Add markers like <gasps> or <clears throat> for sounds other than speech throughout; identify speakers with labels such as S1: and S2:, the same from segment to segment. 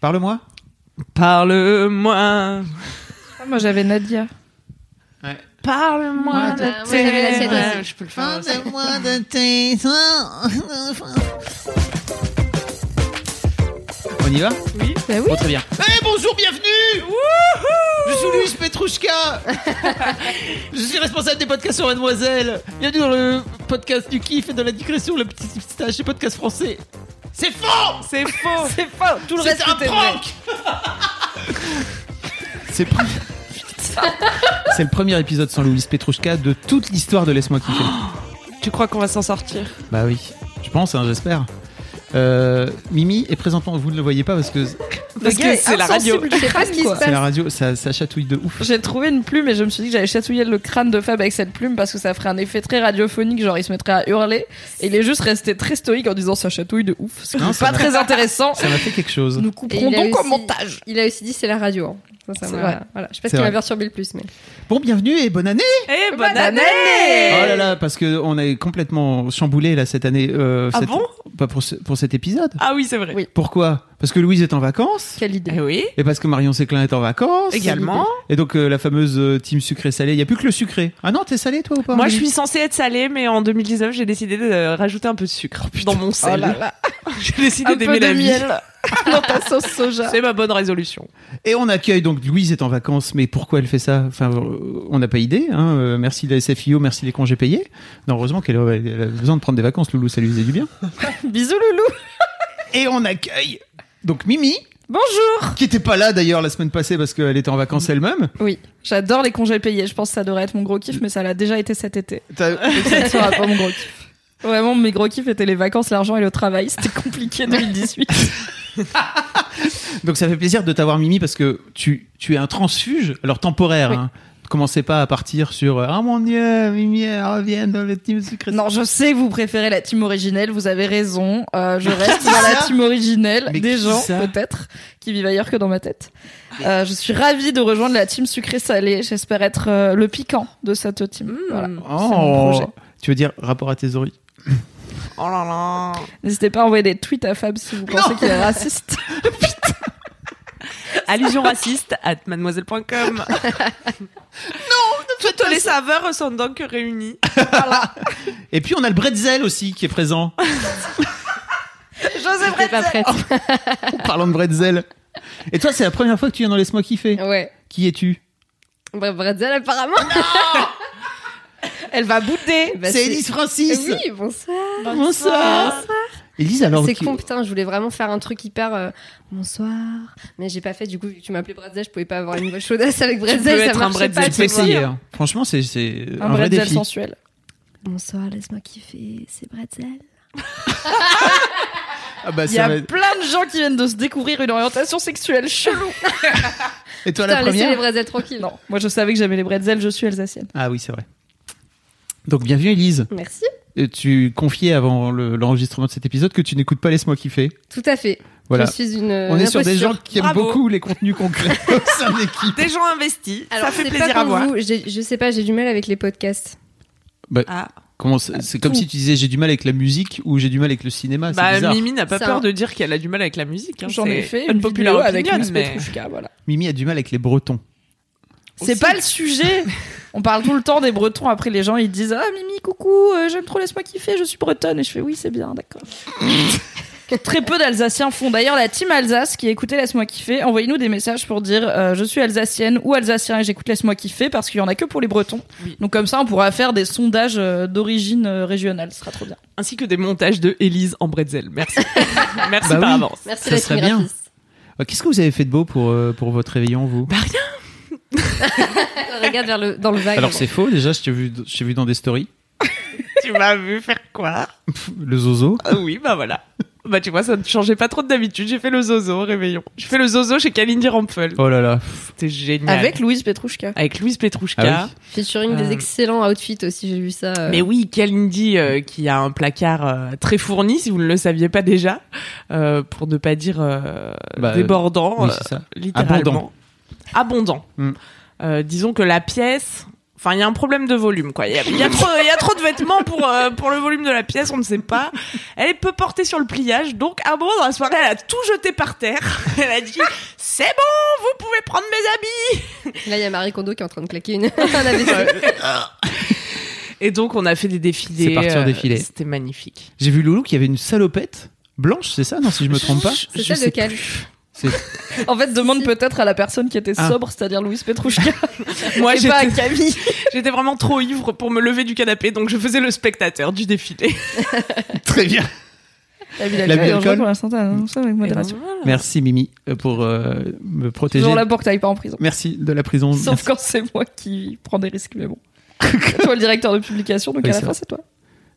S1: Parle-moi.
S2: Parle-moi.
S3: Ah, moi j'avais Nadia.
S1: Ouais.
S3: Parle-moi de
S4: moi, j'avais la sienne aussi.
S2: je peux le faire. aussi.
S1: Parle-moi de tes On y va
S3: Bah
S2: Bon,
S3: oui,
S2: très bien.
S1: Eh bonjour, bienvenue Je suis Louis Petrouchka Je suis responsable des podcasts sur Mademoiselle Bienvenue dans le podcast du kiff et de la digression, le petit stage des podcasts français C'est faux
S2: C'est
S3: <laughs>
S2: faux. C'est faux. Tout le
S1: C'est
S2: reste
S1: un
S2: était vrai.
S1: prank <laughs>
S5: C'est pr- C'est le premier épisode sans Louis Petrouchka de toute l'histoire de
S1: <gasps>
S5: Laisse-moi kiffer.
S2: Tu crois qu'on va s'en sortir
S5: Bah oui, je pense, hein, j'espère. Euh, Mimi est présentant, vous ne le voyez pas parce que c'est
S2: Parce que c'est la radio. <laughs>
S3: Je sais pas
S5: <laughs>
S3: ce qui se
S5: la
S3: passe.
S5: radio, ça, ça chatouille de ouf.
S3: J'ai trouvé une plume et je me suis dit que j'allais chatouiller le crâne de Fab avec cette plume parce que ça ferait un effet très radiophonique, genre il se mettrait à hurler et il est juste resté très stoïque en disant ça chatouille de ouf, ce qui
S5: Non,
S3: n'est
S5: ça
S3: pas
S5: m'a-
S3: très <laughs> intéressant.
S5: Ça m'a fait quelque chose.
S3: Nous
S4: Et
S3: couperons
S4: il a
S3: donc au
S4: aussi-
S3: montage.
S4: Il a aussi dit c'est la radio. hein. Ça, ça
S3: C'est
S4: m'a-
S3: vrai.
S4: voilà. Je sais
S5: C'est
S4: pas ce qui m'a
S5: vrai.
S4: perturbé le plus, mais
S5: Bon, bienvenue et bonne année
S2: Eh,
S3: bonne
S2: bonne
S3: année.
S2: année.
S5: Oh là là, parce que on est complètement chamboulé là cette année. euh,
S2: Ah
S5: cette-
S2: bon
S5: Pas pour, ce- pour cet épisode.
S2: Ah oui, c'est vrai.
S3: Oui.
S5: Pourquoi Parce que Louise est en vacances.
S3: Quelle idée.
S2: Eh oui.
S5: Et parce que Marion Séclin est en vacances.
S2: Également.
S5: Et donc euh, la fameuse euh, team sucré-salé, il n'y a plus que le sucré. Ah non, t'es salé toi ou pas
S2: Moi, je
S5: Amélie
S2: suis censée être salée, mais en 2019, j'ai décidé de euh, rajouter un peu de sucre dans mon
S3: Oh
S2: sel.
S3: là là.
S2: <laughs> J'ai décidé
S3: Un peu
S2: d'aimer
S3: de
S2: la vie.
S3: miel <laughs> dans ta sauce soja.
S2: C'est ma bonne résolution.
S5: Et on accueille donc Louise est en vacances, mais pourquoi elle fait ça Enfin, euh, on n'a pas idée. Hein. Euh, merci la SFIO, merci les congés payés. Non, heureusement qu'elle a, elle a besoin de prendre des vacances, Loulou, ça lui faisait du bien.
S3: Bisous loulou.
S5: Et on accueille donc Mimi,
S3: Bonjour.
S5: qui n'était pas là d'ailleurs la semaine passée parce qu'elle était en vacances elle-même.
S3: Oui, j'adore les congés payés. Je pense que ça devrait être mon gros kiff, mais ça l'a déjà été cet été.
S5: T'as-
S3: Ça ne sera pas mon gros kiff. Vraiment, mes gros kiffs étaient les vacances, l'argent et le travail. C'était <laughs> compliqué 2018.
S5: Donc ça fait plaisir de t'avoir Mimi parce que tu, tu es un transfuge, alors temporaire.
S3: Oui.
S5: Hein. Commencez pas à partir sur euh, Ah mon dieu, Mimi, elle revient dans le team sucré.
S3: non, je sais que vous préférez la team originelle, vous avez raison. Euh, je reste dans la team originelle
S5: Mais
S3: des
S5: qui
S3: gens,
S5: ça
S3: peut-être, qui vivent ailleurs que dans ma tête. Euh, je suis ravie de rejoindre la team sucré-salé. J'espère être euh, le piquant de cette team. Voilà, c'est mon projet.
S5: Oh, tu veux dire rapport à tes oreilles
S2: Oh là là.
S3: N'hésitez pas à envoyer des tweets à Fab si vous pensez qu'il
S5: <laughs>
S3: est raciste.
S2: Allusion raciste at mademoiselle.com. non, toutes les saveurs sont donc réunies.
S5: Et puis on a le Bretzel aussi qui est présent.
S3: Joseph
S4: t'es pas prête.
S5: Parlant de Bretzel. Et toi, c'est la première fois que tu viens dans Laisse-moi kiffer.
S4: Oh. Ouais.
S5: Qui es-tu
S4: Bref, Bretzel, apparemment.
S3: Elle va bouder.
S4: Bah,
S5: C'est Elise Francis.
S4: Oui, bonsoir.
S5: Bonsoir. Élise, alors.
S4: C'est
S5: qui-
S4: con, putain, je voulais vraiment faire un truc hyper euh, bonsoir, mais j'ai pas fait. Du coup, vu que tu m'appelais Bretzel, je pouvais pas avoir une voix chaudasse avec
S2: peux
S4: Bretzel, ça
S2: être un
S4: marchait
S2: Bretzel
S5: Tu
S4: pas.
S2: tu
S5: peux
S2: sais,
S5: essayer.
S2: voilà.
S5: hein. Franchement, c'est- c'est un,
S3: Un
S5: vrai
S3: bretzel
S5: défi.
S3: sensuel.
S4: Bonsoir, laisse-moi kiffer, c'est Bretzel.
S5: Ah bah,
S3: Il
S5: ça
S3: y a
S5: va-
S3: plein de gens qui viennent de se découvrir une orientation sexuelle chelou.
S5: Et toi,
S4: Putain,
S5: la
S4: laissez
S5: première
S4: les Bretzel tranquilles.
S3: Non, moi je savais que j'aimais les bretzels, je suis alsacienne.
S5: Ah oui, c'est vrai. Donc, bienvenue, Élise.
S4: Merci.
S5: Euh, Tu confiais avant le- l'enregistrement de cet épisode que tu n'écoutes pas Laisse-moi kiffer.
S4: Tout à fait.
S5: Voilà.
S4: Je suis une.
S5: On est sur des gens qui aiment
S2: Bravo.
S5: beaucoup les contenus concrets au sein de l'équipe.
S2: Des gens investis, ça fait
S4: c'est
S2: plaisir
S4: pas
S2: à
S4: pour
S2: voir.
S4: vous, j'ai- Je sais pas, j'ai du mal avec les podcasts.
S2: Ah,
S5: Comment C'est c'est comme si tu disais j'ai du mal avec la musique ou j'ai du mal avec le cinéma. C'est
S2: bah
S5: bizarre.
S2: Mimi n'a pas
S4: Ça-
S2: peur de dire qu'elle a du mal avec la musique. hein.
S3: J'en
S2: C'est
S3: ai fait une
S2: populaire
S3: vidéo avec
S2: opinion,
S3: Louis
S2: mais-
S3: Petrouchka, voilà.
S5: Mimi a du mal avec les Bretons.
S3: C'est pas le <laughs> sujet. On parle tout le temps des Bretons. Après, les gens ils disent Ah, Mimi, coucou, euh, j'aime trop, laisse-moi kiffer, je suis bretonne. Et je fais Oui, c'est bien, <laughs> d'accord. Très peu d'Alsaciens font. D'ailleurs, la team Alsace qui écoutait Laisse-moi kiffer, envoyez-nous des messages pour dire euh, Je suis alsacienne ou alsacien et j'écoute Laisse-moi kiffer parce qu'il y en a que pour les Bretons.
S2: Oui.
S3: Donc, comme ça, on pourra faire des sondages euh, d'origine euh, régionale. Ce sera trop bien.
S2: Ainsi que des montages de Élise en bretzel. Merci. Merci
S5: Bah
S2: par
S5: oui.
S2: avance.
S4: Merci
S5: Ça
S4: la
S5: serait
S4: team
S5: bien.
S4: graphiste.
S5: Euh, Qu'est-ce que vous avez fait de beau pour, euh, pour votre réveillon, vous
S2: Bah rien.
S4: Regarde vers le, dans le vague.
S5: Alors c'est faux, déjà, je t'ai vu, je t'ai vu dans des stories.
S2: Tu m'as vu faire quoi
S5: Le zozo.
S2: Ah Oui, bah voilà. Bah, tu vois, ça ne changeait pas trop de d'habitude. J'ai fait le zozo au réveillon. J'ai fait le zozo chez Kalindi Rampfel.
S5: Oh là là.
S2: C'était génial.
S3: Avec Louise Petrouchka.
S2: Avec Louise Petrouchka.
S5: Ah
S4: Featuring
S2: Euh.
S4: des excellents outfits aussi, j'ai vu ça. euh.
S2: Mais oui, Kalindi euh, qui a un placard euh, très fourni, si vous ne le saviez pas déjà, euh, pour ne pas dire euh,
S5: Bah,
S2: débordant,
S5: Oui,
S2: euh,
S5: c'est ça.
S2: littéralement. Abondant.
S5: Mm.
S2: Euh, disons que la pièce. Enfin, il y a un problème de volume, quoi. Il y a, il y a trop, il y a trop de vêtements pour euh, pour le volume de la pièce, on ne sait pas. Elle est peu portée sur le pliage, donc à bon dans la soirée, elle a tout jeté par terre. <laughs> Elle a dit c'est bon, vous pouvez prendre mes habits.
S4: Là, il y a Marie Kondo qui est en train de claquer une. <laughs>
S5: <laughs>
S4: un AVC.
S2: Et donc, on a fait des défilés. euh,
S5: C'est parti en défilé.
S2: C'était magnifique.
S5: J'ai vu Loulou qui avait une salopette blanche, c'est ça Non, si je me trompe pas.
S4: C'est
S5: Je
S4: celle
S5: sais
S4: de Cal.
S3: En fait, demande peut-être à la personne qui était
S5: Ah.
S3: sobre, c'est-à-dire Louise Petrouchka.
S2: Moi,
S3: et pas à
S2: j'étais
S3: Camille.
S2: j'étais vraiment trop ivre pour me lever du canapé, donc je faisais le spectateur du défilé.
S5: plus. Très bien.
S3: La vie
S5: La vie
S3: d'alcool,
S5: d'alcool.
S3: pour l'instant, t'as annoncé avec modération.
S5: Merci Mimi euh, pour euh, me protéger.
S3: Toujours là pour que t'ailles pas en prison.
S5: Merci de la prison.
S3: Sauf quand c'est moi qui prends des risques,
S5: <laughs>
S3: mais bon. toi, le directeur de publication, donc
S5: Oui,
S3: à la
S5: c'est
S3: fin,
S5: vrai.
S3: c'est toi.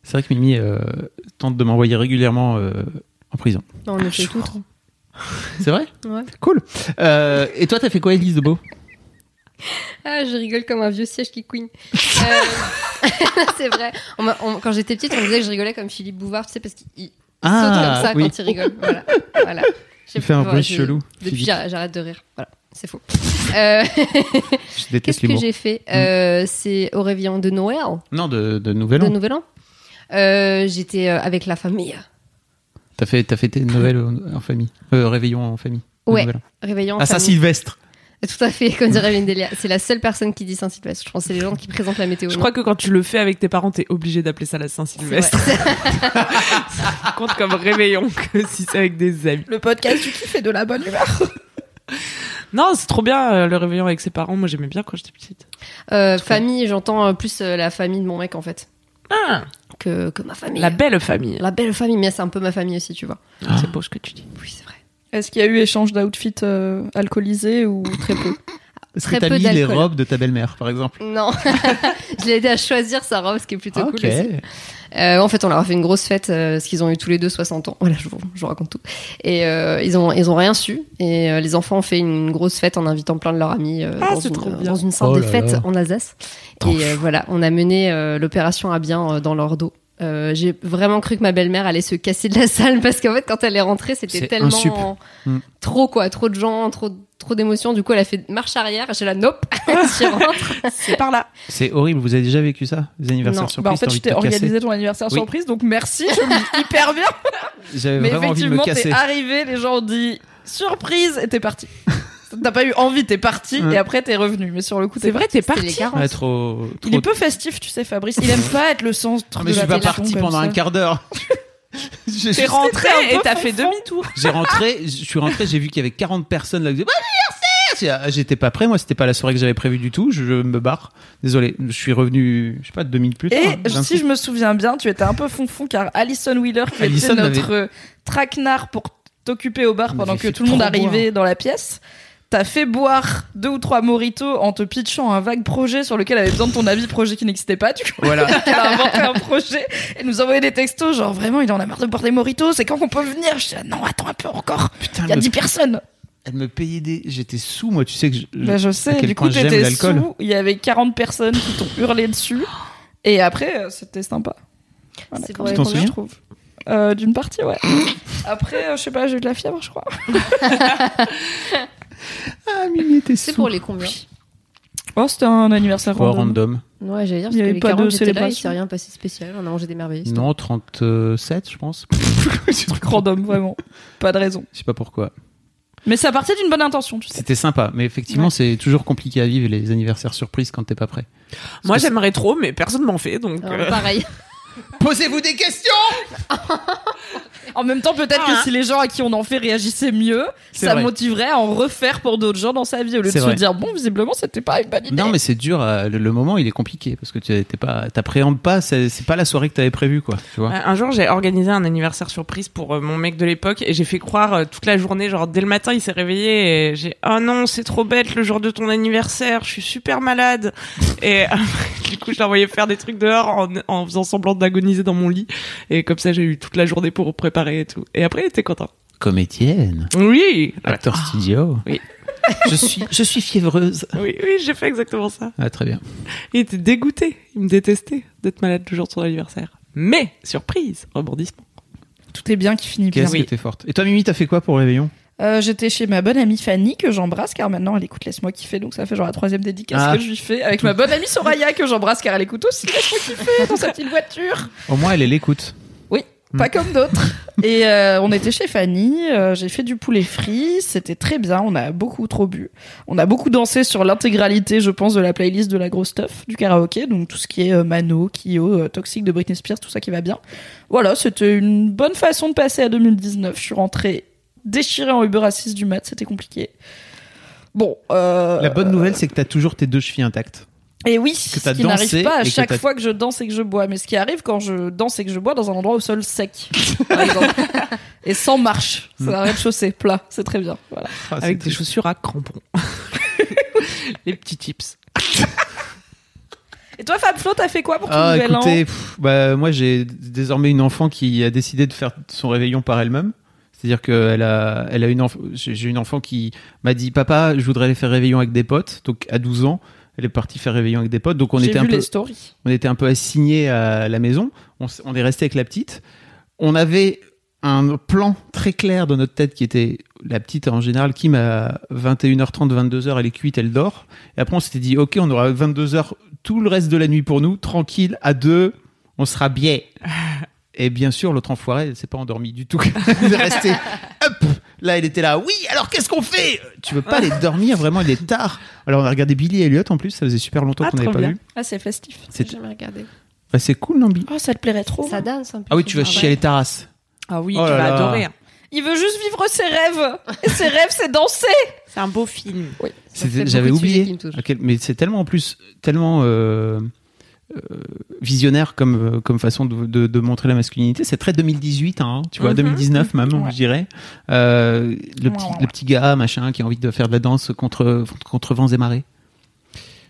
S5: C'est vrai que Mimi euh, tente de m'envoyer régulièrement euh, en prison.
S4: Non, on est fait tout.
S5: C'est vrai
S4: Ouais.
S5: Cool. Euh, et toi, t'as fait quoi, Elise Beau
S4: Ah, je rigole comme un vieux siège qui
S5: <laughs>
S4: queen. Euh, <laughs> c'est vrai. On m'a- on- quand j'étais petite, on me disait que je rigolais comme Philippe Bouvard, tu sais, parce qu'il il saute comme ça quand il rigole. Voilà. voilà. J'ai-
S5: Ah, Il fait un
S4: voilà,
S5: bruit
S4: j'ai-
S5: chelou.
S4: Depuis,
S5: Philippe.
S4: j'arrête j'arrête de rire. Voilà, c'est faux. Euh,
S5: <laughs>
S4: <laughs>
S5: Je
S4: Qu'est-ce
S5: déteste
S4: que
S5: l'humour.
S4: j'ai fait
S5: Hmm.
S4: Euh, C'est au réveillon de Noël,
S5: Ah Non, de, de Nouvel
S4: de
S5: An.
S4: Nouvel An. Euh, J'étais euh, avec la famille.
S5: T'as fait, t'as fêté Noël en en famille. Euh, réveillon en famille. Le
S4: Ouais.
S5: Nouvel An.
S4: Réveillant.
S5: Ah, ça,
S4: famille.
S5: Sylvestre.
S4: Tout à fait, comme dirait Lindelia. C'est la seule personne qui dit Saint-Sylvestre. Je pense que c'est les gens qui présentent la météo.
S2: Je
S4: non
S2: crois que quand tu le fais avec tes parents, t'es obligé d'appeler ça la Saint-Sylvestre. <laughs> Ça compte comme réveillon que si c'est avec des amis.
S3: Le podcast du kiff est de la bonne humeur.
S2: Non, c'est trop bien euh, le réveillon avec ses parents. Moi, j'aimais bien quand j'étais petite.
S4: Euh, famille, j'entends euh, plus euh, la famille de mon mec en fait
S2: Ah,
S4: que, que ma famille.
S2: la belle famille. hein.
S4: La belle famille, mais c'est un peu ma famille aussi, tu vois.
S2: C'est beau ce que tu dis.
S4: Oui, c'est vrai.
S3: Est-ce qu'il y a eu échange d'outfits euh, alcoolisés ou très <laughs> peu
S5: Est-ce que
S4: Très
S5: t'as
S4: peu
S5: mis les
S4: d'alcool.
S5: robes de ta belle-mère, par
S4: <laughs>
S5: exemple
S4: Non, je l'ai aidé à choisir sa robe, ce qui est plutôt
S5: Ah,
S4: cool. aussi. Euh, en fait, on leur a fait une grosse fête euh, parce qu'ils ont eu tous les deux 60 ans. Voilà, je vous, je vous raconte tout. Et euh, ils ont ils ont rien su. Et euh, les enfants ont fait une grosse fête en invitant plein de leurs amis euh,
S2: Ah,
S4: dans,
S2: c'est
S4: une,
S2: trop
S4: euh,
S2: bien.
S4: dans une sorte
S5: Oh
S4: de
S5: là
S4: fête
S5: là.
S4: en Alsace. Et euh, voilà, on a mené euh, l'opération à bien euh, dans leur dos. Euh, j'ai vraiment cru que ma belle-mère allait se casser de la salle <laughs> parce qu'en fait quand elle est rentrée c'était
S5: C'est
S4: tellement
S5: insup. Mm.
S4: trop quoi trop de gens trop trop d'émotions du coup elle a fait marche arrière j'ai
S2: <laughs>
S4: la nope <laughs> j'y rentre
S2: C'est par là.
S5: C'est horrible. Vous avez déjà vécu ça Les anniversaires
S4: Non.
S5: surprises
S3: Bah en fait,
S5: t'as envie
S3: tu t'es
S5: de te casser.
S3: organisé ton anniversaire
S5: Oui.
S3: surprise, donc merci, je le <laughs> vis hyper bien.
S5: J'avais
S3: Mais
S5: vraiment envie de me
S3: effectivement,
S5: casser.
S3: t'es arrivé, les gens ont dit surprise et
S5: <laughs>
S3: t'es parti. T'as pas eu envie, t'es parti
S5: Ouais. Ah,
S3: et après t'es revenu. Mais sur le coup,
S2: C'est
S3: t'es
S2: vrai, t'es
S4: C'était les
S2: parti.
S4: 40.
S5: Ouais, trop. trop...
S3: Il est peu festif, tu sais, Fabrice. Il aime
S5: <laughs>
S3: pas être le centre
S5: Ah,
S3: de
S5: mais je
S3: la
S5: suis pas
S3: tension
S5: parti
S3: comme
S5: pendant
S3: ça.
S5: un quart d'heure. <laughs> J'ai
S2: T'es
S5: juste-
S2: rentré
S3: un peu
S2: et t'as fait
S3: fanfan.
S2: demi-tour.
S5: J'ai rentré, je suis rentré, j'ai vu qu'il y avait 40 personnes là. qui disaient, Bon anniversaire J'ai dit, Ah, J'étais pas prêt, moi c'était pas la soirée que j'avais prévue du tout, je me barre. Désolé, je suis revenu, je sais pas, deux minutes plus tard.
S3: Et
S5: hein,
S3: si Eh, je me souviens bien, tu étais un peu fonfon car Alison Wheeler, qui
S5: Alison
S3: était notre euh, traquenard pour t'occuper au bar
S5: Elle
S3: pendant
S5: m'avait
S3: que
S5: fait
S3: tout le monde
S5: trop
S3: arrivait dans la pièce, t'as fait boire deux ou trois moritos en te pitchant un vague projet sur lequel elle avait besoin de ton avis, projet qui n'existait pas. Du coup, <laughs>
S5: Voilà.
S3: elle a inventé un projet et nous envoyait des textos genre vraiment, il en a marre de boire des moritos, c'est quand qu'on peut venir Je dis, ah non, attends un peu encore,
S5: Putain,
S3: il y a
S5: elle me,
S3: 10 personnes.
S5: elle me payait des. J'étais sous, moi, tu sais que je. je-
S3: Bah, je
S5: à
S3: sais,
S5: quel
S3: du
S5: point
S3: coup,
S5: j'aime
S3: t'étais
S5: l'alcool.
S3: sous, il y avait 40 personnes qui t'ont hurlé dessus et après, euh, c'était sympa. Voilà,
S4: C'est
S3: quand
S4: pour
S3: même.
S5: t'en
S4: les combien
S3: je trouve. Euh, D'une partie, ouais. Après, euh, je sais pas, j'ai eu de la fièvre, je crois.
S5: Ah, Mimi était sous.
S4: c'est pour les combien
S3: Oh, c'était un anniversaire
S5: Pas random.
S4: ouais j'allais dire
S3: Il y
S4: parce que
S3: avait
S4: les
S3: pas de
S4: 40 j'étais là il
S3: célébration.
S4: s'est rien passé de spécial on a mangé des merveilleuses
S5: Non, 37, je
S3: <laughs>
S5: pense. Je
S3: Random, vraiment. Pas de raison.
S5: sais pas pourquoi.
S3: Mais ça partait d'une bonne intention, tu sais.
S5: C'était sympa, mais effectivement,
S3: Ouais.
S5: c'est toujours compliqué à vivre les anniversaires surprises quand t'es pas prêt.
S2: Moi,
S5: que c'est-
S2: j'aimerais trop, mais personne m'en fait, donc.
S4: Alors,
S2: euh,
S4: pareil
S1: Posez-vous des questions
S3: En même temps, peut-être
S2: Ah, hein.
S3: que si les gens à qui on en fait réagissaient mieux,
S5: C'est
S3: ça
S5: vrai.
S3: motiverait à en refaire pour d'autres gens dans sa vie. Au lieu de
S5: C'est
S3: se
S5: vrai.
S3: dire, bon, visiblement, c'était pas une bonne idée.
S5: Non, mais c'est dur. euh, Le, le moment, il est compliqué parce que tu t'es pas, t'appréhendes pas. C'est c'est pas la soirée que t'avais prévue, quoi. Tu vois.
S2: Ouais, Un jour, j'ai organisé un anniversaire surprise pour euh, mon mec de l'époque et j'ai fait croire euh, toute la journée, genre dès le matin, il s'est réveillé et j'ai "Oh non, c'est trop bête le jour de ton <laughs> anniversaire, je suis super malade." et après, du coup, je l'ai envoyé faire des trucs dehors en, en faisant semblant d'agoniser dans mon lit. Et comme ça, j'ai eu toute la journée pour préparer et tout. Et après, il était content.
S5: Comédienne,
S2: Oui,
S5: acteur studio.
S2: Ah. Oui.
S5: Je suis, je suis fiévreuse.
S2: oui, oui, j'ai fait exactement ça.
S5: Ah, très bien.
S2: Il était dégoûté. Il me détestait d'être malade le jour de son anniversaire. Mais, surprise, rebondissement.
S3: Tout est bien qui finit bien.
S5: Qu'est-ce que t'es forte. Et toi, Mimi, t'as fait quoi pour le réveillon
S3: Euh, J'étais chez ma bonne amie Fanny que j'embrasse car maintenant elle écoute Laisse-moi kiffer donc ça fait genre la troisième dédicace
S5: Ah.
S3: que je lui fais avec ma bonne amie Soraya que j'embrasse car elle écoute aussi Laisse-moi kiffer dans sa petite voiture.
S5: Au moins, elle, elle écoute.
S3: Pas comme d'autres. Et euh, on était chez Fanny, euh, j'ai fait du poulet frit, c'était très bien, on a beaucoup trop bu. On a beaucoup dansé sur l'intégralité, je pense, de la playlist de la grosse stuff du karaoké, donc tout ce qui est euh, Mano, Kyo, euh, Toxic de Britney Spears, tout ça qui va bien. Voilà, c'était une bonne façon de passer à 2019. Je suis rentrée déchirée en Uber à 6 du mat, c'était compliqué. Bon, euh,
S5: La bonne nouvelle, c'est que t'as toujours tes deux chevilles intactes.
S3: et oui,
S5: t'as
S3: ce qui
S5: dansé
S3: n'arrive pas
S5: et
S3: à
S5: que
S3: chaque
S5: t'as-
S3: fois que je danse et que je bois, mais ce qui arrive quand je danse et que je bois dans un endroit au sol
S5: <laughs>
S3: sec, par exemple. et sans marche, c'est
S5: Hmm.
S3: un rez-de-chaussée plat, c'est très bien. Voilà.
S5: Ah,
S2: avec
S5: c'est
S2: des chaussures à crampons. <laughs> Les petits tips.
S3: Et toi, Fab Flo, t'as fait quoi pour ton
S5: Ah,
S3: nouvel
S5: écoutez, pff, bah, moi j'ai désormais une enfant qui a décidé de faire son réveillon par elle-même. C'est-à-dire qu'elle a, elle a une enfant, j'ai j'ai une enfant qui m'a dit Papa, je voudrais aller faire réveillon avec des potes. Donc à 12 ans, elle est partie faire réveillon avec des potes. Donc
S3: an
S5: on
S3: J'ai
S5: était,
S3: vu
S5: un peu,
S3: les stories.
S5: on était un peu assignés à la maison. On, s- on est resté avec la petite. On avait un plan très clair dans notre tête qui était la petite en général, Kim à 21h30, 22h, elle est cuite, elle dort. Et après, on s'était dit, ok, on aura 22h tout le reste de la nuit pour nous, tranquille, à deux, on sera
S2: <laughs>
S5: bien. Et bien sûr, l'autre enfoiré, elle s'est pas endormie du tout. <laughs> elle est restée, hop, là, elle était là, oui, alors qu'est-ce qu'on fait Tu veux pas aller dormir, vraiment, il est tard. Alors, on a regardé Billy Elliot en plus, ça faisait super longtemps
S2: Ah,
S5: qu'on n'avait
S2: trop
S5: pas
S2: bien.
S5: vu.
S3: Ah, c'est festif.
S4: J'ai
S5: C'est
S4: jamais regardé.
S5: bah, c'est cool, non, Billy
S3: Oh, ça te plairait trop.
S4: <laughs> Ça danse un peu.
S5: Ah oui, tu vas
S4: Ah
S5: chier à les terrasses.
S2: Ah oui,
S5: Oh
S2: tu
S5: là
S2: vas
S5: là.
S2: adorer. hein.
S3: Il veut juste vivre ses rêves. Et ses rêves, c'est danser.
S2: C'est un beau film.
S4: ouais. Oui, ça
S5: C'était-
S4: fait
S5: J'avais
S4: beaucoup de sujets
S5: oublié.
S4: qui me touchent.
S5: à quel- mais c'est tellement en plus, tellement euh, euh, visionnaire comme, euh, comme façon de, de- de montrer la masculinité. C'est très 2018, hein, tu vois,
S2: Mhm.
S5: 2019 même,
S3: Ouais.
S5: je dirais. Euh, le,
S3: Ouais,
S5: petit,
S3: ouais, ouais.
S5: le petit gars, machin, qui a envie de faire de la danse contre, contre vents et marées.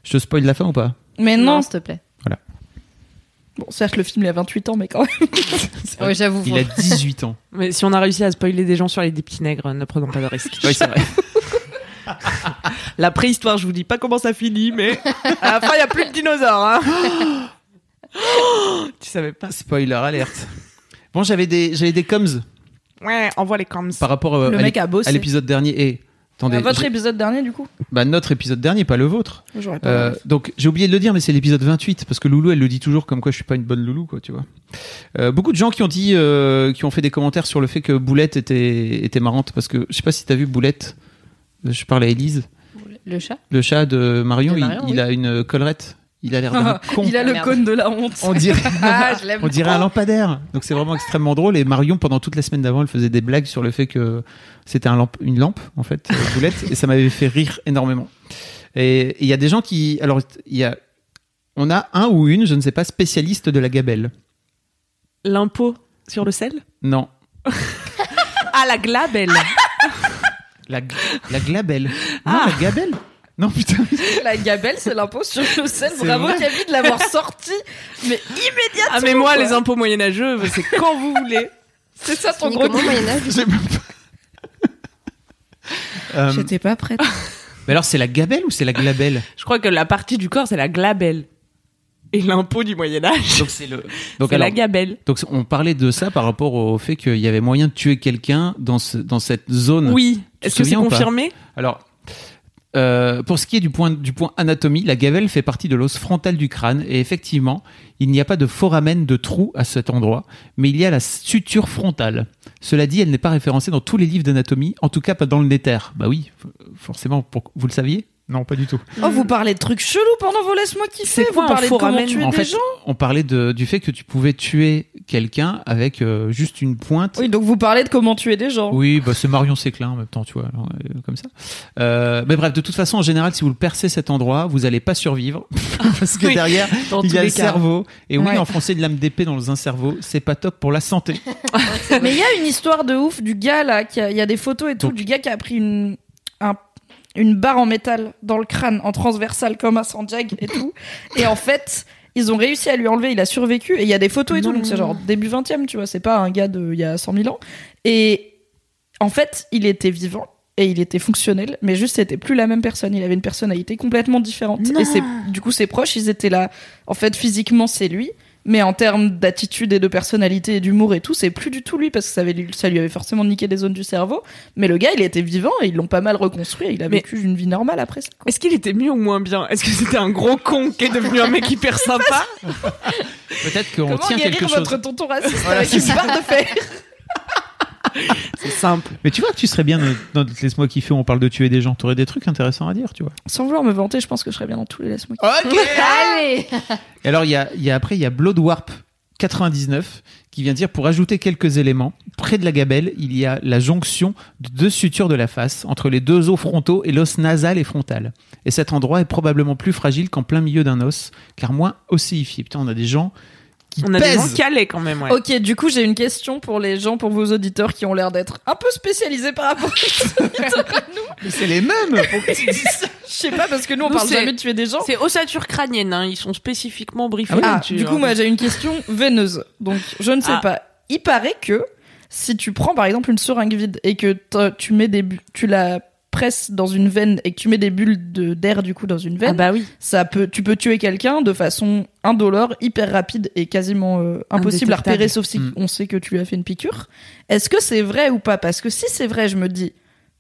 S5: Je te spoil la fin ou pas
S3: Mais non.
S4: Non, s'il te plaît.
S3: Bon, certes, le film, il a 28 ans, mais quand même.
S4: Ouais, j'avoue.
S5: Il a 18 ans.
S2: Mais si on a réussi à spoiler des gens sur les des petits nègres, ne prenons pas de risques.
S5: Oui, c'est vrai.
S2: <laughs> La préhistoire, je vous dis pas comment ça finit, mais à la fin, il n'y a plus de dinosaures. Hein. Oh, tu savais pas.
S5: Spoiler alerte. Bon, j'avais des, j'avais des coms
S2: Ouais, envoie les coms.
S5: par rapport euh,
S3: Le
S5: à
S3: mec
S5: l'ép-
S3: a bossé.
S5: à l'épisode dernier. Et, attendez,
S3: À votre
S5: j'ai-
S3: épisode dernier, du coup.
S5: bah, notre épisode dernier, pas le vôtre.
S3: J'aurais pas
S5: Euh, donc j'ai oublié de le dire, mais c'est l'épisode 28 parce que Loulou elle le dit toujours comme quoi je suis pas une bonne Loulou quoi, tu vois. Euh, beaucoup de gens qui ont dit, euh, qui ont fait des commentaires sur le fait que Boulette était était marrante parce que je sais pas si t'as vu Boulette. euh, Je parle à Élise,
S4: Le chat
S5: le chat de Marion,
S4: De Marion,
S5: il, il
S4: oui.
S5: a une collerette, il a
S4: <laughs>
S5: l'air d'un con.
S3: Il a le
S4: Ah, Merde.
S3: cône de la honte.
S5: On dirait,
S4: <laughs> Ah, je l'aime.
S5: on dirait un lampadaire. Donc c'est vraiment extrêmement drôle. Et Marion, pendant toute la semaine d'avant, elle faisait des blagues sur le fait que c'était un lampe, une lampe, en fait, euh, boulette. et ça m'avait fait rire énormément. Et et il y a des gens qui. Alors, il y a. On a un ou une, je ne sais pas, spécialiste de la gabelle.
S2: L'impôt sur le sel
S5: Non.
S2: Ah, la glabelle
S5: La, g- la
S2: <laughs>
S5: glabelle. Non,
S2: Ah.
S5: la gabelle Non, putain. <laughs>
S3: La gabelle, c'est l'impôt sur le sel.
S5: C'est
S3: Bravo
S5: vrai.
S3: Camille de l'avoir sorti. Mais immédiatement.
S2: Ah, mais moi,
S3: quoi.
S2: les impôts moyenâgeux, c'est quand vous voulez.
S3: C'est ça ton
S4: Ton
S3: gros.
S4: gros Moyen-Âge
S5: J'ai même
S2: <laughs>
S5: pas. Euh,
S3: J'étais pas prête.
S5: mais alors, c'est la gabelle ou c'est la glabelle
S2: Je crois que la partie du corps, c'est la glabelle. Et l'impôt du Moyen-Âge,
S5: Donc, c'est le. Donc,
S2: c'est la
S5: alors,
S2: gabelle.
S5: donc, on parlait de ça par rapport au fait qu'il y avait moyen de tuer quelqu'un dans, ce- dans cette zone.
S2: Oui.
S5: hmm. te
S2: Est-ce que c'est
S5: souviens ou pas
S2: confirmé
S5: Alors, euh, pour ce qui est du point, du point anatomie, la gavelle fait partie de l'os frontal du crâne et effectivement, il n'y a pas de foramen de trou à cet endroit, mais il y a la suture frontale. Cela dit, elle n'est pas référencée dans tous les livres d'anatomie, en tout cas pas dans le néther. Bah oui, f- forcément, pour- vous le saviez Non, pas du tout.
S3: Oh, vous parlez de trucs chelous pendant vos laisse-moi kiffer.
S2: C'est
S3: Vous
S2: quoi un
S3: parlez de comment
S2: foramen,
S3: tuer
S5: en
S3: des
S5: fait,
S3: gens.
S5: on parlait de- du fait que tu pouvais tuer quelqu'un avec euh, juste une pointe.
S3: Oui, donc vous parlez de comment tuer des gens.
S5: Oui, bah c'est Marion Séclin en même temps, tu vois, alors, euh, comme ça. Euh, mais bref, de toute façon, en général, si vous le percez cet endroit, vous allez pas survivre parce que
S2: Oui.
S5: derrière,
S2: Dans
S5: il
S2: tous
S5: y a
S2: les
S5: le
S2: cas.
S5: cerveau. Et oui,
S3: Ouais.
S5: enfoncer de lame d'épée dans un cerveau, c'est pas top pour la santé.
S3: <laughs> Mais il y a une histoire de ouf du gars là. qui a- Il y a des photos et tout
S5: Donc-
S3: du gars qui a pris une un- une barre en métal dans le crâne en transversal comme un sandjag et tout. Et en fait. Ils ont réussi à lui enlever, il a survécu, et il y a des photos et tout, donc c'est genre début 20 e tu vois, c'est pas un gars de il y a 100 000 ans. Et en fait, il était vivant. Et il était fonctionnel, mais juste c'était plus la même personne. Il avait une personnalité complètement différente. Et c'est du coup ses proches, ils étaient là. En fait, physiquement c'est lui, mais en termes d'attitude et de personnalité et d'humour et tout, c'est plus du tout lui parce que ça, avait- ça lui avait forcément niqué des zones du cerveau. Mais le gars, il était vivant et ils l'ont pas mal reconstruit. et Il a
S2: Mais-
S3: vécu une vie normale après ça. quoi.
S2: Est-ce qu'il était mieux ou moins bien Est-ce que c'était un gros con qui est devenu un mec hyper sympa
S5: Peut-être qu'on
S3: Comment
S5: tient
S3: guérir
S5: quelque chose.
S3: votre tonton raciste avec une barre de fer
S2: C'est simple.
S5: Mais tu vois que tu serais bien dans dans- Laisse-moi kiffer, on parle de tuer des gens. T'aurais des trucs intéressants à dire, tu vois.
S3: <laughs> Sans vouloir me vanter, je pense que je serais bien dans tous les laisse-moi.
S4: <laughs> Allez
S5: <laughs> Et alors, il y a, il y a après, il y a Bloodwarp 99 qui vient dire pour ajouter quelques éléments, près de la gabelle, il y a la jonction de deux sutures de la face entre les deux os frontaux et l'os nasal et frontal. Et cet endroit est probablement plus fragile qu'en plein milieu d'un os, car moins osseifié. Putain, on a des gens qui
S2: On a des gens
S5: pèsent.
S2: calés quand même, ouais.
S3: Ok, du coup, j'ai une question pour les gens, pour vos auditeurs qui ont l'air d'être un peu spécialisés par rapport <laughs> à nous.
S5: Mais C'est les
S2: <laughs>
S5: mêmes. Pourquoi tu dis ça
S3: Je sais pas, parce que nous, on
S2: Nous,
S3: parle
S2: c'est-
S3: jamais de tuer des gens.
S2: C'est ossature crânienne, hein, ils sont spécifiquement briefés.
S3: Ah,
S2: là-dessus,
S3: du
S2: hein.
S3: coup, moi, j'ai une question veineuse. Donc, je ne sais
S2: Ah.
S3: pas. Il paraît que si tu prends, par exemple, une seringue vide et que t'as- tu mets des bu- tu la presses dans une veine et que tu mets des bulles de- d'air, du coup, dans une veine,
S2: Ah bah oui.
S3: ça peut, tu peux tuer quelqu'un de façon indolore, hyper rapide et quasiment euh, impossible à
S2: Indétectable.
S3: repérer, sauf si
S5: Mm.
S3: on sait que tu lui as fait une piqûre. Est-ce que c'est vrai ou pas Parce que si c'est vrai, je me dis,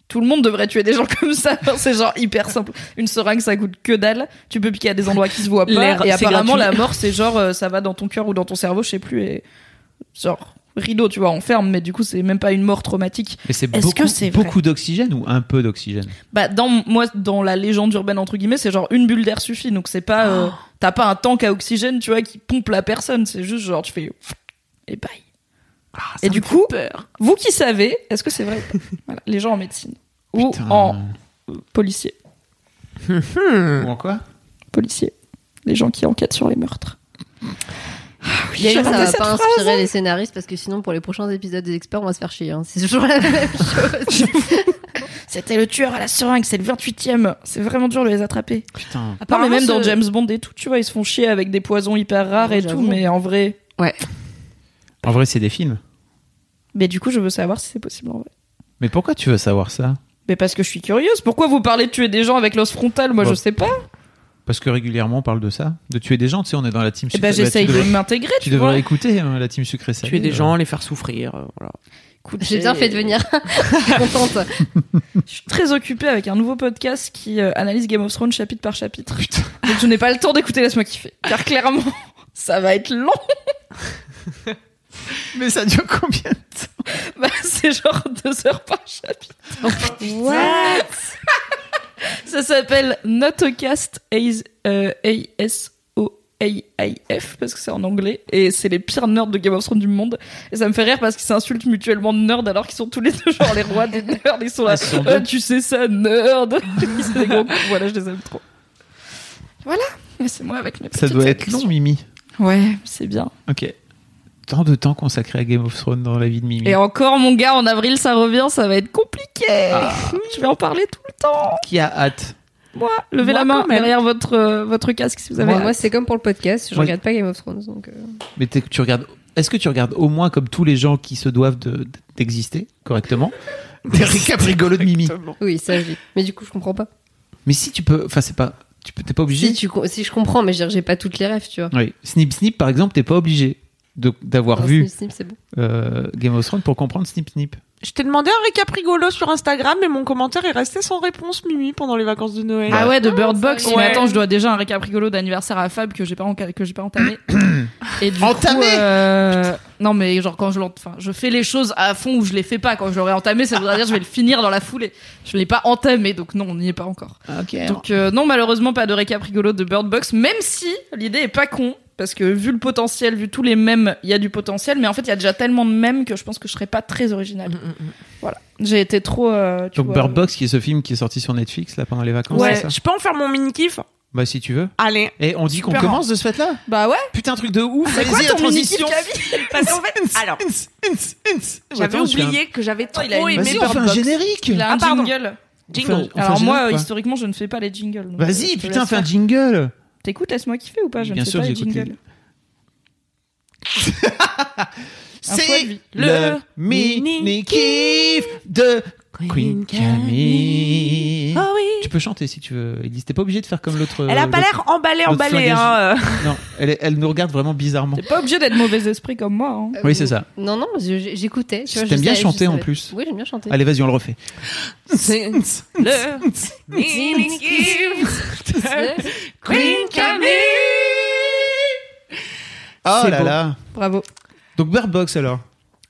S3: tout le monde devrait tuer des gens <laughs> comme ça. c'est genre hyper simple. Une seringue, ça coûte que dalle. Tu peux piquer à des endroits qui se voient
S2: L'air,
S3: pas. Et
S2: c'est
S3: apparemment,
S2: gratuit.
S3: la mort, c'est genre, euh, ça va dans ton cœur ou dans ton cerveau, je sais plus. Et genre rideau, tu vois, on ferme, mais du coup, c'est même pas une mort traumatique.
S5: Mais c'est
S3: Est-ce
S5: beaucoup,
S3: que c'est vrai
S5: beaucoup d'oxygène ou un peu d'oxygène
S3: Bah, dans moi, dans la légende urbaine entre guillemets, c'est genre une bulle d'air suffit. Donc c'est pas, euh,
S4: Oh.
S3: t'as pas un tank à oxygène, tu vois, qui pompe la personne. C'est juste genre tu fais et bye.
S4: Ah,
S3: et du coup, vous qui savez, est-ce que c'est vrai <laughs> ou pas Voilà, Les gens en médecine ou
S5: Putain.
S3: en euh, policier,
S5: Ou en quoi
S3: policier, les gens qui enquêtent sur les meurtres. Ah
S4: Il y a eu,
S3: J'ai
S4: ça
S3: raté
S4: va
S3: cette
S4: pas
S3: phrase,
S4: inspirer les scénaristes parce que sinon, pour les prochains épisodes des experts, on va se faire chier. hein. C'est toujours la <laughs> même chose.
S3: C'était le tueur à la seringue, c'est le 28e. C'est vraiment dur de les attraper.
S5: Putain.
S3: Non, mais
S2: Apparemment,
S3: même dans
S2: ce-
S3: James Bond et tout, tu vois, ils se font chier avec des poisons hyper rares
S4: Ouais,
S3: et tout,
S4: j'avoue.
S3: mais en vrai.
S5: En vrai, c'est des films.
S3: Mais du coup, je veux savoir si c'est possible en vrai.
S5: Mais pourquoi tu veux savoir ça
S3: Mais parce que je suis curieuse. Pourquoi vous parlez de tuer des gens avec l'os frontal Moi,
S5: Bon.
S3: je sais pas. Eh
S5: Parce que régulièrement, on parle de ça, de tuer des gens. Tu sais, on est dans la team.
S3: Eh ben,
S5: sucrée- bah,
S3: j'essaye
S5: tu
S3: de
S5: devrais-
S3: m'intégrer,
S5: Tu
S3: tu,
S5: devrais
S3: vois.
S5: écouter hein, la team sucrée salée.
S2: Tuer des
S5: euh.
S2: gens, les faire souffrir, euh, voilà.
S3: Écoute,
S4: J'ai bien fait de venir. <laughs> Je suis contente.
S3: Je suis très occupée avec un nouveau podcast qui euh, analyse Game of Thrones chapitre
S5: <laughs>
S3: par chapitre. Donc, je n'ai pas le temps d'écouter Laisse-moi kiffer. Car clairement, <laughs> ça va être long. <laughs>
S5: Euh, Mais ça dure combien
S3: Bah, c'est genre deux heures par chapitre.
S4: What
S3: Ça s'appelle Notocast AIS, euh, ASOAIF, parce que c'est en anglais. Et c'est les pires nerds de Game of Thrones du monde. Et ça me fait rire parce qu'ils s'insultent mutuellement de nerds alors qu'ils sont tous les deux genre les rois des nerds. Ils sont là.
S5: Ils sont
S3: Ah,
S5: deux.
S3: tu sais ça, nerd Ils sont des gros cons. Voilà, je les aime trop. Voilà. Mais c'est moi avec mes
S5: Ça
S3: petites
S5: doit être
S3: actions.
S5: long, Mimi.
S3: Ouais, c'est bien.
S5: Ok. Tant de temps consacré à Game of Thrones dans la vie de Mimi.
S3: Et encore, mon gars, en avril, ça revient, ça va être compliqué. Je vais en parler tout le temps.
S5: Qui a hâte
S3: Moi,
S2: Moi,
S3: levez la main
S2: quand même.
S3: derrière votre, euh, votre casque si vous avez.
S4: Moi, c'est comme pour le podcast. Je
S5: Moi-
S4: regarde pas Game of Thrones. Donc, euh,
S5: Mais t'es- tu regardes. Est-ce que tu regardes au moins comme tous les gens qui se doivent de- d'exister correctement Des récaps rigolos de Mimi.
S4: Oui, ça, je dis. Mais du coup, je comprends pas.
S5: Mais si tu peux, enfin c'est pas, tu peux, t'es pas obligé.
S4: Si, tu, com- si je comprends, mais je veux dire, j'ai pas toutes les rêves, tu vois.
S5: Oui. Snip Snip par exemple, t'es pas obligé de- d'avoir
S4: Non,
S5: vu
S4: Snip, snip, Ah, c'est bon.
S5: euh, Game of Thrones pour comprendre Snip Snip.
S2: Je t'ai demandé un récap rigolo sur Instagram, mais mon commentaire est resté sans réponse, Mimi, pendant les vacances de Noël.
S3: Ah ouais, de Bird
S4: ça
S3: Box.
S2: va.
S3: Mais
S2: Ouais.
S3: attends, je dois déjà un récap rigolo d'anniversaire à Fab que j'ai pas, enca- que j'ai pas
S5: <coughs>
S3: entamé. Et du
S5: Entamé
S3: coup, euh, non mais genre quand je l'ent- enfin, je fais les choses à fond ou je les fais pas. Quand je l'aurai entamé, ça voudra dire que je vais le finir dans la foulée. Je l'ai pas entamé, donc non, on n'y est pas encore.
S5: Ah, Ok.
S3: Donc euh, non, malheureusement pas de récap rigolo de Bird Box, même si l'idée est pas con. Parce que vu le potentiel, vu tous les mèmes, il y a du potentiel, mais en fait il y a déjà tellement de mèmes que je pense que je serais pas très originale.
S5: Mm,
S3: Voilà, j'ai été trop. euh, tu
S5: Donc
S3: vois,
S5: Bird Box, qui est ce film qui est sorti sur Netflix là pendant les vacances,
S2: Ouais,
S5: c'est ça
S2: je peux en faire mon mini kiff
S5: Bah si tu veux.
S2: Allez.
S5: Et on dit qu'on
S2: Super.
S5: commence de ce fait là
S3: Bah ouais.
S5: Putain truc de ouf.
S3: C'est quoi
S5: allez-y, la
S3: ton mini
S5: transition. <laughs>
S2: Parce qu'en fait, alors, j'avais
S5: Attends, je fais un-
S2: oublié que j'avais trop
S3: il a une-
S2: aimé
S3: Vas-y,
S5: Vas-y, on
S2: Bird
S5: fait un
S2: Box.
S5: générique.
S3: Il a un
S2: Ah, pardon.
S3: jingle.
S2: Jingle.
S5: On fait un
S3: Alors moi,
S5: générique,
S3: euh,
S5: quoi.
S3: historiquement, je ne fais pas les jingles. donc, euh,
S5: Vas-y,
S3: je te
S5: putain,
S3: laisse
S5: fais un
S3: faire.
S5: jingle.
S3: T'écoutes, laisse-moi kiffer ou pas Je
S5: Bien
S3: ne sais
S5: sûr,
S3: pas les
S5: j'écoute les-
S3: jingles. Info de
S5: C'est
S3: vie.
S5: le
S2: Le
S5: mini
S2: mini
S5: kiff de Queen
S2: Queen
S5: Camille.
S2: Camille. Oh oui.
S5: Tu peux chanter si tu veux, Elise. T'es pas obligé de faire comme l'autre.
S2: Elle a pas
S5: l'autre-
S2: l'air emballée,
S5: l'autre
S2: emballée.
S5: soignage.
S2: Hein.
S5: <laughs>
S2: euh.
S5: Non, elle, est- elle nous regarde vraiment bizarrement.
S3: T'es pas obligé d'être mauvais esprit comme moi. hein.
S5: Oui, c'est ça.
S4: Non, non, je- j'écoutais. tu vois, je
S5: T'aimes bien
S4: savais- je
S5: chanter en
S4: savais.
S5: plus.
S4: Oui, j'aime bien chanter.
S5: Allez, vas-y, on le refait.
S2: le mini kiff de
S4: <laughs>
S2: Queen Camille.
S5: Oh
S3: C'est
S5: Ah là
S3: beau.
S5: là.
S3: Bravo.
S5: Donc Bird Box alors.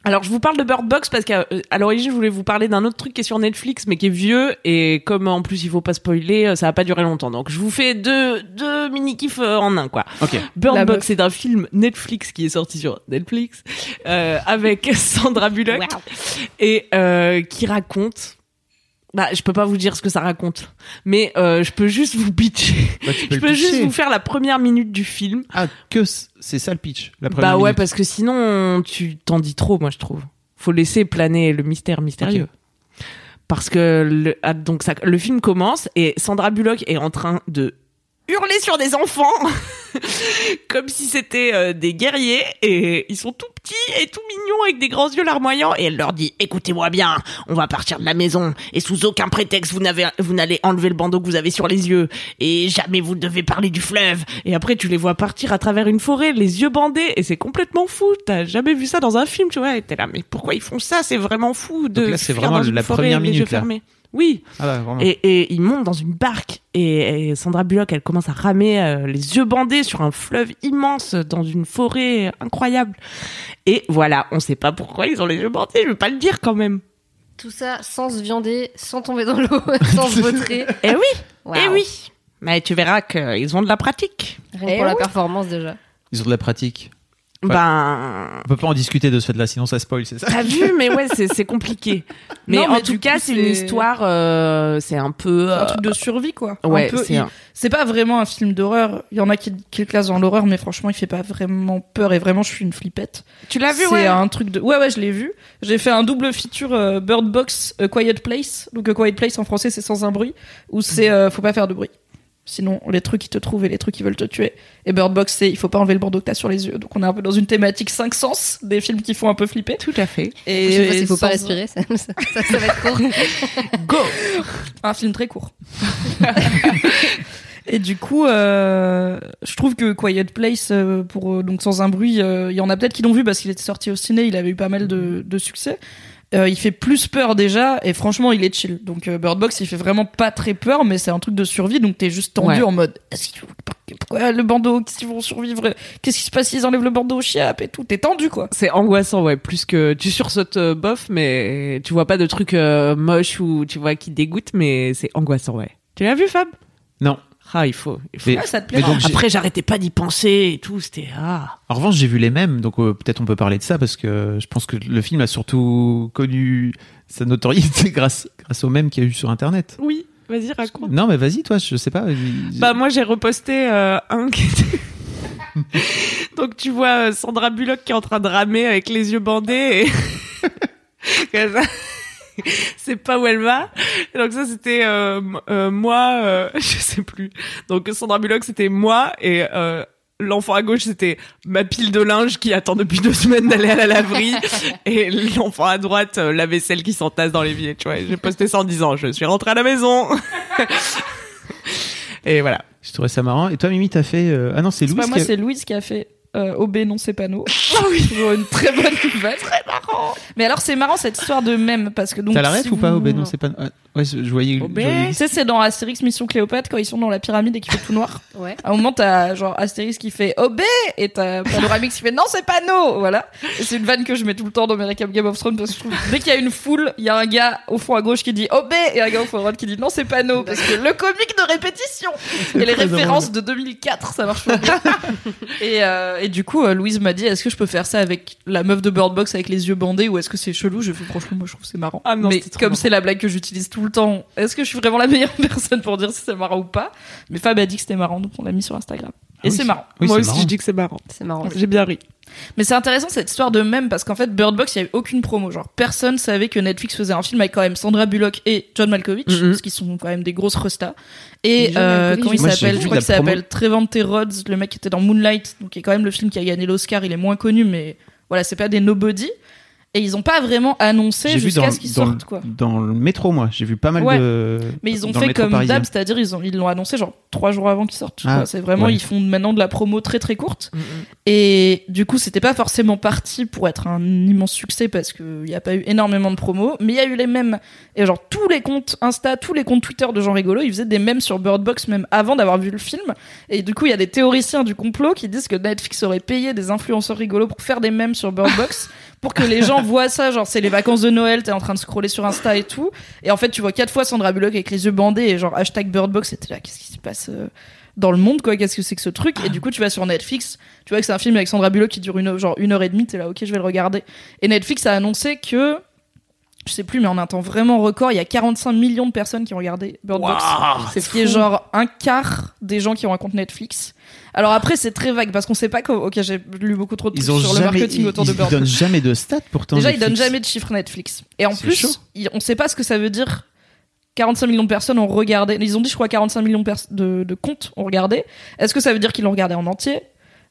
S2: Alors, je vous parle de Bird Box parce qu'à euh, à l'origine, je voulais vous parler d'un autre truc qui est sur Netflix, mais qui est vieux. Et comme en plus, il faut pas spoiler, euh, ça va pas durer longtemps. Donc, je vous fais deux, deux mini-kifs euh, en un, quoi.
S5: <laughs> Ok.
S2: Bird
S3: La
S2: Box
S3: meuf.
S2: c'est un film Netflix qui est sorti sur Netflix euh, avec <laughs> Sandra Bullock et euh, qui raconte. Bah, je peux pas vous dire ce que ça raconte, mais euh, je peux juste vous pitcher.
S5: Bah, tu
S2: Je
S5: le
S2: peux juste
S5: pitcher.
S2: vous faire la première minute du film.
S5: Ah, que c- c'est ça le pitch. La première
S2: Bah ouais,
S5: minute.
S2: parce que sinon, tu t'en dis trop, moi, je trouve. Faut laisser planer le mystère mystérieux. Parce que le, ah, donc ça, le film commence et Sandra Bullock est en train de hurler sur des enfants comme si c'était euh, des guerriers et ils sont tout petits et tout mignons avec des grands yeux larmoyants et elle leur dit écoutez-moi bien on va partir de la maison et sous aucun prétexte vous n'avez vous n'allez enlever le bandeau que vous avez sur les yeux et jamais vous ne devez parler du fleuve et après tu les vois partir à travers une forêt les yeux bandés et c'est complètement fou t'as jamais vu ça dans un film tu vois et t'es là mais pourquoi ils font ça c'est vraiment fou de
S5: Donc là, c'est
S2: fuir
S5: vraiment
S2: dans une
S5: la
S2: forêt,
S5: première
S2: les yeux
S5: minute, là.
S2: fermés. oui
S5: Ah bah, vraiment.
S2: et, et ils montent dans une barque et, et Sandra Bullock, elle commence à ramer euh, les yeux bandés sur un fleuve immense dans une forêt incroyable. Et voilà, on sait pas pourquoi ils ont les yeux bandés, je vais pas le dire quand même.
S4: Tout ça sans se viander, sans tomber dans l'eau, <laughs> sans se vautrer.
S2: Eh oui,
S4: Waouh.
S2: eh oui. Mais tu verras qu'ils ont de la pratique.
S4: Rien que
S3: Eh
S4: pour la
S3: oui.
S4: performance déjà.
S5: Ils ont de la pratique. Ouais.
S2: Ben,
S5: On peut pas en discuter de ce fait-là, sinon ça spoil, c'est ça. <laughs>
S2: T'as vu, mais ouais, c'est c'est
S3: <laughs>
S2: compliqué. Mais
S3: Non,
S2: en
S3: mais
S2: tout
S3: du
S2: cas,
S3: coup,
S2: c'est une
S3: c'est-
S2: histoire, euh, c'est un peu.
S3: C'est
S2: euh,
S3: un truc de survie, quoi. Un
S2: ouais,
S3: peu-
S2: c'est
S3: il-
S2: un-
S3: C'est pas vraiment un film d'horreur. Il y en a qui, qui le classent dans l'horreur, mais franchement, il fait pas vraiment peur. Et vraiment, je suis une flippette.
S2: Tu l'as vu,
S3: C'est
S2: ouais.
S3: un truc de. Ouais, ouais, je l'ai vu. J'ai fait un double feature euh, Bird Box A Quiet Place. Donc, A Quiet Place en français, c'est sans un bruit. Ou c'est
S2: Mhm.
S3: euh, faut pas faire de bruit. Sinon, les trucs qui te trouvent et les trucs qui veulent te tuer. Et Bird Box, c'est il faut pas enlever le bandeau que t'as sur les yeux. Donc, on est un peu dans une thématique 5 sens des films qui font un peu flipper.
S2: Tout à fait.
S3: Et
S4: Je sais pas, faut pas
S3: sans-
S4: respirer, ça, ça, ça- ça va être court.
S2: Go.
S3: Un film très court. <laughs> Et du coup, euh, je trouve que Quiet Place, euh, pour euh, donc sans un bruit, euh, il y en a peut-être qui l'ont vu parce qu'il était sorti au ciné, il avait eu pas mal de, de succès. Euh, il fait plus peur déjà, et franchement, il est chill. Donc euh, Bird Box, il fait vraiment pas très peur, mais c'est un truc de survie, donc t'es juste tendu
S2: Ouais.
S3: en mode Est-ce qu'ils vont- pourquoi le bandeau Qu'est-ce qu'ils vont survivre Qu'est-ce qui se passe s'ils enlèvent le bandeau au chiap et tout T'es tendu quoi.
S2: C'est angoissant, ouais, plus que tu sursautes euh, bof, mais tu vois pas de trucs euh, moches ou tu vois qui dégoûtent, mais c'est angoissant, ouais. Tu l'as vu, Fab
S5: Non.
S2: Ah, il faut. il faut.
S5: Mais-
S3: Ah, ça te plaît
S5: Mais donc, j'ai-
S2: Après, j'arrêtais pas d'y penser et tout, c'était
S3: <laughs>
S2: ah.
S5: en revanche, j'ai vu les mêmes, donc euh, peut-être on peut parler de ça parce que je pense que le film a surtout connu sa notoriété <laughs> grâce grâce aux mêmes qu'il y a eu sur Internet.
S2: Oui, vas-y, raconte.
S5: Non, mais vas-y, toi, je sais pas. il-
S2: Bah moi j'ai reposté euh, un qui était- <laughs> Donc tu vois euh, Sandra Bullock qui est en train de ramer avec les yeux <laughs> bandés et Comme ça. <laughs> c'est pas où elle va. Et donc ça c'était euh, m- euh, moi euh, <laughs> je sais plus. Donc Sandra Bullock c'était moi et euh, L'enfant à gauche, c'était ma pile de linge qui attend depuis deux semaines d'aller à la laverie. Et l'enfant à droite, euh, la vaisselle qui s'entasse dans l'évier, tu vois. Et J'ai posté ça en disant, je suis rentrée à la maison. Et voilà.
S5: Je trouvais ça marrant. Et toi, Mimi, t'as fait. euh, Ah non, c'est
S3: C'est
S5: Louis.
S3: pas moi,
S5: qui a- Ah
S3: c'est Louise qui a fait euh, OB non
S5: <laughs>
S3: c'est panneau. Toujours une très bonne nouvelle. très marrant. Mais alors c'est marrant cette histoire de même parce que donc
S5: T'as l'arrêt
S3: si
S5: ou pas,
S3: vous-
S5: Obé Non, c'est pas. ah, ouais, je je voyais.
S2: Obé
S5: je voyais-
S3: Tu sais, c'est dans Astérix Mission Cléopâtre quand ils sont dans la pyramide et qu'il fait tout noir.
S4: <laughs> Ouais.
S3: À un moment, t'as genre Astérix qui fait OB et t'as Panoramix qui fait non, c'est panneau. Voilà. Et c'est une vanne que je mets tout le temps dans mes récaps Game of Thrones parce que je trouve que dès qu'il y a une foule, il y a un gars au fond à gauche qui dit OB et un gars au fond à droite qui dit non, c'est panneau parce que le comique de répétition et les
S5: très drôle.
S3: références de 2004, ça marche
S5: <laughs>
S3: pas bien. et, euh, et du coup, euh, Louise m'a dit est-ce que je peux faire ça avec la meuf de Bird Box avec les yeux bandés ou est-ce que c'est chelou Je fais franchement, moi je trouve que c'est marrant.
S2: Ah non,
S3: Mais
S2: c'était trop
S3: comme
S2: marrant.
S3: c'est la blague que j'utilise tout le temps, <laughs> est-ce que je suis vraiment la meilleure personne pour dire si c'est marrant ou pas Mais Fab a dit que c'était marrant, donc on l'a mis sur Instagram. Et Ah c'est marrant.
S5: Oui,
S2: Moi
S5: c'est
S2: aussi,
S5: marrant.
S2: je dis que c'est marrant.
S4: C'est marrant.
S6: <laughs>
S2: J'ai bien ri.
S3: Mais c'est intéressant cette histoire de même parce qu'en fait Bird Box il y avait aucune promo genre personne savait que Netflix faisait un film avec quand même Sandra Bullock et John Malkovich
S1: Mhm.
S3: parce qu'ils sont quand même des grosses restas et
S4: John
S3: euh,
S4: Malkovich,
S3: comment il
S5: Moi, j'ai
S3: s'appelle
S5: vu
S3: je crois
S5: la
S3: qu'il s'appelle Trevante Rhodes le mec qui était dans Moonlight donc qui est quand même le film qui a gagné l'Oscar il est moins connu mais voilà c'est pas des nobody et ils ont pas vraiment annoncé
S5: J'ai vu dans,
S3: jusqu'à ce qu'ils
S5: dans le-
S3: sortent quoi
S5: dans le métro, moi. J'ai vu pas mal
S3: Ouais.
S5: de.
S3: mais ils ont
S5: dans le
S3: fait
S5: métro
S3: comme
S5: parisien.
S3: d'hab c'est-à-dire ils ont ils l'ont annoncé genre trois jours avant qu'ils sortent
S5: Ah,
S3: quoi. c'est vraiment
S5: ouais.
S3: ils font maintenant de la promo très très courte Et du coup, c'était pas forcément parti pour être un immense succès parce qu'il n'y a pas eu énormément de promos, mais il y a eu les mêmes. Et genre, tous les comptes Insta, tous les comptes Twitter de Jean Rigolo, ils faisaient des mêmes sur Bird Box même avant d'avoir vu le film. Et du coup, il y a des théoriciens du complot qui disent que Netflix aurait payé des influenceurs rigolos pour faire des mêmes sur Bird Box pour que les gens voient ça. Genre, c'est les vacances de Noël, t'es en train de scroller sur Insta et tout. Et en fait, tu vois quatre fois Sandra Bullock avec les yeux bandés et genre hashtag Bird Box, et t'es là, qu'est-ce qui se passe euh, dans le monde, quoi, qu'est-ce que c'est que ce truc Et du coup, tu vas sur Netflix, tu vois que c'est un film avec Sandra Bullock qui dure une, heure- genre une heure et demie, t'es là, ok, je vais le regarder. Et Netflix a annoncé que, je sais plus, mais en un temps vraiment record, il y a 45 millions de personnes qui ont regardé Bird Box. C'est ce qui est genre un quart des gens qui ont un compte Netflix. Alors après, c'est très vague parce qu'on sait pas comment. Ok, j'ai lu beaucoup trop de trucs
S5: Ils ont
S3: sur le
S5: jamais.
S3: marketing
S5: ils,
S3: autour
S5: ils
S3: de Bird
S5: donnent
S3: Box.
S5: jamais de stats pourtant.
S3: Déjà, ils
S5: Netflix.
S3: donnent jamais de chiffres Netflix. Et en
S5: C'est
S3: plus,
S5: chaud.
S3: ils- on sait pas ce que ça veut dire. 45 millions de personnes ont regardé. Ils ont dit, je crois, 45 millions de pers- de, de comptes ont regardé. Est-ce que ça veut dire qu'ils l'ont regardé en entier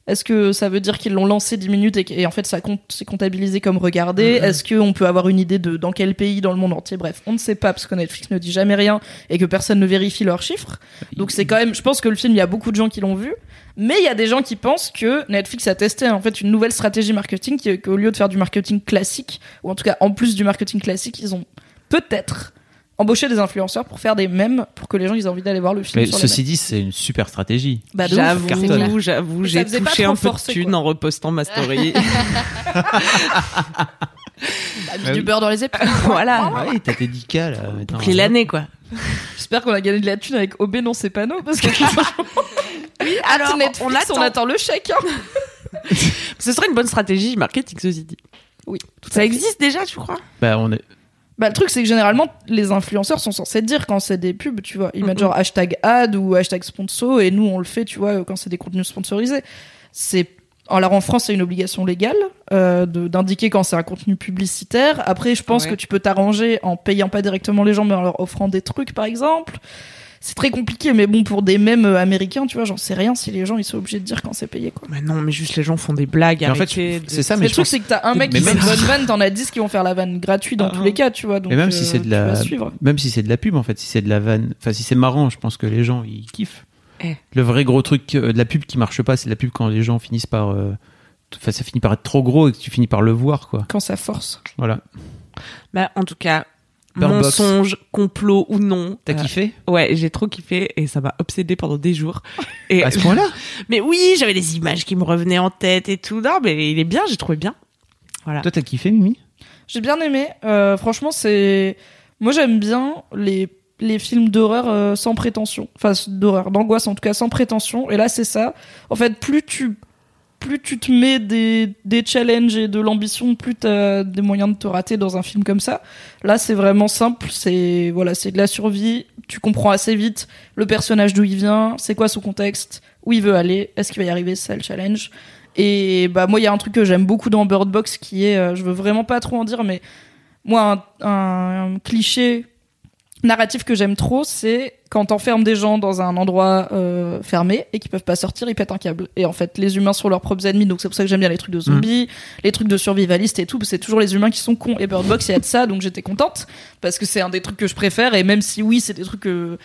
S3: Est-ce que ça veut dire qu'ils l'ont lancé 10 minutes et, que- et en fait, ça compte, c'est comptabilisé comme
S5: Mm,
S3: regardé Est-ce qu'on peut avoir une idée de dans quel pays, dans le monde entier Bref, on ne sait pas parce que Netflix ne dit jamais rien et que personne ne vérifie leurs chiffres. Donc c'est quand même, je pense que le film, il y a beaucoup de gens qui l'ont vu, mais il y a des gens qui pensent que Netflix a testé en fait une nouvelle stratégie marketing qui, qu'au lieu de faire du marketing classique, ou en tout cas en plus du marketing classique, ils ont peut-être embauché des influenceurs pour faire des mèmes pour que les gens ils aient envie d'aller voir le film.
S5: Mais
S3: sur les
S5: ceci dit, c'est une super stratégie.
S3: mèmes. Bah, de ouf.
S2: J'avoue, j'avoue,
S3: Mais ça
S2: j'ai
S3: faisait pas
S2: touché
S3: trop
S2: un peu de
S3: forcer,
S2: thune
S3: quoi.
S2: en repostant ma story.
S3: Bah, mis du beurre dans les épaules.
S2: voilà.
S5: Ah ouais, t'as tes 10K là. maintenant.
S2: Puis l'année, quoi.
S3: J'espère qu'on a gagné de la thune avec OB non ses panneaux
S2: <laughs>
S3: parce que
S2: Alors,
S3: Netflix,
S2: on attend.
S3: le chèque. hein.
S2: Ce serait une bonne stratégie marketing, ceci dit.
S3: Oui,
S2: Ça existe déjà, tu crois
S5: Bah, on est.
S3: Bah, le truc, c'est que généralement, les influenceurs sont censés dire quand c'est des pubs, tu vois. Ils mettent genre hashtag ad ou hashtag sponsor, et nous, on le fait, tu vois, quand c'est des contenus sponsorisés. C'est. Alors en France, c'est une obligation légale euh, de- d'indiquer quand c'est un contenu publicitaire. Après, je pense
S2: Ouais.
S3: que tu peux t'arranger en payant pas directement les gens, mais en leur offrant des trucs, par exemple. C'est très compliqué, mais bon, pour des mèmes euh, américains, tu vois, j'en sais rien si les gens ils sont obligés de dire quand c'est payé, quoi.
S2: Mais Bah non, mais juste les gens font des blagues.
S5: Mais en fait,
S2: arrêtez de-
S5: c'est ça, Ah, mais
S3: le
S5: je
S3: truc,
S5: pense.
S3: c'est que t'as un mec
S5: Mais
S3: qui fait
S5: même
S3: une bonne vanne, t'en as 10 qui vont faire la vanne gratuite dans
S2: Ah,
S3: tous
S2: hein.
S3: les cas, tu vois. Donc,
S5: Mais même
S3: euh,
S5: si c'est de
S3: tu
S5: la-
S3: vas suivre.
S5: Même si c'est de la pub, en fait, si c'est de la vanne, enfin, si c'est marrant, je pense que les gens, ils kiffent.
S2: Eh.
S5: Le vrai gros truc euh, de la pub qui marche pas, c'est de la pub quand les gens finissent par. euh, t- Enfin, ça finit par être trop gros et que tu finis par le voir, quoi.
S3: quand ça force.
S5: Voilà.
S2: Bah, en tout cas,
S5: Bird Box.
S2: mensonge, complot ou non.
S5: T'as
S2: euh,
S5: kiffé
S2: Ouais, j'ai trop kiffé et ça m'a obsédé pendant des jours.
S5: <laughs>
S2: Et
S5: À ce point-là
S2: mais oui, j'avais des images qui me revenaient en tête et tout. Non, mais il est bien, j'ai trouvé bien. Voilà.
S5: Toi, t'as kiffé, Mimi
S3: J'ai bien aimé. Euh, franchement, c'est. Moi, j'aime bien les, les films d'horreur euh, sans prétention. Enfin, d'horreur, d'angoisse en tout cas, sans prétention. Et là, c'est ça. En fait, plus tu. Plus tu te mets des, des challenges et de l'ambition, plus t'as des moyens de te rater dans un film comme ça. Là, c'est vraiment simple. C'est voilà, c'est de la survie. Tu comprends assez vite le personnage d'où il vient, c'est quoi son contexte, où il veut aller, est-ce qu'il va y arriver, c'est ça le challenge. Et bah moi, il y a un truc que j'aime beaucoup dans Bird Box qui est, euh, je veux vraiment pas trop en dire, mais moi, un, un cliché narratif que j'aime trop, c'est quand t'enfermes des gens dans un endroit euh, fermé et qu'ils peuvent pas sortir, ils pètent un câble. Et en fait, les humains sont leurs propres ennemis, donc c'est pour ça que j'aime bien les trucs de zombies, les trucs de survivalistes et tout, parce que c'est toujours les humains qui sont cons. Et Bird Box, il y a de ça, donc j'étais contente, parce que c'est un des trucs que je préfère, et même si oui, c'est des trucs que...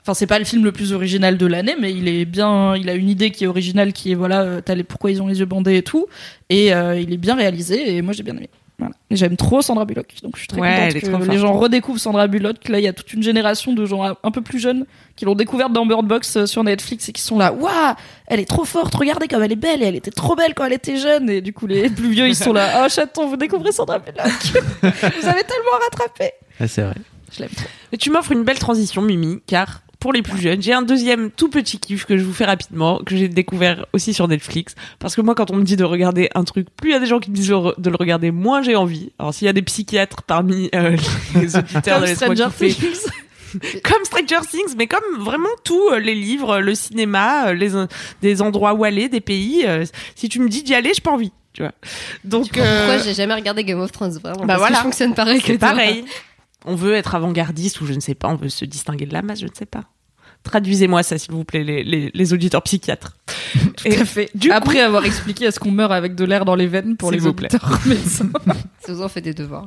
S3: Enfin, c'est pas le film le plus original de l'année, mais il est bien. Il a une idée qui est originale, qui est voilà, euh, t'as les, pourquoi ils ont les yeux bandés et tout. Et euh, il est bien réalisé, et moi j'ai bien aimé. Voilà. Et J'aime trop Sandra Bullock, donc je suis très
S2: Ouais, elle est trop
S3: contente que
S2: forte.
S3: les gens redécouvrent Sandra Bullock. Là, il y a toute une génération de gens un peu plus jeunes qui l'ont découverte dans Bird Box euh, sur Netflix et qui sont là, waouh, elle est trop forte, regardez comme elle est belle, et elle était trop belle quand elle était jeune. Et du coup, les plus vieux, ils sont là, oh chaton, vous découvrez Sandra Bullock, <laughs> vous avez tellement rattrapé.
S5: Ah, c'est vrai.
S3: Je l'aime trop.
S2: Mais tu m'offres une belle transition, Mimi, car pour les plus jeunes, j'ai un deuxième tout petit kiff que je vous fais rapidement, que j'ai découvert aussi sur Netflix. Parce que moi, quand on me dit de regarder un truc, plus il y a des gens qui me disent de re- de le regarder, moins j'ai envie. Alors, s'il y a des psychiatres parmi euh, <laughs> les auditeurs de
S3: Comme
S2: Laisse-moi
S3: Stranger
S2: kiffer,
S3: Things.
S6: comme Stranger Things, mais comme vraiment tout, euh, les livres, euh, le cinéma, euh, les, en- des endroits où aller, des pays. euh, si tu me dis d'y aller, j'ai pas envie, tu vois. Donc, euh,
S4: Pourquoi j'ai jamais regardé Game of Thrones vraiment
S6: Bah
S4: Parce
S6: voilà.
S4: que je fonctionne <laughs> pareil
S6: <laughs>
S4: que
S6: c'est
S4: toi.
S6: pareil. On veut être avant-gardiste ou je ne sais pas, on veut se distinguer de la masse, je ne sais pas. Traduisez-moi ça, s'il vous plaît, les, les- les auditeurs psychiatres. Et-
S3: Tout à fait.
S6: du
S3: Après avoir expliqué à ce qu'on meurt avec de l'air dans les veines pour
S6: S'il
S3: les
S6: vous plaît.
S3: auditeurs <laughs> médecins.
S4: Ça vous en fait des devoirs.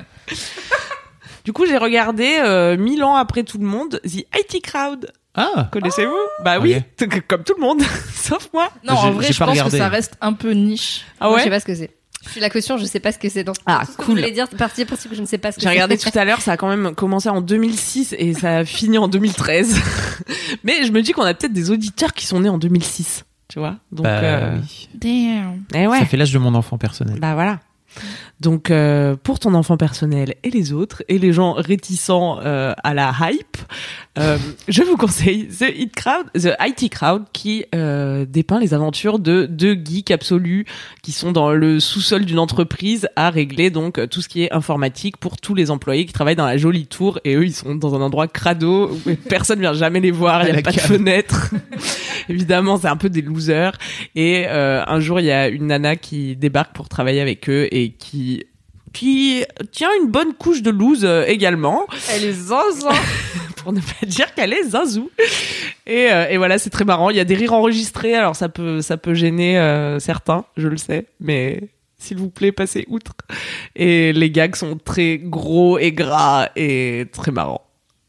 S6: Du coup, j'ai regardé euh, Mille ans après tout le monde, The IT Crowd.
S5: Ah
S6: Connaissez-vous Bah oui, t- comme tout le monde, <laughs> sauf moi.
S3: Non,
S5: J'ai-
S3: en vrai,
S5: j'ai
S3: je
S5: pas
S3: pense que
S5: regardé.
S3: ça reste un peu niche.
S6: Ah
S4: Moi,
S6: ouais
S4: Je sais pas ce que c'est. Je suis la caution, je sais pas ce que c'est. Donc,
S6: Ah,
S4: tout ce que
S6: cool.
S4: vous voulez dire, c'est parti pour ce que je ne sais pas ce que
S6: J'ai
S4: c'est.
S6: regardé tout à l'heure, ça a quand même commencé en 2006 et ça a fini en 2013. <laughs> Mais je me dis qu'on a peut-être des auditeurs qui sont nés en 2006, tu vois. Donc,
S5: Bah,
S6: euh,
S5: oui.
S3: Damn.
S6: eh ouais.
S5: Ça fait l'âge de mon enfant personnel.
S6: Bah voilà. Donc euh, pour ton enfant personnel et les autres et les gens réticents euh, à la hype, euh, je vous conseille The It Crowd, The IT Crowd qui euh, dépeint les aventures de deux geeks absolus qui sont dans le sous-sol d'une entreprise à régler donc euh, tout ce qui est informatique pour tous les employés qui travaillent dans la jolie tour et eux ils sont dans un endroit crado où personne vient jamais les voir,
S5: À
S6: il y a
S5: la
S6: pas
S5: cave.
S6: de fenêtre. <laughs> Évidemment, c'est un peu des losers et euh, un jour, il y a une nana qui débarque pour travailler avec eux et qui qui tient une bonne couche de loose euh, également,
S3: Elle est zinzin.
S6: pour ne pas dire qu'elle est zazou. Et, euh, et voilà, c'est très marrant. Il y a des rires enregistrés, alors ça peut ça peut gêner euh, certains, je le sais, mais s'il vous plaît, passez outre. Et les gags sont très gros et gras et très marrants.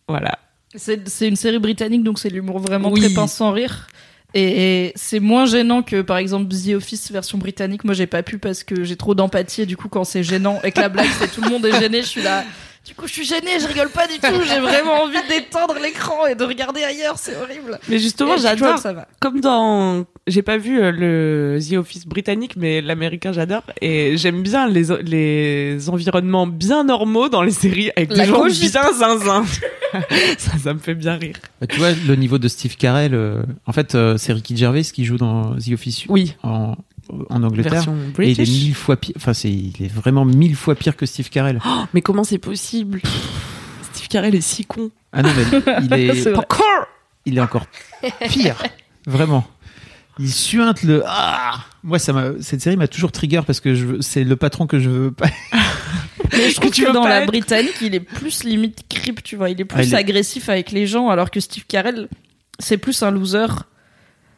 S6: Voilà.
S3: C'est c'est une série britannique, donc c'est de l'humour vraiment
S6: Oui.
S3: très pince sans rire. Et, et c'est moins gênant que, par exemple, The Office version britannique. Moi, j'ai pas pu parce que j'ai trop d'empathie. Et du coup, quand c'est gênant et que la blague, c'est tout le monde est gêné, je suis là. Du coup, je suis gênée, je rigole pas du tout. J'ai vraiment envie d'éteindre l'écran et de regarder ailleurs. C'est horrible.
S6: Mais justement,
S3: Et Crowd,
S6: j'adore
S3: Ça va.
S6: comme dans j'ai pas vu euh, le The Office britannique mais l'américain j'adore et j'aime bien les les environnements bien normaux dans les séries avec
S4: La
S6: des gens
S4: cogite.
S6: bien zinzin <laughs> ça ça me fait bien rire
S5: Bah, tu vois, le niveau de Steve Carell, euh, en fait, euh, c'est Ricky Gervais qui joue dans The Office
S6: oui
S5: en, en Angleterre. Et
S6: version
S5: il est
S6: british
S5: mille fois pire. Enfin, c'est, il est vraiment mille fois pire que Steve
S6: <gasps>
S5: Carell.
S6: mais comment c'est possible Steve Carell est si con
S5: Ah non, mais il
S3: C'est
S5: est,
S3: vrai.
S6: encore
S5: il est encore pire. Vraiment. Il suinte le. Ah Moi, ça m'a, cette série m'a toujours trigger parce que je, veux- c'est le patron que je veux pas.
S3: Mais je trouve
S6: tu
S3: que
S6: veux
S3: dans
S6: pas
S3: la
S6: être-
S3: britannique, il est plus limite creep, tu vois. Il est plus
S5: Ah, il est-
S3: agressif avec les gens, alors que Steve Carell, c'est plus un loser.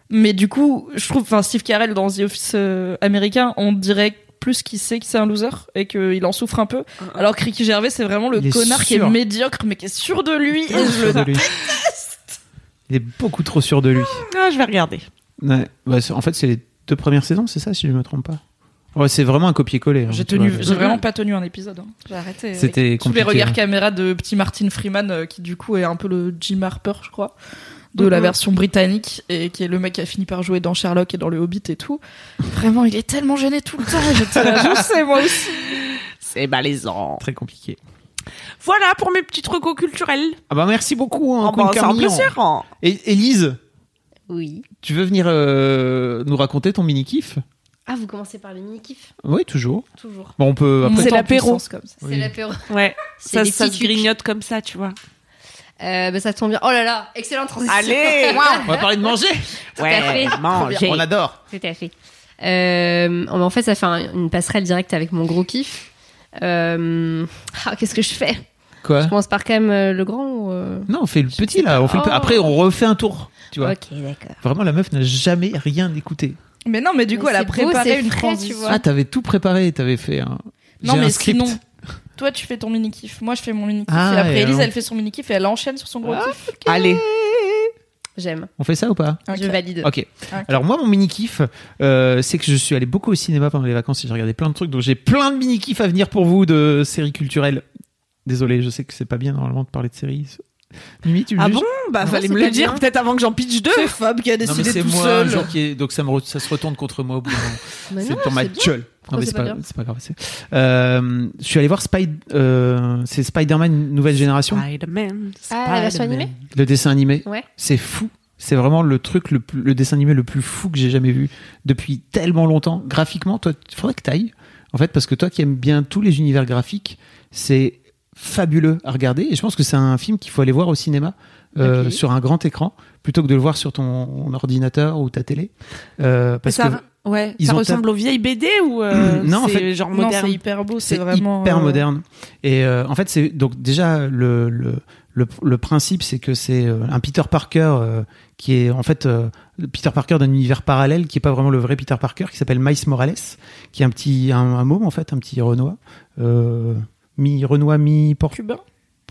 S3: Mais du coup, je trouve, enfin, Steve Carell dans The Office euh, américain, on dirait plus qu'il sait que c'est un loser et qu'il en souffre un peu. Alors que Ricky Gervais, c'est vraiment le
S5: Il est
S3: connard qui est
S5: sûr.
S3: médiocre, mais qui est sûr de lui. Et <laughs> je
S5: Sûr
S3: le
S5: de lui. Il est beaucoup trop sûr de lui.
S6: ah, je vais regarder
S5: Ouais. Bah, c'est- en fait, c'est les deux premières saisons, c'est ça, si je me trompe pas. Ouais, c'est vraiment un copier-coller. hein,
S3: J'ai
S5: tu
S3: tenu,
S5: vois.
S3: j'ai vraiment pas tenu un épisode. hein. J'ai arrêté. avec
S5: C'était
S3: tous les
S5: compliqué,
S3: regards
S5: hein.
S3: caméra de petit Martin Freeman, euh, qui du coup est un peu le Jim Harper, je crois, de la
S6: Mhm.
S3: version britannique, et qui est le mec qui a fini par jouer dans Sherlock et dans Le Hobbit et tout. Vraiment, il est tellement gêné tout le temps. <laughs> J'étais là, je sais, moi aussi.
S6: c'est malaisant
S5: Très compliqué.
S6: voilà pour mes petits trucs culturels
S5: Ah bah merci beaucoup, hein,
S6: Ah bah,
S5: Queen
S6: c'est un
S5: Carmillon.
S6: plaisir hein.
S5: Et Élise,
S4: Oui.
S5: tu veux venir euh, nous raconter ton mini kiff
S4: <laughs> Ah, vous commencez par le mini-kiff
S5: Oui, toujours.
S4: Toujours.
S5: Bon, on peut après.
S3: C'est
S6: l'apéro.
S3: Comme ça.
S4: C'est
S5: Oui.
S4: l'apéro.
S6: ouais
S4: C'est
S6: ça,
S4: des
S6: ça
S4: petits
S6: se
S4: trucs.
S6: grignote comme ça tu vois
S4: Euh, bah, ça tombe bien. Oh là là, excellente transition.
S6: <laughs> allez
S5: On va parler de manger.
S4: à
S2: Eh,
S4: fait.
S6: ouais
S4: Trop bien.
S6: manger
S5: On adore.
S4: Tout à fait. Euh, en fait, ça fait un- une passerelle directe avec mon gros kiff. Euh, ah, Qu'est-ce que je fais
S5: Quoi
S4: Je commence par quand même euh, le grand ou, euh,
S5: Non, on fait le petit là. On fait le pe-
S4: Oh.
S5: Après, on refait un tour. Tu vois.
S4: Ok, d'accord.
S5: Vraiment, la meuf n'a jamais rien écouté.
S3: Mais non, mais du
S4: Mais
S3: coup, elle a
S4: c'est beau,
S3: préparé
S4: c'est
S3: une
S4: frais,
S3: transition.
S4: tu vois.
S5: Ah, t'avais tout préparé. T'avais fait un.
S3: Non,
S5: J'ai
S3: mais
S5: un script.
S3: sinon, toi, tu fais ton mini kiff. Moi, je fais mon mini kiff.
S5: Ah,
S3: et Ah, après,
S5: et
S3: Elise,
S5: alors
S3: elle fait son mini kiff et elle enchaîne sur son gros kiff.
S6: allez
S4: J'aime.
S5: On fait ça ou pas
S3: Ok. Ah,
S4: Je valide.
S5: Ok. Alors moi, mon mini kiff, c'est que je suis allé beaucoup au cinéma pendant les vacances et j'ai regardé plein de trucs. Donc j'ai plein de mini kiffs à venir pour vous de séries culturelles. Désolé, je sais que c'est pas bien normalement de parler de séries. Mimi, tu me
S6: Ah
S5: juges
S6: bon Bah
S5: Non,
S6: fallait
S5: c'est
S6: me le
S5: pas
S6: dire
S5: bien.
S6: peut-être avant que j'en pitch deux.
S3: C'est Fab qui a
S5: Non mais
S3: décidé
S5: c'est
S3: tout
S5: moi un
S3: seul.
S5: genre qui est- donc ça me re- ça se retourne contre moi au bout d'un
S4: <laughs>
S5: moment.
S4: Mais
S5: C'est
S4: Bah non,
S5: dans ma
S4: bien.
S5: gueule. Non
S4: Pourquoi
S5: mais
S4: c'est
S5: c'est pas,
S4: pas bien
S5: c'est pas grave. c'est- Euh, je suis allé voir Spider, euh, c'est Spider-Man nouvelle génération,
S6: Spider-Man.
S4: Ah, la version
S6: Spider-Man.
S4: animée
S5: le dessin animé.
S4: Ouais.
S5: C'est fou. C'est vraiment le truc, le, plus- le dessin animé le plus fou que j'ai jamais vu depuis tellement longtemps. Graphiquement, toi, il faudrait que t'ailles. En fait, parce que toi qui aimes bien tous les univers graphiques, c'est fabuleux à regarder. Et je pense que c'est un film qu'il faut aller voir au cinéma, euh,
S4: Ok.
S5: sur un grand écran, plutôt que de le voir sur ton ordinateur ou ta télé. Euh, parce
S2: ça,
S5: que
S2: ouais,
S5: ils
S2: ça
S5: ont
S2: ressemble aux vieilles BD ou
S5: <clears throat>
S2: euh,
S5: Non, en
S2: c'est
S5: fait-
S2: genre
S3: Non,
S2: moderne
S3: c'est hyper beau, c'est
S5: c'est
S3: vraiment.
S5: hyper
S3: euh,
S5: moderne. Et euh, en fait, c'est donc déjà le le, le, le principe, c'est que c'est euh, un Peter Parker euh, qui est en fait euh, le Peter Parker d'un univers parallèle qui est pas vraiment le vrai Peter Parker, qui s'appelle Miles Morales, qui est un petit un, un môme en fait, un petit Renoir, euh, mi Renoir mi Por-
S3: Cubain,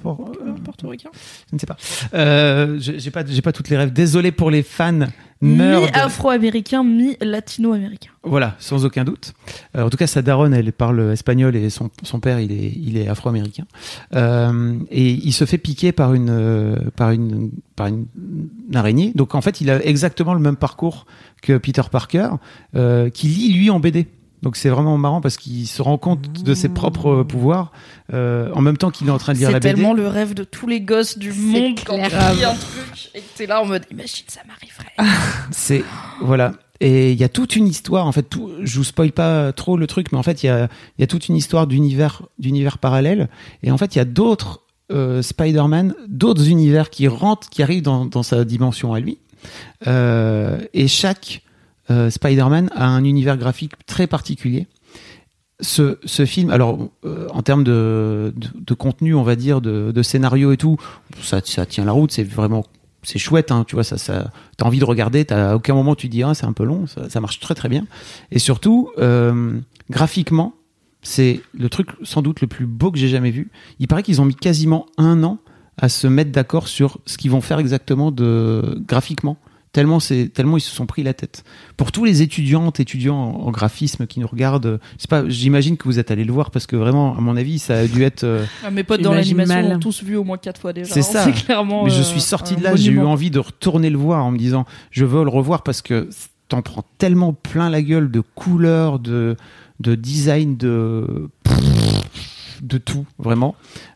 S5: Por- euh,
S3: cubain, portoricain.
S5: je ne sais pas. Euh, j'ai j'ai pas j'ai pas toutes les rêves. Désolé pour les fans nerds.
S3: Mi-afro-américain, mi-latino-américain.
S5: Voilà, sans aucun doute. Euh, en tout cas, sa daronne, elle parle espagnol et son, son père, il est, il est afro-américain. Euh, et il se fait piquer par une, euh, par une, par une, une araignée. Donc en fait, il a exactement le même parcours que Peter Parker, euh, qui lit lui en BD. Donc c'est vraiment marrant parce qu'il se rend compte de ses propres pouvoirs euh, en même temps qu'il est en train de lire la
S3: Mmh. C'est
S5: BD.
S3: tellement le rêve de tous les gosses du
S4: C'est
S3: monde quand
S4: clair.
S3: tu lis un truc et que t'es là en mode imagine ça m'arriverait.
S5: C'est voilà. Et il y a toute une histoire. En fait, tout, je vous spoil pas trop le truc, mais en fait, il y a, il y a toute une histoire d'univers, d'univers parallèle. Et en fait, il y a d'autres euh, Spider-Man, d'autres univers qui rentrent, qui arrivent dans, dans sa dimension à lui. Euh, et chaque euh, Spider-Man a un univers graphique très particulier. Ce, ce film, alors euh, en termes de, de, de contenu, on va dire, de, de scénario et tout, ça, ça tient la route. C'est vraiment, c'est chouette, hein, tu vois. Ça, ça, t'as envie de regarder, t'as à aucun moment tu dis ah c'est un peu long, ça, ça marche très très bien. Et surtout euh, graphiquement, c'est le truc sans doute le plus beau que j'ai jamais vu. Il paraît qu'ils ont mis quasiment un an à se mettre d'accord sur ce qu'ils vont faire exactement de graphiquement. Tellement, c'est, tellement ils se sont pris la tête. Pour tous les étudiantes, étudiants en, en graphisme qui nous regardent, euh, je sais pas, j'imagine que vous êtes allés le voir parce que vraiment, à mon avis, ça a dû être. euh,
S3: Mes potes Ah, dans
S2: Imagine
S3: l'animation
S2: mal.
S3: ont tous vu au moins quatre fois déjà.
S5: C'est ça.
S3: C'est clairement.
S5: Mais je
S3: euh,
S5: suis sorti
S3: un
S5: de là, j'ai eu
S3: monument.
S5: envie de retourner le voir en me disant je veux le revoir parce que t'en prends tellement plein la gueule de couleurs, de, de design, de. de tout, vraiment,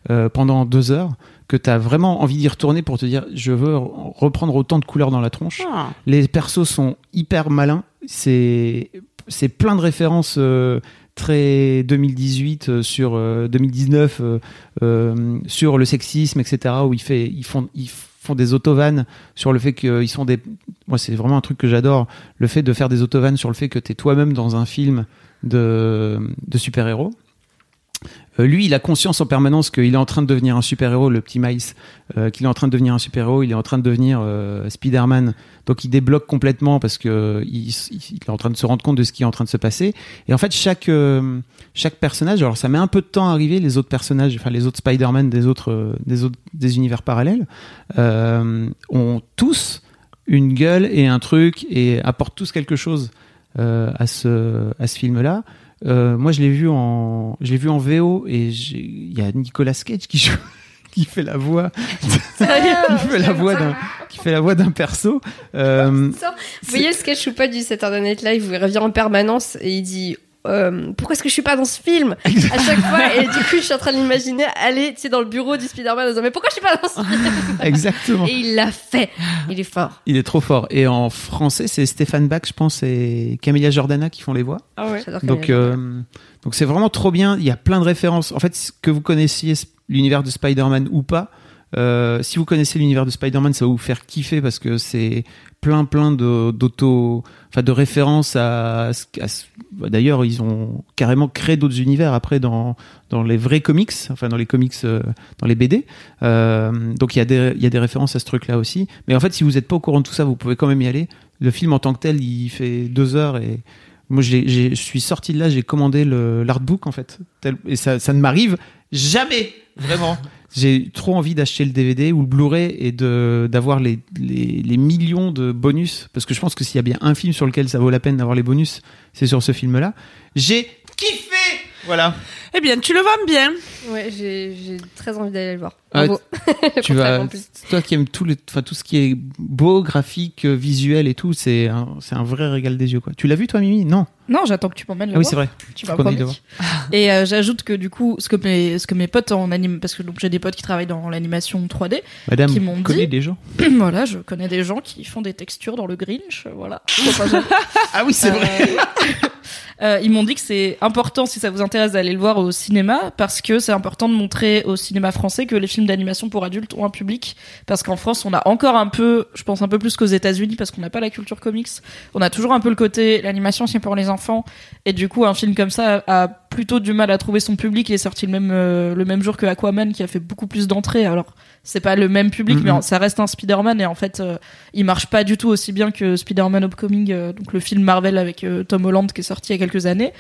S5: euh, pendant deux heures, que t'as vraiment envie d'y retourner pour te dire je veux reprendre autant de couleurs dans la tronche.
S2: Ah.
S5: Les persos sont hyper malins. C'est c'est plein de références euh, très 2018 euh, sur euh, 2019 euh, euh, sur le sexisme, etc. Où il fait ils font ils font des autovannes sur le fait qu'ils sont des moi c'est vraiment un truc que j'adore le fait de faire des autovannes sur le fait que t'es toi-même dans un film de de super héros. lui, il a conscience en permanence qu'il est en train de devenir un super-héros, le petit Miles, euh, qu'il est en train de devenir un super-héros, il est en train de devenir euh, Spider-Man, donc il débloque complètement parce que il, il est en train de se rendre compte de ce qui est en train de se passer. Et en fait, chaque euh, chaque personnage, alors ça met un peu de temps à arriver les autres personnages, enfin les autres Spider-Man des autres euh, des autres des univers parallèles euh, ont tous une gueule et un truc et apportent tous quelque chose euh, à ce à ce film-là. Euh, moi, je l'ai vu en je l'ai vu en VO et j'ai- il y a Nicolas Cage qui joue- <laughs> qui fait la voix
S4: Ah,
S3: ah,
S5: qui fait la voix d'un qui fait la voix d'un perso. Euh,
S4: Vous voyez le sketch ou pas du Saturday Night Live où il revient en permanence et il dit euh, pourquoi est-ce que je suis pas dans ce
S3: <laughs>
S4: film à chaque fois et du coup je suis en train de l'imaginer aller tu sais dans le bureau du Spider-Man en disant mais pourquoi je suis pas dans
S3: <laughs>
S4: ce film
S5: Exactement.
S4: et il l'a fait il est fort
S5: Il est trop fort. Et en français, c'est Stéphane Bach, je pense, et Camilla Jordana qui font les voix.
S3: Ah ouais.
S4: J'adore
S5: Donc,
S4: Camilla.
S5: euh, donc c'est vraiment trop bien. Il y a plein de références. En fait, ce que vous connaissiez sp- l'univers de Spider-Man ou pas, euh, si vous connaissez l'univers de Spider-Man, ça va vous faire kiffer parce que c'est plein, plein de d'auto, enfin de références à. ce- à ce- bah, D'ailleurs, ils ont carrément créé d'autres univers après dans dans les vrais comics, enfin dans les comics, euh, dans les BD. Euh, donc il y a des il y a des références à ce truc-là aussi. Mais en fait, si vous n'êtes pas au courant de tout ça, vous pouvez quand même y aller. Le film en tant que tel, il fait deux heures et moi, j'ai- j'ai- je suis sorti de là, j'ai commandé le- l'artbook en fait. Tel- et ça, ça ne m'arrive jamais, <laughs> vraiment. j'ai trop envie d'acheter le DVD ou le Blu-ray et de- d'avoir les, les- les millions de bonus. Parce que je pense que s'il y a bien un film sur lequel ça vaut la peine d'avoir les bonus, c'est sur ce film-là. J'ai kiffé Voilà.
S2: Eh bien, tu le vends bien.
S4: ouais j'ai j'ai très envie d'aller le voir
S5: Ah,
S4: Bravo. <laughs>
S5: tu
S4: Contrairement
S5: vas,
S4: en plus.
S5: <laughs> c'est toi qui aimes tout, le, enfin, tout ce qui est beau, graphique, euh, visuel et tout, c'est un, c'est un vrai régal des yeux. Quoi. Tu l'as vu toi, Mimi Non.
S3: Non, j'attends que tu m'emmènes
S5: Ah
S3: le
S5: oui,
S3: voir.
S5: c'est vrai.
S3: Tu
S5: Faut
S3: vas
S5: qu'on
S3: au
S5: aille le
S3: comic. <laughs> Et euh, j'ajoute que du coup, ce que mes, ce que mes potes en anime, parce que donc j'ai des potes qui travaillent dans l'animation 3D.
S5: Madame,
S3: Qui m'ont dit-
S5: connaît des gens.
S3: <clears throat> voilà, je connais des gens qui font des textures dans le Grinch. euh, Voilà. Faut pas jaser.
S5: <laughs> Ah oui, c'est
S3: Euh, <laughs> euh, ils m'ont dit que c'est important, si ça vous intéresse, d'aller le voir au cinéma, parce que c'est important de montrer au cinéma français que les films d'animation pour adultes ont un public. Parce qu'en France, on a encore un peu, je pense un peu plus qu'aux États-Unis, parce qu'on n'a pas la culture comics. On a toujours un peu le côté, l'animation c'est pour les enfants. Et du coup, un film comme ça a plutôt du mal à trouver son public. Il est sorti le même, euh, le même jour que Aquaman, qui a fait beaucoup plus d'entrées. Alors, c'est pas le même public,
S5: Mhm.
S3: mais en- ça reste un Spider-Man. Et en fait, euh, il marche pas du tout aussi bien que Spider-Man Homecoming, euh, donc le film Marvel avec euh, Tom Holland qui est sorti il y a quelques années.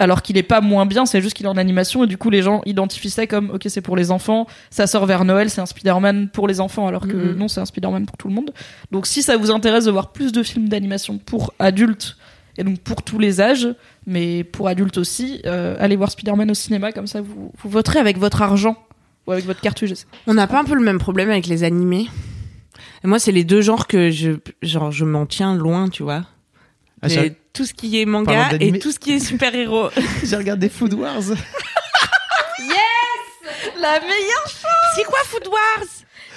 S3: Alors qu'il est pas moins bien, c'est juste qu'il est en animation et du coup les gens identifient ça comme ok c'est pour les enfants, ça sort vers Noël, c'est un Spider-Man pour les enfants alors que
S4: Mhm.
S3: non c'est un Spider-Man pour tout le monde. Donc si ça vous intéresse de voir plus de films d'animation pour adultes et donc pour tous les âges, mais pour adultes aussi, euh, allez voir Spider-Man au cinéma comme ça vous, vous voterez avec votre argent ou avec votre carte UGC.
S7: On n'a pas un peu le même problème avec les animés Et Moi, c'est les deux genres que je, genre, je m'en tiens loin, tu vois.
S5: Ah,
S7: J'ai
S5: j'ai-
S7: tout ce qui est manga
S5: Parlant d'animé-
S7: et tout ce qui
S3: <laughs>
S7: est super-héros.
S5: <laughs> J'ai regardé Food Wars.
S4: La meilleure
S7: c'est quoi Food Wars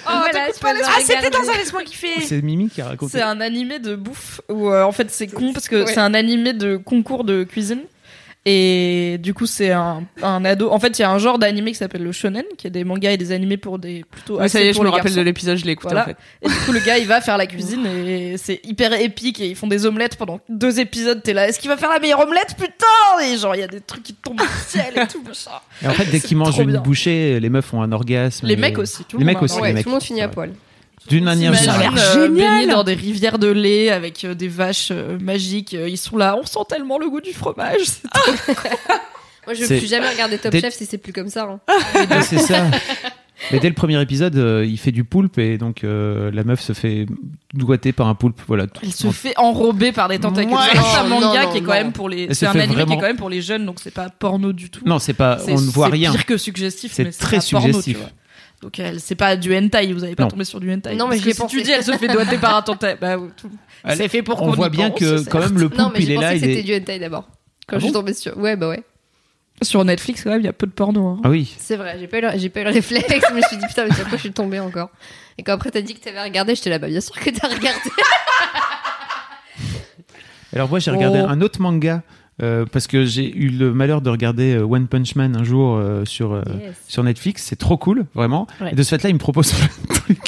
S4: voilà, tu vas le
S7: Ah, c'était
S4: regarder.
S7: dans un laisse-moi kiffer
S5: C'est Mimi qui a raconté.
S3: C'est un animé de bouffe où euh, en fait c'est con parce que
S4: Ouais.
S3: c'est un animé de concours de cuisine. Et du coup, c'est un, un ado. En fait, il y a un genre d'animé qui s'appelle le shonen, qui est des mangas et des animés pour des plutôt.
S7: Ouais, ça
S3: axés
S7: y est, je
S3: pour
S7: me
S3: les
S7: rappelle de
S3: garçons.
S7: l'épisode, je l'ai écouté
S3: Voilà.
S7: en fait.
S3: Et du coup, le gars, il va faire la cuisine et c'est hyper épique. Et ils font des omelettes pendant deux épisodes. T'es là, est-ce qu'il va faire la meilleure omelette Putain Et genre, il y a des trucs qui tombent du ciel et tout, machin.
S5: Et en fait, dès qu'ils mangent
S3: trop
S5: une
S3: bien.
S5: bouchée, les meufs ont un orgasme.
S3: Les
S5: et-
S3: mecs aussi, tout le
S5: Les
S3: monde
S5: mecs
S3: a-
S5: aussi, les
S4: Ouais,
S5: mecs.
S4: tout le monde finit
S5: c'est
S4: à
S5: vrai.
S4: poil.
S5: D'une manière
S3: T'imagines,
S5: générale.
S3: euh,
S7: génial.
S3: baigner dans des rivières de lait avec euh, des vaches euh, magiques. Euh, Ils sont là, on sent tellement le goût du fromage. C'est trop-
S4: Moi, je
S5: C'est-
S4: veux plus jamais regarder Top
S5: Des-
S4: Chef si c'est plus comme ça. hein.
S5: Ouais, <laughs> c'est ça. Mais dès le premier épisode, euh, il fait du poulpe et donc euh, la meuf se fait doigter par un poulpe. Voilà. tout-
S3: <laughs> Elle se fait enrober par des tentacules.
S5: Ouais.
S3: C'est un
S4: Non,
S3: manga
S4: non,
S3: qui est quand
S4: non.
S3: même pour les.
S5: Elle
S3: C'est
S5: se
S3: un
S5: fait
S3: anime qui est
S5: vraiment-
S3: quand même pour les jeunes, donc c'est pas porno du tout.
S5: Non, c'est pas.
S3: C'est-
S5: On ne voit
S3: c'est
S5: rien.
S3: pire que suggestif.
S5: C'est
S3: mais
S5: très
S3: pas porno, tu
S5: suggestif.
S3: vois. Donc elle, c'est pas du hentai. Vous avez pas
S5: Non.
S3: tombé sur du hentai.
S4: Non,
S3: Parce
S4: mais j'y
S3: que
S4: ai
S3: si
S4: pensé.
S3: tu dis, elle se fait doigter par
S5: <laughs>
S3: un tentacle. Bah, tout-
S5: Elle-
S3: c'est fait pour qu'on
S5: On
S3: y
S5: voit bien
S3: pense,
S5: que
S3: c'est-
S5: quand même le poulpe,
S4: Non, mais
S5: il
S4: j'ai
S5: est là.
S4: pensé que
S5: Il
S4: c'était
S5: est...
S4: du hentai d'abord. Quand
S5: Ah
S4: je
S5: bon
S4: suis tombée sur. Ouais, bah ouais.
S3: Sur Netflix, quand même, il y a peu de porno. hein.
S5: Ah oui.
S4: C'est vrai, j'ai pas, eu le- j'ai pas eu le réflexe, mais je me suis dit putain, mais sur quoi je suis tombée encore Et quand après t'as dit que t'avais regardé, j'étais là, bah bien sûr que t'as regardé.
S5: Alors moi j'ai regardé
S3: Oh.
S5: un autre manga euh, parce que j'ai eu le malheur de regarder euh, One Punch Man un jour euh, sur <laughs> euh, sur Netflix. C'est trop cool vraiment.
S3: Ouais.
S5: Et de ce fait là il me propose.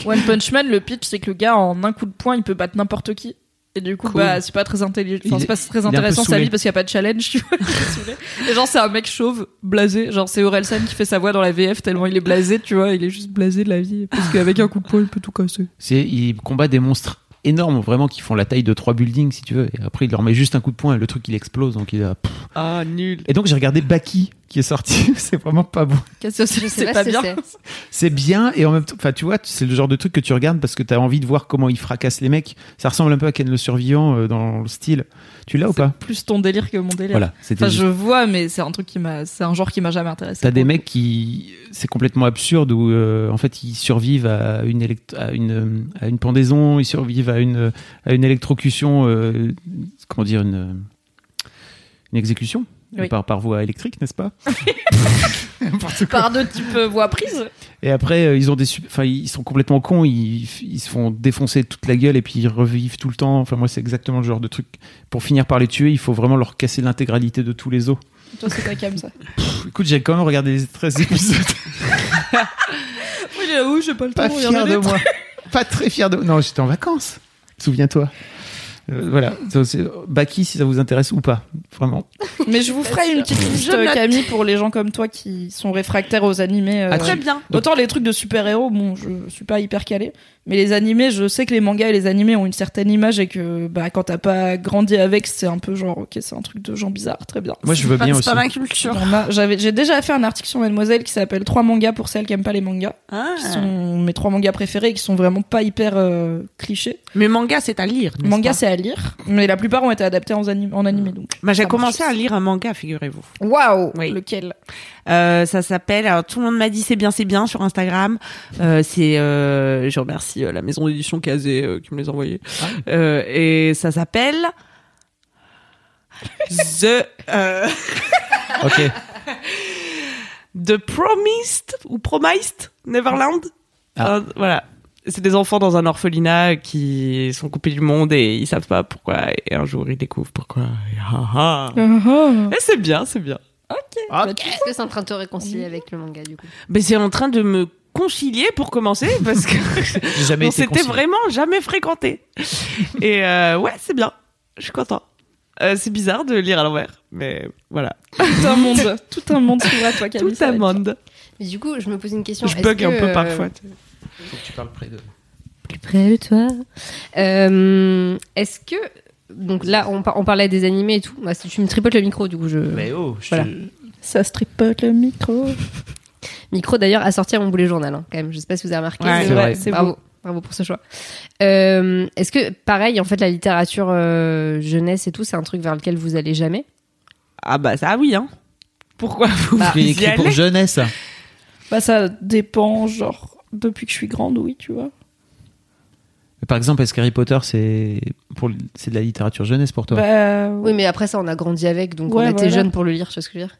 S3: One Punch Man, le pitch, c'est que le gars, en un coup de poing, il peut battre n'importe qui. Et du coup,
S5: Cool.
S3: bah, c'est pas très intelligent.
S5: Il
S3: Enfin, c'est
S5: est-
S3: pas très
S5: un peu
S3: intéressant sa
S5: saoulé.
S3: vie parce qu'il y a pas de challenge, tu vois. <laughs> il est saoulé. Et genre, c'est un mec chauve, blasé. Genre, c'est Orelsan qui fait sa voix dans la VF tellement il est blasé, tu vois. Il est juste blasé de la vie. Parce qu'avec un coup de poing, il peut tout casser.
S5: C'est il combat des monstres énormes vraiment qui font la taille de trois buildings si tu veux. Et après il leur met juste un coup de poing et le truc il explose donc il a.
S7: Ah, nul
S5: Et donc j'ai regardé Baki qui est sorti. <laughs> c'est vraiment pas bon.
S3: Cassio,
S4: Je
S3: c'est
S4: sais
S3: c'est
S4: pas,
S3: pas
S4: ce que
S3: bien.
S4: c'est.
S5: C'est bien et en même temps, enfin tu vois, c'est le genre de truc que tu regardes parce que t'as envie de voir comment ils fracassent les mecs. Ça ressemble un peu à Ken le Survivant euh, dans le style. Tu l'as ou pas
S3: Plus ton délire que mon délire.
S5: Voilà, c'était
S3: Enfin,
S5: juste-
S3: je vois, mais c'est un truc qui m'a, c'est un genre qui m'a jamais intéressé.
S5: T'as des mecs qui c'est complètement absurde où euh, en fait ils survivent à une élect- à une euh, à une pendaison, ils survivent à une à une électrocution, euh, comment dire une euh, une exécution
S3: Oui.
S5: par par voie électrique, n'est-ce pas
S3: Par deux types euh, voix prises.
S5: Et après, euh, ils ont des, sup- enfin, ils sont complètement cons. Ils, ils se font défoncer toute la gueule et puis ils revivent tout le temps. Enfin, moi, c'est exactement le genre de truc. Pour finir par les tuer, il faut vraiment leur casser l'intégralité de tous les os.
S3: Toi, c'est ta cam, ça.
S5: Pff, écoute, j'ai quand même regardé les 13 <laughs> épisodes.
S3: <laughs> Oui, là, oui, j'ai pas le temps
S5: Pas
S3: de
S5: fier
S3: regarder
S5: de
S3: les
S5: moi. Pas très fier de. Non, j'étais en vacances. Souviens-toi. Euh, voilà. Donc, c'est- Baki, si ça vous intéresse ou pas, vraiment.
S3: Mais je vous ferai une petite liste, euh, Camille, pour les gens comme toi qui sont réfractaires aux animés. euh,
S5: Ah, très
S3: bien. Autant les trucs de super-héros, bon, je suis pas hyper calée. Mais les animés, je sais que les mangas et les animés ont une certaine image et que bah, quand t'as pas grandi avec, c'est un peu genre, ok, c'est un truc de gens bizarres, très bien.
S5: Moi, je veux bien
S7: C'est
S5: aussi.
S7: pas ma culture.
S3: On a- j'avais- J'ai déjà fait un article sur Mademoiselle qui s'appelle Trois mangas pour celles qui aiment pas les mangas,
S7: Ah.
S3: qui sont mes trois mangas préférés et qui sont vraiment pas hyper euh, clichés.
S7: Mais manga, c'est à lire. n'est-ce
S3: Manga,
S7: pas
S3: c'est à lire, mais la plupart ont été adaptés en, anim- en animé donc.
S7: Bah, j'ai
S3: ça
S7: commencé
S3: marche.
S7: à lire un manga, figurez-vous.
S3: Waouh!
S7: Oui.
S3: Lequel?
S7: Euh, ça s'appelle. Alors tout le monde m'a dit c'est bien, c'est bien sur Instagram. Euh, c'est. Euh, je remercie euh, la maison
S5: Ah.
S7: d'édition Kazé euh, qui me les a envoyés. Euh, et ça s'appelle.
S2: The euh,
S5: Ok.
S2: <laughs> The Promised ou Promised Neverland.
S5: Ah.
S2: Euh, voilà. C'est des enfants dans un orphelinat qui sont coupés du monde et ils savent pas pourquoi. Et un jour, ils découvrent pourquoi. Et, ah, ah. Et c'est bien, c'est bien.
S4: Est-ce que c'est en train de te réconcilier avec le manga du coup
S2: Mais c'est en train de me concilier pour commencer parce <laughs> que
S5: J'ai jamais
S2: on
S5: été
S2: s'était
S5: conseillé.
S2: vraiment jamais fréquenté. et euh, ouais, c'est bien. Je suis content. Euh, c'est bizarre de lire à l'envers, mais voilà.
S3: Tout un monde, tout un monde s'ouvre à toi,
S4: Ah
S3: Camille.
S2: Tout
S3: ça va être
S2: amende.
S4: Mais du coup, je me pose une question.
S2: Je
S4: est-ce
S2: bug un
S4: que,
S2: peu
S4: euh,
S2: parfois.
S5: Faut que tu parles près de.
S4: plus près de toi. Euh, Est-ce que. Donc là, on, par- on parlait des animés et tout. Bah, si tu me tripotes le micro, du coup, je.
S5: Mais oh, je
S4: Voilà.
S5: te-
S3: bien. Ça stripote le micro.
S4: Micro d'ailleurs à sortir mon boulet journal, hein, quand même. Je sais pas si vous avez remarqué.
S2: Ouais,
S4: mais
S5: c'est vrai.
S3: C'est
S4: Bravo. Bravo pour ce choix. Euh, Est-ce que, pareil, en fait, la littérature euh, jeunesse et tout, c'est un truc vers lequel vous allez jamais
S2: Ah bah ça, oui, hein. Pourquoi vous
S4: Bah,
S2: vous
S5: Il est
S2: y
S5: écrit pour
S2: allez
S5: jeunesse.
S3: Bah, ça dépend, genre, depuis que je suis grande, oui, tu vois.
S5: Par exemple, est-ce qu'Harry Potter, c'est pour le- c'est de la littérature jeunesse pour toi
S3: Bah,
S4: Oui, mais après ça, on a grandi avec, donc on
S3: Ouais,
S4: était
S3: voilà.
S4: jeunes pour le lire, tu vois ce que je veux dire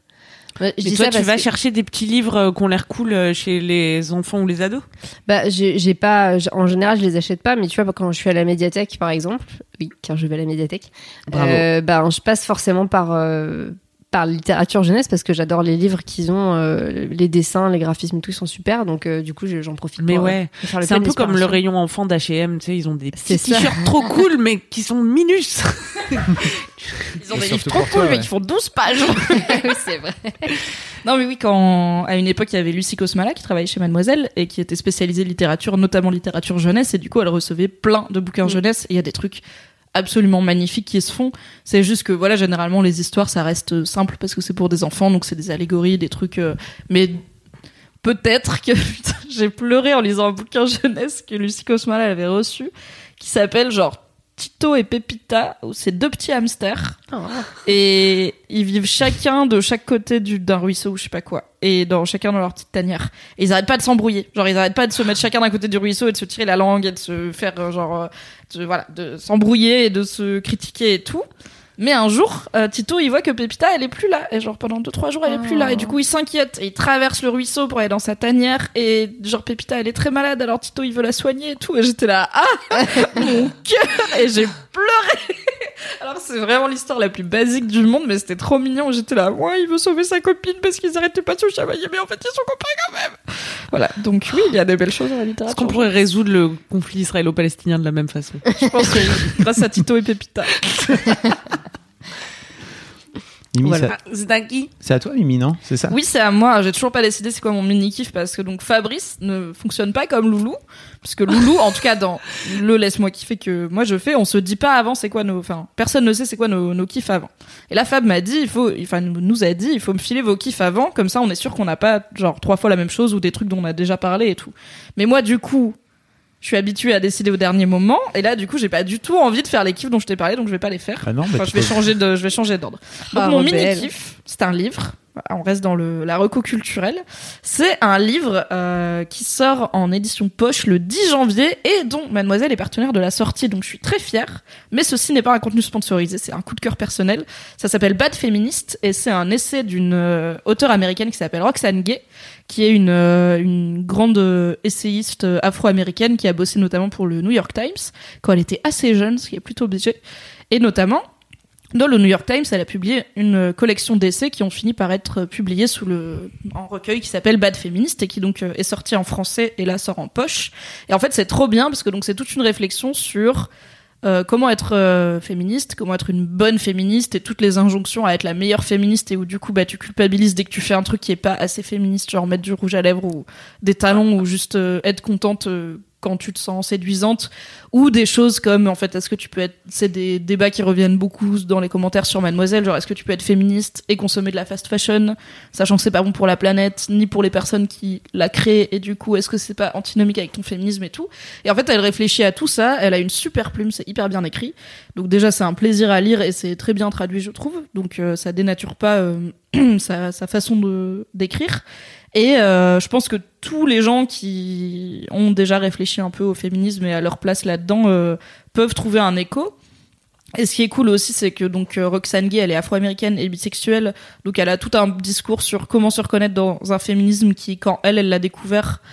S4: Ouais, je
S2: Mais
S4: dis
S2: toi,
S4: ça
S2: tu
S4: parce
S2: vas
S4: que-
S2: chercher des petits livres euh, qu'on l'air cool euh, chez les enfants ou les ados
S4: Bah, j'ai j'ai pas. j'- En général, je les achète pas, mais tu vois, quand je suis à la médiathèque, par exemple, oui, car je vais à la médiathèque,
S5: Bravo.
S4: euh, bah, je passe forcément par. euh, par littérature jeunesse parce que j'adore les livres qu'ils ont euh, les dessins les graphismes et tout ils sont super donc euh, du coup je- j'en profite
S2: Mais
S4: pour, euh,
S2: ouais,
S4: me faire le
S2: c'est un
S4: plein
S2: peu comme le
S4: d'inspiration.
S2: rayon enfant d'H&M, tu sais, ils ont des
S4: C'est
S2: petits
S4: ça.
S2: t-shirts
S4: <laughs>
S2: trop cool mais qui sont minus.
S3: Ils ont
S5: surtout
S3: des livres trop
S5: pour toi,
S3: cool, mais
S5: ouais.
S3: qui font 12 <laughs> pages.
S4: oui c'est vrai
S3: Non mais oui, quand à une époque il y avait Lucie Cosmala qui travaillait chez Mademoiselle et qui était spécialisée littérature, notamment littérature jeunesse, et du coup elle recevait plein de bouquins jeunesse. Et il y a des trucs absolument magnifiques qui se font. C'est juste que voilà, généralement les histoires ça reste euh, simple parce que c'est pour des enfants, donc c'est des allégories, des trucs. euh, mais peut-être que <laughs> putain, j'ai pleuré en lisant un bouquin jeunesse que Lucie Cosmala avait reçu, qui s'appelle genre Tito et Pépita, où c'est deux petits hamsters.
S4: Ah,
S3: Et ils vivent chacun de chaque côté du- d'un ruisseau ou je sais pas quoi. Et dans chacun dans leur petite tanière. Et ils arrêtent pas de s'embrouiller. Genre ils arrêtent pas de se mettre chacun d'un côté du ruisseau et de se tirer la langue et de se faire euh, genre euh, de, voilà, de s'embrouiller et de se critiquer et tout. Mais un jour, euh, Tito, il voit que Pépita, elle est plus là. Et genre pendant deux trois jours, elle est plus là. Et du coup, il s'inquiète. Et il traverse le ruisseau pour aller dans sa tanière. Et genre Pépita, elle est très malade. Alors Tito, il veut la soigner et tout. Et j'étais là, ah, mon cœur. Et j'ai pleuré. Alors c'est vraiment l'histoire la plus basique du monde, mais c'était trop mignon. J'étais là, ouais, il veut sauver sa copine parce qu'ils arrêtaient pas de se chamailler, mais en fait ils sont copains quand même. Voilà, donc oui, il y a des belles choses dans la
S2: Est-ce qu'on
S3: littérature.
S2: pourrait résoudre le conflit israélo-palestinien de la même façon
S3: Je pense que grâce à Tito et Pépita.
S5: Mimi,
S4: Voilà.
S5: ça-
S2: C'est un qui
S5: c'est à toi, Mimi, non C'est ça
S3: Oui, c'est à moi. J'ai toujours pas décidé c'est quoi mon mini kiff parce que donc Fabrice ne fonctionne pas comme Loulou, puisque Loulou, en tout cas dans le laisse-moi kiffer que moi je fais, on se dit pas avant c'est quoi nos, enfin personne ne sait c'est quoi nos, nos kiffs avant. Et là Fab m'a dit il faut, enfin nous a dit il faut me filer vos kiffs avant, comme ça on est sûr qu'on n'a pas genre trois fois la même chose ou des trucs dont on a déjà parlé et tout. Mais moi du coup. Je suis habituée à décider au dernier moment, et là, du coup, j'ai pas du tout envie de faire les kiffs dont je t'ai parlé, donc je vais pas les faire.
S5: Ah non, mais
S3: Enfin,
S5: tu
S3: je vais
S5: peux-
S3: changer de, je vais changer d'ordre. Bah, Donc,
S4: Ah,
S3: mon
S4: rebelle.
S3: mini kiff, c'est un livre. Voilà, On reste dans le, la reco culturelle. C'est un livre euh, qui sort en édition poche le 10 janvier et dont Mademoiselle est partenaire de la sortie, donc je suis très fière. Mais ceci n'est pas un contenu sponsorisé, c'est un coup de cœur personnel. Ça s'appelle Bad Féministe et c'est un essai d'une euh, auteure américaine qui s'appelle Roxane Gay, qui est une, euh, une grande euh, essayiste euh, afro-américaine qui a bossé notamment pour le New York Times quand elle était assez jeune, ce qui est plutôt obligé. Et notamment, dans le New York Times, elle a publié une euh, collection d'essais qui ont fini par être euh, publiés sous le en recueil qui s'appelle Bad Féministe et qui donc euh, est sorti en français et là sort en poche. Et en fait, c'est trop bien parce que donc c'est toute une réflexion sur euh, comment être euh, féministe, comment être une bonne féministe et toutes les injonctions à être la meilleure féministe et où du coup bah tu culpabilises dès que tu fais un truc qui est pas assez féministe, genre mettre du rouge à lèvres ou des talons ou juste euh, être contente euh, quand tu te sens séduisante ou des choses comme en fait est-ce que tu peux être c'est des débats qui reviennent beaucoup dans les commentaires sur Mademoiselle genre est-ce que tu peux être féministe et consommer de la fast fashion sachant que c'est pas bon pour la planète ni pour les personnes qui la créent et du coup est-ce que c'est pas antinomique avec ton féminisme et tout et en fait elle réfléchit à tout ça elle a une super plume c'est hyper bien écrit donc déjà c'est un plaisir à lire et c'est très bien traduit je trouve donc euh, ça dénature pas euh, <clears throat> sa, sa façon de d'écrire et euh, je pense que tous les gens qui ont déjà réfléchi un peu au féminisme et à leur place là-dedans euh, peuvent trouver un écho. Et ce qui est cool aussi, c'est que donc euh, Roxane Gay, elle est afro-américaine et bisexuelle, donc elle a tout un discours sur comment se reconnaître dans un féminisme qui, quand elle, elle l'a découvert,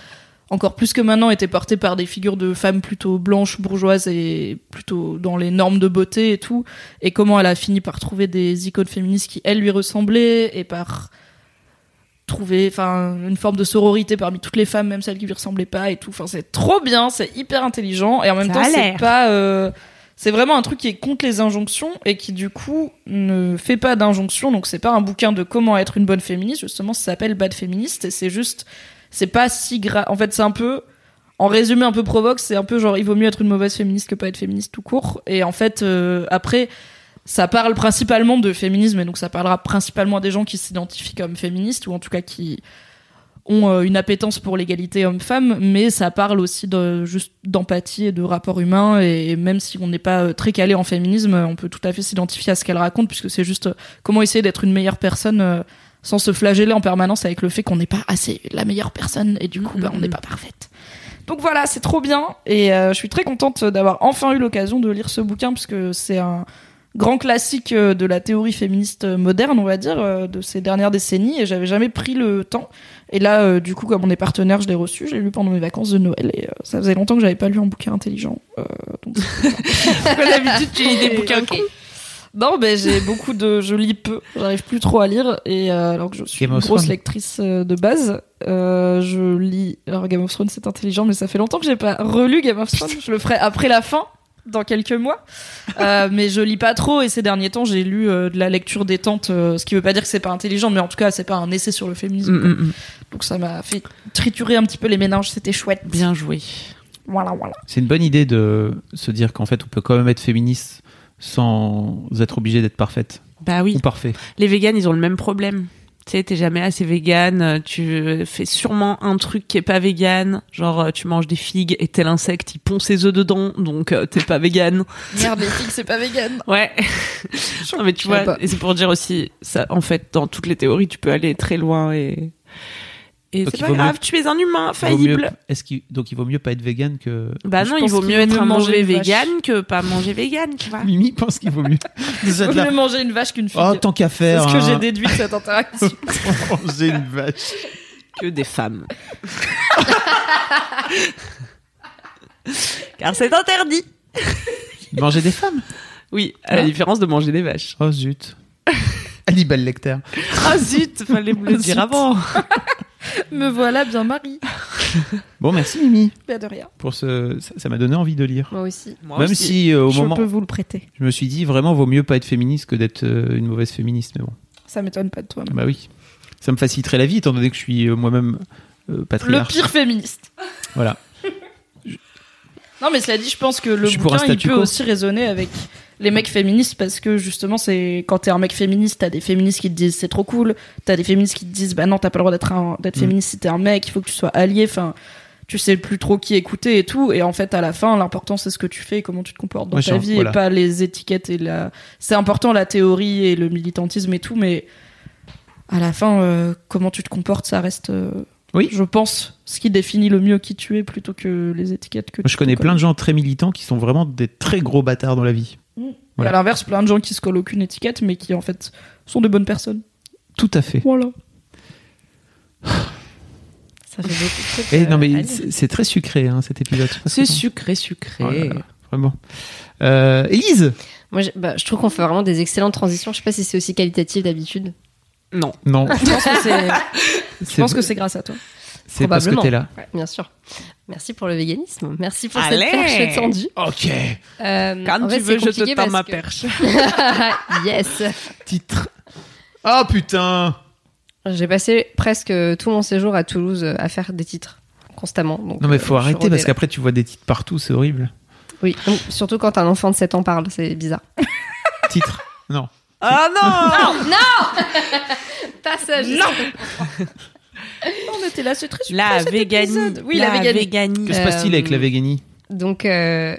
S3: encore plus que maintenant, était porté par des figures de femmes plutôt blanches, bourgeoises et plutôt dans les normes de beauté et tout, et comment elle a fini par trouver des icônes féministes qui, elles, lui ressemblaient, et par trouver enfin une forme de sororité parmi toutes les femmes même celles qui lui ressemblaient pas et tout enfin c'est trop bien c'est hyper intelligent et en même
S7: Ça
S3: temps
S7: a
S3: c'est
S7: l'air.
S3: pas euh, c'est vraiment un truc qui est contre les injonctions et qui du coup ne fait pas d'injonctions donc c'est pas un bouquin de comment être une bonne féministe justement ça s'appelle bad féministe et c'est juste c'est pas si grave en fait c'est un peu en résumé un peu provoque c'est un peu genre il vaut mieux être une mauvaise féministe que pas être féministe tout court et en fait euh, après ça parle principalement de féminisme et donc ça parlera principalement à des gens qui s'identifient comme féministes ou en tout cas qui ont euh, une appétence pour l'égalité homme-femme, mais ça parle aussi de, juste d'empathie et de rapport humain et même si on n'est pas euh, très calé en féminisme, euh, on peut tout à fait s'identifier à ce qu'elle raconte puisque c'est juste euh, comment essayer d'être une meilleure personne euh, sans se flageller en permanence avec le fait qu'on n'est pas assez la meilleure personne et du coup bah, on n'est pas parfaite. Donc voilà, c'est trop bien et euh, je suis très contente d'avoir enfin eu l'occasion de lire ce bouquin puisque c'est un grand classique euh, de la théorie féministe euh, moderne, on va dire, euh, de ces dernières décennies et j'avais jamais pris le temps. Et là, euh, du coup, comme on est partenaire, je l'ai reçu, j'ai lu pendant mes vacances de Noël et euh, ça faisait longtemps que j'avais pas lu un bouquin intelligent. euh, donc
S2: <laughs> Pourquoi d'habitude tu lis des bouquins
S4: Ok.
S2: cons
S3: non, mais
S5: <laughs>
S3: j'ai beaucoup de. Je lis peu, j'arrive plus trop à lire, et euh, alors que je suis
S5: Game
S3: une
S5: of
S3: grosse
S5: Thrones.
S3: lectrice euh, de base, euh, je lis. Alors Game of Thrones, c'est intelligent, mais ça fait longtemps que j'ai pas relu Game of Thrones. Je le ferai après la fin, dans quelques mois.
S5: <laughs>
S3: Euh, mais je lis pas trop, et ces derniers temps, j'ai lu euh, de la lecture détente, euh, ce qui veut pas dire que c'est pas intelligent, mais en tout cas, c'est pas un essai sur le féminisme.
S7: Mm, mm, mm.
S3: Donc ça m'a fait triturer un petit peu les méninges, c'était chouette.
S7: Bien joué.
S3: Voilà, voilà.
S5: C'est une bonne idée de se dire qu'en fait, on peut quand même être féministe sans être obligé d'être parfaite
S7: Bah oui.
S5: ou parfait.
S7: Les véganes, ils ont le même problème. Tu sais, t'es jamais assez végane, euh, tu fais sûrement un truc qui est pas végane, genre euh, tu manges des figues et tel insecte, il pond ses œufs dedans, donc euh, t'es pas végane. <laughs>
S3: Merde, les filles, c'est pas vegan.
S7: Ouais. non mais tu
S4: savais
S7: vois,
S4: pas.
S7: et c'est pour dire aussi, ça, en fait, dans toutes les théories, tu peux aller très loin et et
S5: Donc,
S7: c'est
S5: il
S7: pas
S5: vaut
S7: grave,
S5: mieux-
S7: tu es un humain
S5: Il vaut mieux-
S7: faillible.
S5: est-ce qu'il- donc il vaut mieux pas être vegan que.
S7: Bah
S3: Je
S7: non, il
S3: pense
S7: vaut
S3: qu'il
S7: mieux
S3: vaut
S7: être
S3: mieux
S7: un
S3: manger
S7: mauvais
S3: une vache.
S7: végane que pas manger végane, tu vois.
S5: Mimi pense qu'il vaut mieux.
S3: Je
S5: de la-
S3: voulais manger une vache qu'une fille.
S5: Oh, tant qu'à
S3: c'est
S5: faire.
S3: ce que j'ai
S5: hein.
S3: déduit de
S5: <laughs>
S3: cette interaction.
S5: Manger une vache.
S7: que des femmes. <laughs> Car c'est interdit.
S5: Manger des femmes.
S7: Oui, à la différence de manger des vaches.
S5: Oh zut. <laughs> Hannibal Lecter.
S7: Ah zut, fallait me le dire avant.
S3: <laughs> Me voilà bien mariée.
S5: Bon, merci Mimi
S3: Pas de rien.
S5: pour ce. Ça ça m'a donné envie de lire.
S4: Moi aussi.
S5: Même si euh, au
S3: je
S5: moment,
S3: peux vous le prêter.
S5: je me suis dit vraiment vaut mieux pas être féministe que d'être euh, une mauvaise féministe, mais bon.
S3: Ça m'étonne pas de toi.
S5: Bah oui. Ça me faciliterait la vie étant donné que je suis euh, moi-même euh,
S3: Le
S5: patriarche.
S3: pire féministe. <laughs>
S5: Voilà.
S3: Non, mais cela dit, je pense que le
S5: Je suis pour
S3: bouquin,
S5: un
S3: il
S5: statu
S3: peut
S5: quo.
S3: aussi résonner avec les mecs féministes parce que justement, c'est quand t'es un mec féministe, t'as des féministes qui te disent c'est trop cool, t'as des féministes qui te disent bah non, t'as pas le droit d'être un- d'être
S5: Mm.
S3: féministe si t'es un mec, il faut que tu sois allié. Enfin, tu sais plus trop qui écouter et tout. Et en fait, à la fin, l'important c'est ce que tu fais et comment tu te comportes dans
S5: Ouais,
S3: ta
S5: je-
S3: vie
S5: voilà.
S3: et pas les étiquettes et la. C'est important la théorie et le militantisme et tout, mais à la fin, euh, comment tu te comportes, ça reste. euh,
S5: Oui.
S3: Je pense ce qui définit le mieux qui tu es plutôt que les étiquettes que
S5: Moi, je connais plein de gens très militants qui sont vraiment des très gros bâtards dans la vie.
S3: Et
S5: Voilà.
S3: à l'inverse, plein de gens qui se collent aucune étiquette, mais qui en fait sont de bonnes personnes.
S5: Tout à fait.
S3: Voilà.
S4: Ça fait beaucoup de trucs,
S5: Eh,
S4: euh,
S5: non,
S4: à
S5: mais
S4: lire.
S5: c'est c'est très sucré hein, cet épisode. Je sais pas ce
S7: C'est
S5: que t'en-
S7: sucré, sucré.
S5: Oh là là, Vraiment. Euh, Élise
S4: Moi, j'ai- bah, je trouve qu'on fait vraiment des excellentes transitions. Je sais pas si c'est aussi qualitatif d'habitude.
S7: Non.
S5: Non,
S3: Je pense que c'est, je
S5: c'est
S3: pense que c'est grâce à toi.
S5: c'est parce que
S4: probablement.
S5: t'es là.
S4: Ouais, bien sûr. Merci pour le véganisme. Merci pour
S7: Allez.
S4: cette perche tendue.
S5: Ok.
S4: Euh,
S7: Quand
S4: en fait,
S7: tu
S4: c'est
S7: veux, je te
S4: compliqué
S7: tends
S4: parce
S7: ma
S4: que-
S7: perche.
S4: <laughs> yes.
S5: Titre. Ah putain
S4: J'ai passé presque tout mon séjour à Toulouse euh, à faire des titres constamment. Donc,
S5: Non, mais
S4: euh,
S5: faut
S4: je suis
S5: arrêter parce
S4: rodée,
S5: qu'après tu vois des titres partout, c'est horrible.
S4: là. Oui, donc, surtout quand un enfant de 7 ans parle, c'est bizarre.
S5: Titre. Non.
S7: Ah non,
S4: Pas ça,
S3: je- On était là, c'est très super.
S7: La
S3: cet
S7: véganie.
S3: épisode. Oui, la, véganie.
S7: véganie.
S5: Que se passe-t-il avec la véganie
S4: Donc, euh,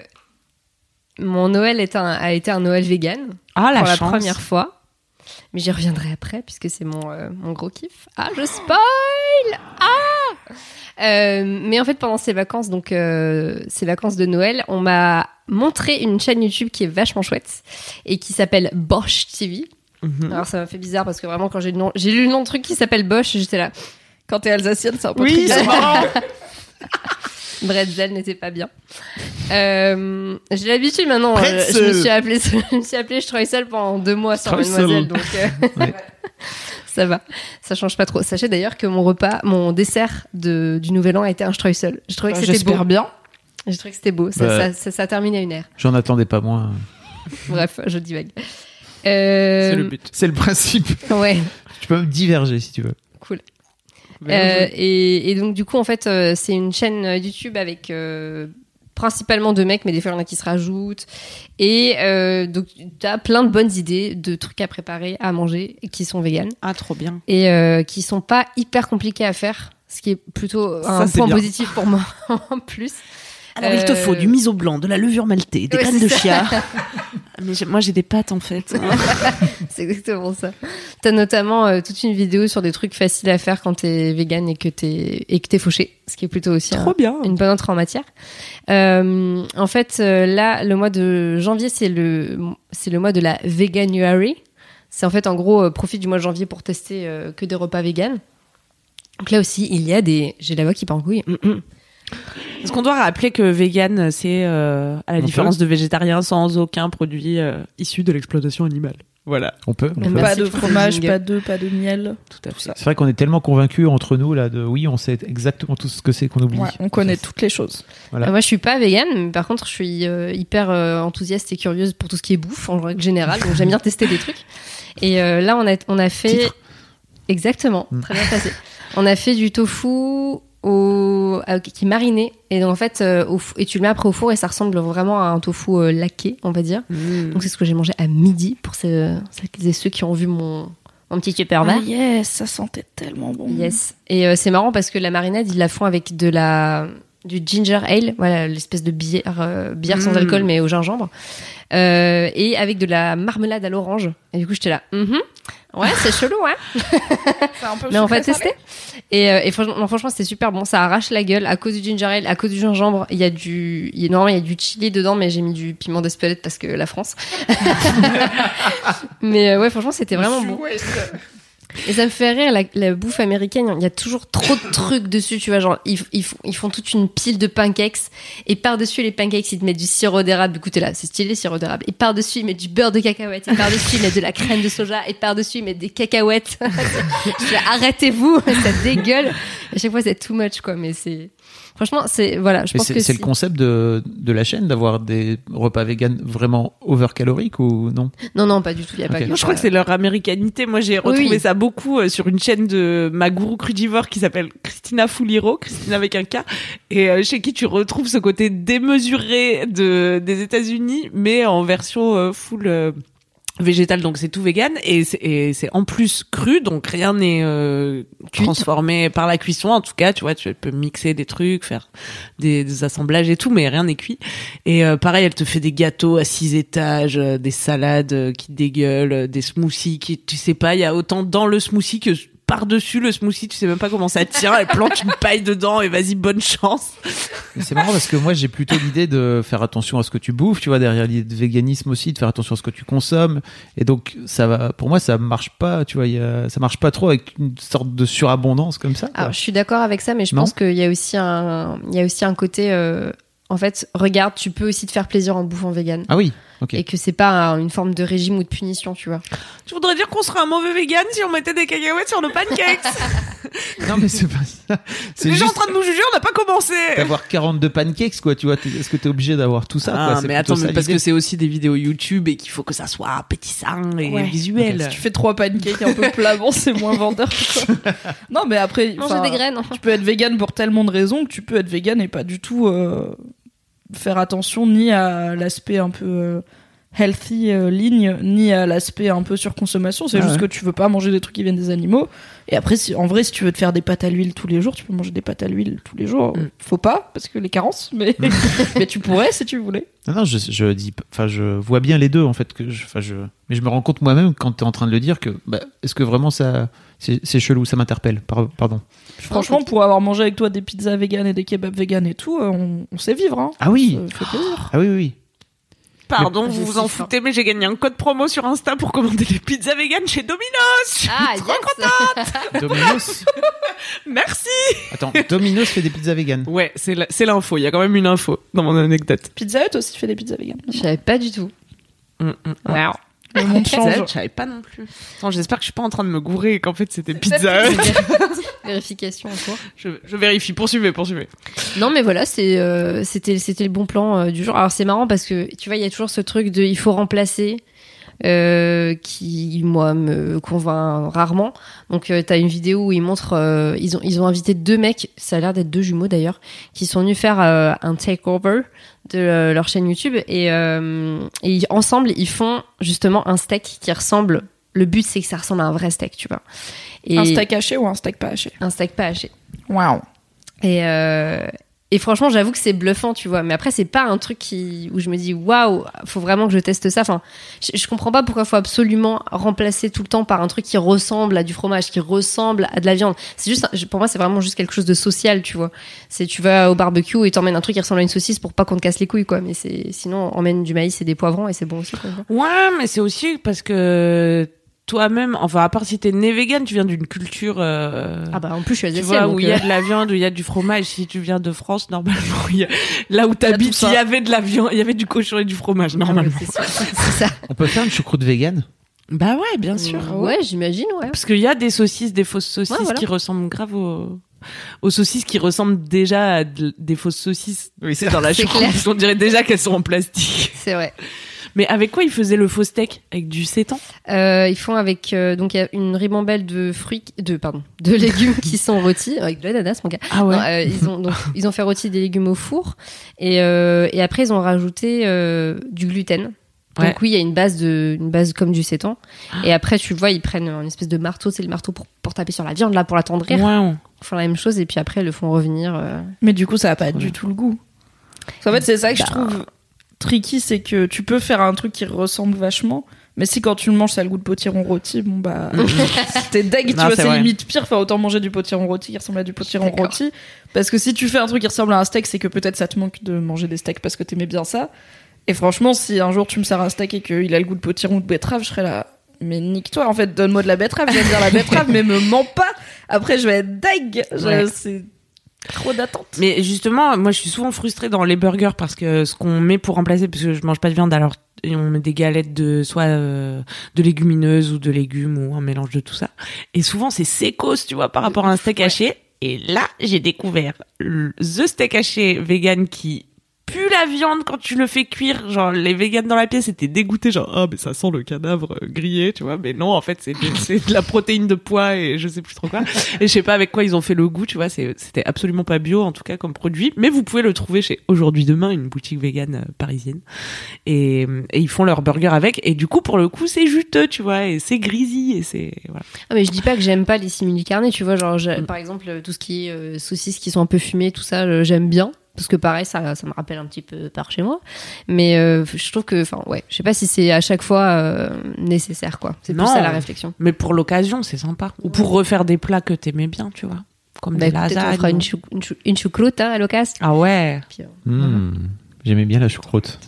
S4: mon Noël est un- a été un Noël vegan
S7: Ah la,
S4: pour la
S7: chance.
S4: première fois. Mais j'y reviendrai après puisque c'est mon, euh, mon gros kiff. Ah, je spoil Ah Euh, mais en fait, pendant ces vacances, donc euh, ces vacances de Noël, on m'a montré une chaîne YouTube qui est vachement chouette et qui s'appelle Bosch TV.
S7: Mhm.
S4: Alors ça m'a fait bizarre parce que vraiment quand j'ai le nom- j'ai lu le nom de truc qui s'appelle Bosch, j'étais là. Quand t'es alsacienne, c'est un peu
S2: Oui,
S4: trivial.
S2: c'est
S4: <laughs>
S2: marrant.
S4: Bretzel n'était pas bien. Euh, j'ai l'habitude maintenant. euh, Je,
S5: Bretzel.
S4: me suis appelée, <laughs> seule- je me suis appelée Streusel pendant deux mois sur
S5: Streusel.
S4: Mademoiselle, donc euh,
S5: <laughs> Ouais.
S4: <laughs> ça va. Ça change pas trop. Sachez d'ailleurs que mon repas, mon dessert de- du Nouvel An a été un Streusel.
S5: Ah,
S4: Je trouvais que c'était beau.
S3: J'espère bien.
S4: J'ai trouvé que c'était beau. Ça,
S5: Bah.
S4: ça, ça, ça termine à
S5: <laughs>
S4: une ère.
S5: J'en attendais pas moins.
S4: Bref, je divague. Euh,
S5: but. C'est le
S2: <laughs>
S5: principe.
S4: Ouais.
S5: Tu peux me diverger si tu veux.
S4: Cool. Euh, et, et donc du coup en fait euh, c'est une chaîne euh, YouTube avec euh, principalement deux mecs mais des fois il y en a qui se rajoutent et euh, donc t'as plein de bonnes idées de trucs à préparer à manger et qui sont véganes
S7: Ah, trop bien.
S4: et euh, qui sont pas hyper compliqués à faire ce qui est plutôt un
S5: Ça, c'est
S4: point
S5: bien.
S4: positif pour moi <laughs> en plus
S7: Alors, il te
S4: Euh,
S7: faut du miso blanc, de la levure maltée, des
S4: Ouais,
S7: graines
S4: c'est
S7: de
S4: ça.
S7: chia. Mais j'ai- moi, j'ai des pâtes en fait.
S4: <laughs> C'est exactement ça. T'as notamment euh, toute une vidéo sur des trucs faciles à faire quand t'es vegan et que t'es et que t'es fauché, ce qui est plutôt aussi un-
S7: bien.
S4: une bonne entrée en matière. Euh, en fait, euh, là, le mois de janvier, c'est le c'est le mois de la Veganuary. C'est en fait en gros euh, profite du mois de janvier pour tester euh, que des repas vegan. Donc là aussi, il y a des j'ai la voix qui part en couille. Mm, mm.
S7: Est-ce qu'on doit rappeler que vegan, c'est euh, à la
S5: On
S7: différence de végétarien, sans aucun produit euh, issu de l'exploitation animale. Voilà.
S5: On peut. on
S4: Mais
S5: peut.
S4: Merci
S3: Pas de
S4: pour le
S3: fromage,
S4: jingle.
S3: pas d'œufs, pas de miel.
S7: Tout à fait.
S5: C'est vrai qu'on est tellement convaincus entre nous là de oui, on sait exactement tout ce que c'est qu'on oublie.
S3: Ouais, on connaît toutes les choses.
S5: Voilà.
S4: Euh, Moi, je suis pas végane, mais par contre, je suis euh, hyper euh, enthousiaste et curieuse pour tout ce qui est bouffe en règle générale.
S5: <laughs>
S4: Donc, j'aime bien tester des trucs. Et euh, là, on a, on a fait.
S5: Titre.
S4: Exactement,
S5: Mm.
S4: très bien passé. on a fait du tofu au... ah, ok, qui est mariné. Et donc, en fait, euh, au f- et tu le mets après au four et ça ressemble vraiment à un tofu euh, laqué, on va dire.
S5: Mm.
S4: Donc, c'est ce que j'ai mangé à midi pour ceux, celles et ceux qui ont vu mon, mon petit tupperware.
S3: Ah yes, ça sentait tellement bon.
S4: Yes. Et euh, c'est marrant parce que la marinade, ils la font avec de la du ginger ale, voilà l'espèce de bière, euh, bière sans
S7: Mm.
S4: alcool mais au gingembre, Euh, et avec de la marmelade à l'orange. Et du coup, j'étais là, Mhm. ouais, c'est chelou, hein. ouais. Mais on va tester. Et, euh, et franchement, non, franchement, c'était super bon. Ça arrache la gueule à cause du ginger ale, à cause du gingembre. Il y a du, il y a, normalement, il y a du chili dedans, mais j'ai mis du piment d'Espelette parce que la France. <laughs> mais euh, ouais, franchement, c'était vraiment bon. Et ça me fait rire, la, la bouffe américaine, il y a toujours trop de trucs dessus, tu vois, genre, ils, ils, font, ils font toute une pile de pancakes, et par-dessus les pancakes, ils te mettent du sirop d'érable, écoutez là, c'est stylé, sirop d'érable, et par-dessus, ils mettent du beurre de cacahuète, et par-dessus, ils mettent de la crème de soja, et par-dessus, ils mettent des cacahuètes. <laughs> Je fais, arrêtez-vous, <laughs> ça dégueule. À chaque fois, c'est too much, quoi, mais c'est... Franchement, c'est... Voilà, je
S5: Mais
S4: pense
S5: C'est
S4: que...
S5: c'est le
S4: si-
S5: concept de, de la chaîne d'avoir des repas véganes vraiment overcaloriques ou non
S4: Non, non, pas du tout, il y a pas
S5: Ok.
S4: que
S5: Moi,
S7: Je crois que c'est leur américanité. Moi, j'ai retrouvé
S4: Oui.
S7: ça beaucoup euh, sur une chaîne de ma gourou crudivore qui s'appelle Christina Fouliro, Christina avec un K, et euh, chez qui tu retrouves ce côté démesuré de, des États-Unis, mais en version euh, full euh, végétale. Donc, c'est tout vegan et c'est- et c'est en plus cru, donc rien n'est euh, transformé par la cuisson. En tout cas, tu vois, tu peux mixer des trucs, faire des, des assemblages et tout, mais rien n'est cuit. Et euh, pareil, elle te fait des gâteaux à six étages, euh, des salades euh, qui dégueulent, euh, des smoothies qui, tu sais pas, il y a autant dans le smoothie que par-dessus le smoothie, tu sais même pas comment ça tient, elle plante une paille dedans et vas-y, bonne chance.
S5: Mais C'est marrant parce que moi j'ai plutôt l'idée de faire attention à ce que tu bouffes, tu vois, derrière l'idée de véganisme aussi, de faire attention à ce que tu consommes. Et donc ça va, pour moi ça marche pas, tu vois, il y a- ça marche pas trop avec une sorte de surabondance comme ça. quoi.
S4: Alors, je suis d'accord avec ça, mais je
S5: Non
S4: pense qu'il y a aussi un, il y a aussi un côté, euh, en fait, regarde, tu peux aussi te faire plaisir en bouffant vegan.
S5: Ah oui, ok.
S4: Et que c'est pas un- une forme de régime ou de punition, tu vois.
S7: Je voudrais dire qu'on serait un mauvais vegan si on mettait des cacahuètes sur nos pancakes.
S5: <laughs> Non mais c'est pas ça. C'est
S7: Les gens en
S5: juste
S7: train de nous juger, on n'a pas commencé.
S5: d'avoir 42 pancakes quoi, tu vois, t'es- est-ce que t'es obligé d'avoir tout ça quoi
S7: Ah,
S5: C'est
S7: mais
S5: plutôt
S7: attends,
S5: ça,
S7: mais parce que
S5: l'idée.
S7: c'est aussi des vidéos YouTube et qu'il faut que ça soit appétissant et
S3: Ouais.
S7: visuel.
S3: Si tu fais trois pancakes un
S4: <laughs>
S3: peu plats avant, c'est moins vendeur. quoi. Non, mais après,
S4: Manger
S3: enfin,
S4: des graines.
S3: tu peux être vegan pour tellement de raisons que tu peux être vegan et pas du tout euh, faire attention ni à l'aspect un peu euh, healthy euh, ligne ni à l'aspect un peu surconsommation. C'est
S5: Ah
S3: juste
S5: ouais.
S3: que tu veux pas manger des trucs qui viennent des animaux. Et après, si- en vrai, si tu veux te faire des pâtes à l'huile tous les jours, tu peux manger des pâtes à l'huile tous les jours.
S4: Mm.
S3: Faut pas, parce que les carences, mais, <laughs> mais tu pourrais si tu voulais.
S5: Non, non, je, je dis, p- enfin, je vois bien les deux en fait. Que je, enfin, je, mais je me rends compte moi-même quand tu es en train de le dire que, bah, est-ce que vraiment ça, c'est c'est chelou, ça m'interpelle. Par- pardon.
S3: Franchement, pour avoir mangé avec toi des pizzas véganes et des kebabs véganes et tout, euh, on, on sait vivre. Hein.
S5: Ah oui,
S3: Ça fait plaisir.
S5: ah oui, oui, oui.
S2: Pardon,
S3: Mais-
S2: vous vous en foutez, mais j'ai gagné un code promo sur Insta pour commander des pizzas véganes chez Domino's.
S4: Ah, yes
S5: Domino's.
S2: Merci.
S5: Attends, Domino's fait des pizzas véganes.
S2: Ouais, c'est la- c'est l'info. Il y a quand même une info dans mon anecdote.
S3: Pizza Hut aussi fait des pizzas véganes.
S4: Je savais pas du tout.
S6: Mm,
S2: Wow.
S6: Ah,
S3: Le monde change.
S2: Je savais pas non plus. Attends, j'espère que je suis pas en train de me gourer et qu'en fait c'était pizza. Hut.
S4: <laughs> Vérification en cours.
S2: Je, je vérifie. Poursuivez, poursuivez.
S4: Non, mais voilà, c'est, euh, c'était, c'était le bon plan euh, du jour. Alors, c'est marrant parce que, tu vois, il y a toujours ce truc de il faut remplacer. euh, qui moi me convainc rarement. Donc euh, t'as une vidéo où ils montrent, euh, ils ont ils ont invité deux mecs, ça a l'air d'être deux jumeaux d'ailleurs, qui sont venus faire euh, un takeover de euh, leur chaîne YouTube et, euh, et ils- ensemble ils font justement un steak qui ressemble. Le but c'est que ça ressemble à un vrai steak, tu vois. Et
S3: Un steak haché ou un steak pas haché
S4: un steak pas haché.
S3: Waouh.
S4: Et, euh, et franchement, j'avoue que c'est bluffant, tu vois. Mais après, c'est pas un truc qui, où je me dis, waouh, faut vraiment que je teste ça. Enfin, je, je comprends pas pourquoi faut absolument remplacer tout le temps par un truc qui ressemble à du fromage, qui ressemble à de la viande. C'est juste, un- pour moi, c'est vraiment juste quelque chose de social, tu vois. C'est, tu vas au barbecue et t'emmènes un truc qui ressemble à une saucisse pour pas qu'on te casse les couilles, quoi. Mais c'est, sinon, emmène du maïs et des poivrons et c'est bon aussi, quoi.
S7: Ouais, mais c'est aussi parce que toi-même, enfin, à part si t'es né vegan, tu viens d'une culture. euh,
S4: Ah bah, en plus, je suis
S7: Tu euh,
S4: asiatique.
S7: vois, où il y
S4: <laughs>
S7: a de la viande, où il y a du fromage. Si tu viens de France, normalement, il <laughs> y a- là où
S3: tout
S7: t'habites,
S3: ça.
S7: il y avait de la viande, il y avait du cochon et du fromage,
S4: Ah
S7: normalement.
S4: c'est ça.
S5: On peut faire une choucroute végane
S7: Bah ouais, bien sûr.
S4: Ouais, j'imagine, ouais.
S7: Parce qu'il y a des saucisses, des fausses saucisses
S4: Ouais, voilà.
S7: qui ressemblent grave aux... aux saucisses qui ressemblent déjà à de- des fausses saucisses.
S5: Oui,
S7: C'est dans la
S4: C'est
S7: choucroute,
S4: clair.
S7: on dirait déjà qu'elles sont en plastique.
S4: C'est vrai.
S7: Mais avec quoi ils faisaient le faux steak Avec du sétan
S4: Euh, ils font avec euh, donc il y a une ribambelle de fruits, de pardon, de <laughs> légumes qui sont rôtis avec de l'ananas, mon gars.
S7: Ah
S4: Non, euh, ils ont donc ils ont fait rôti des légumes au four et, euh, et après ils ont rajouté euh, du gluten. Donc
S7: Ouais.
S4: oui, il y a une base de une base comme du sétan. Et après tu le vois, ils prennent une espèce de marteau, c'est le marteau pour, pour taper sur la viande là pour l'attendrir.
S7: Waouh.
S4: Ils font la même chose et puis après ils le font revenir. euh.
S3: Mais du coup, ça n'a pas du tout le goût. En fait, c'est ça
S7: Bah.
S3: que je trouve tricky, c'est que tu peux faire un truc qui ressemble vachement, mais si quand tu le manges, ça a le goût de potiron rôti, bon bah. <laughs> T'es deg, tu
S7: Mm. Non,
S3: vois,
S7: c'est
S3: c'est
S7: vrai.
S3: limite pire. Enfin, autant manger du potiron rôti qui ressemble à du potiron
S4: D'accord.
S3: rôti. Parce que si tu fais un truc qui ressemble à un steak, c'est que peut-être ça te manque de manger des steaks parce que t'aimais bien ça. Et franchement, si un jour tu me sers un steak et qu'il a le goût de potiron ou de betterave, je serais là. Mais nique-toi, en fait, donne-moi de la betterave, j'aime bien la
S7: <laughs>
S3: betterave, mais me mens pas. Après, je vais être deg. Je-
S7: Ouais.
S3: C'est trop d'attente.
S7: Mais justement, moi, je suis souvent frustrée dans les burgers parce que ce qu'on met pour remplacer, parce que je mange pas de viande, alors et on met des galettes de soit euh, de légumineuses ou de légumes ou un mélange de tout ça. Et souvent, c'est secos, tu vois, par rapport à un steak haché. Et là, j'ai découvert le- the steak haché vegan qui pue la viande quand tu le fais cuire. Genre, les véganes dans la pièce étaient dégoûtés, genre, ah, mais ça sent le cadavre euh, grillé, tu vois. Mais non, en fait, c'est de, c'est de la protéine de poids et je sais plus trop quoi. Et je sais pas avec quoi ils ont fait le goût, tu vois. c'est- C'était absolument pas bio, en tout cas, comme produit. Mais vous pouvez le trouver chez Aujourd'hui Demain, une boutique végane euh, parisienne. Et, et ils font leur burger avec. Et du coup, pour le coup, c'est juteux, tu vois. Et c'est grisi. Et c'est. Voilà.
S4: Ah mais je dis pas que j'aime pas les simili carnés, tu vois, genre
S7: Mm.
S4: j'ai- par exemple euh, tout ce qui est euh, saucisses qui sont un peu fumées, tout ça, euh, j'aime bien parce que pareil ça, ça me rappelle un petit peu par chez moi, mais euh, je trouve que enfin ouais, je sais pas si c'est à chaque fois euh, nécessaire quoi. C'est plus
S7: Non.
S4: ça la réflexion.
S7: Mais pour l'occasion, c'est sympa. Ou pour refaire des plats que t'aimais bien, tu vois. Comme
S4: Bah,
S7: des
S4: écoutez, on
S7: lasagnes.
S4: fera une, chou- une, chou- une choucroute hein, à l'occasion.
S7: Ah ouais.
S4: Puis, euh,
S5: Hmm, J'aimais bien la choucroute.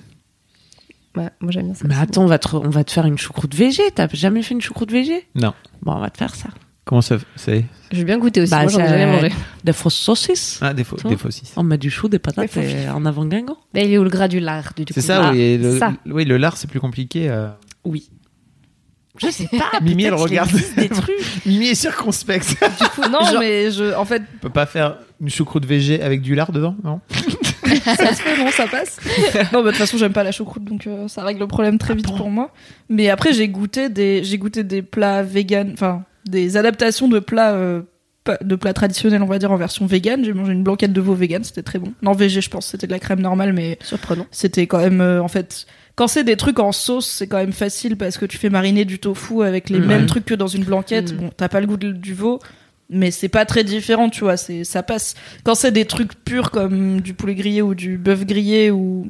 S4: ouais, Bah, moi j'aime bien ça.
S7: Mais
S4: aussi.
S7: attends, on va te, on va te faire une choucroute végé. T'as jamais fait une choucroute végé
S5: Non.
S7: Bon, on va te faire ça.
S5: Comment ça f- c'est
S4: Je veux bien goûter aussi,
S7: Bah,
S4: moi j'en ai
S7: ça-
S4: jamais mangé.
S7: Des fausses saucisses.
S5: Ah, des fois,
S7: Ça
S5: des fois aussi.
S7: On met du chou, des patates
S3: Des fausses-
S7: et en avant-guingamp.
S4: Bah, il est où le gras du lard du du
S5: C'est
S4: coup
S5: ça,
S4: Ah,
S5: oui, le,
S4: ça.
S5: oui, le lard, c'est plus compliqué. euh.
S7: Oui. Je sais <laughs> pas.
S5: Mimi, elle
S7: peut-être qu'il
S5: regarde.
S7: existe des trucs.
S5: <laughs> Mimi est <laughs> circonspect. On
S3: Du coup, <laughs> non, mais je, en fait,
S5: peut pas faire une choucroute végé avec du lard dedans, non
S3: ça se fait, non, ça <laughs> passe. Non, mais de toute façon, j'aime pas la choucroute, donc euh, ça règle le problème très vite pour moi. Mais après, j'ai goûté des, j'ai goûté des plats vegan, enfin, des adaptations de plats, euh, pa- de plats traditionnels, on va dire, en version vegan. J'ai mangé une blanquette de veau vegan, c'était très bon. Non, végé, je pense, c'était de la crème normale, mais
S4: surprenant.
S3: c'était quand même, euh, en fait, Quand c'est des trucs en sauce, c'est quand même facile parce que tu fais mariner du tofu avec les
S5: Mm.
S3: mêmes
S5: Ouais.
S3: trucs que dans une blanquette. Bon, t'as pas le goût de- du veau, mais c'est pas très différent, tu vois. C'est ça passe. Quand c'est des trucs purs comme du poulet grillé ou du bœuf grillé ou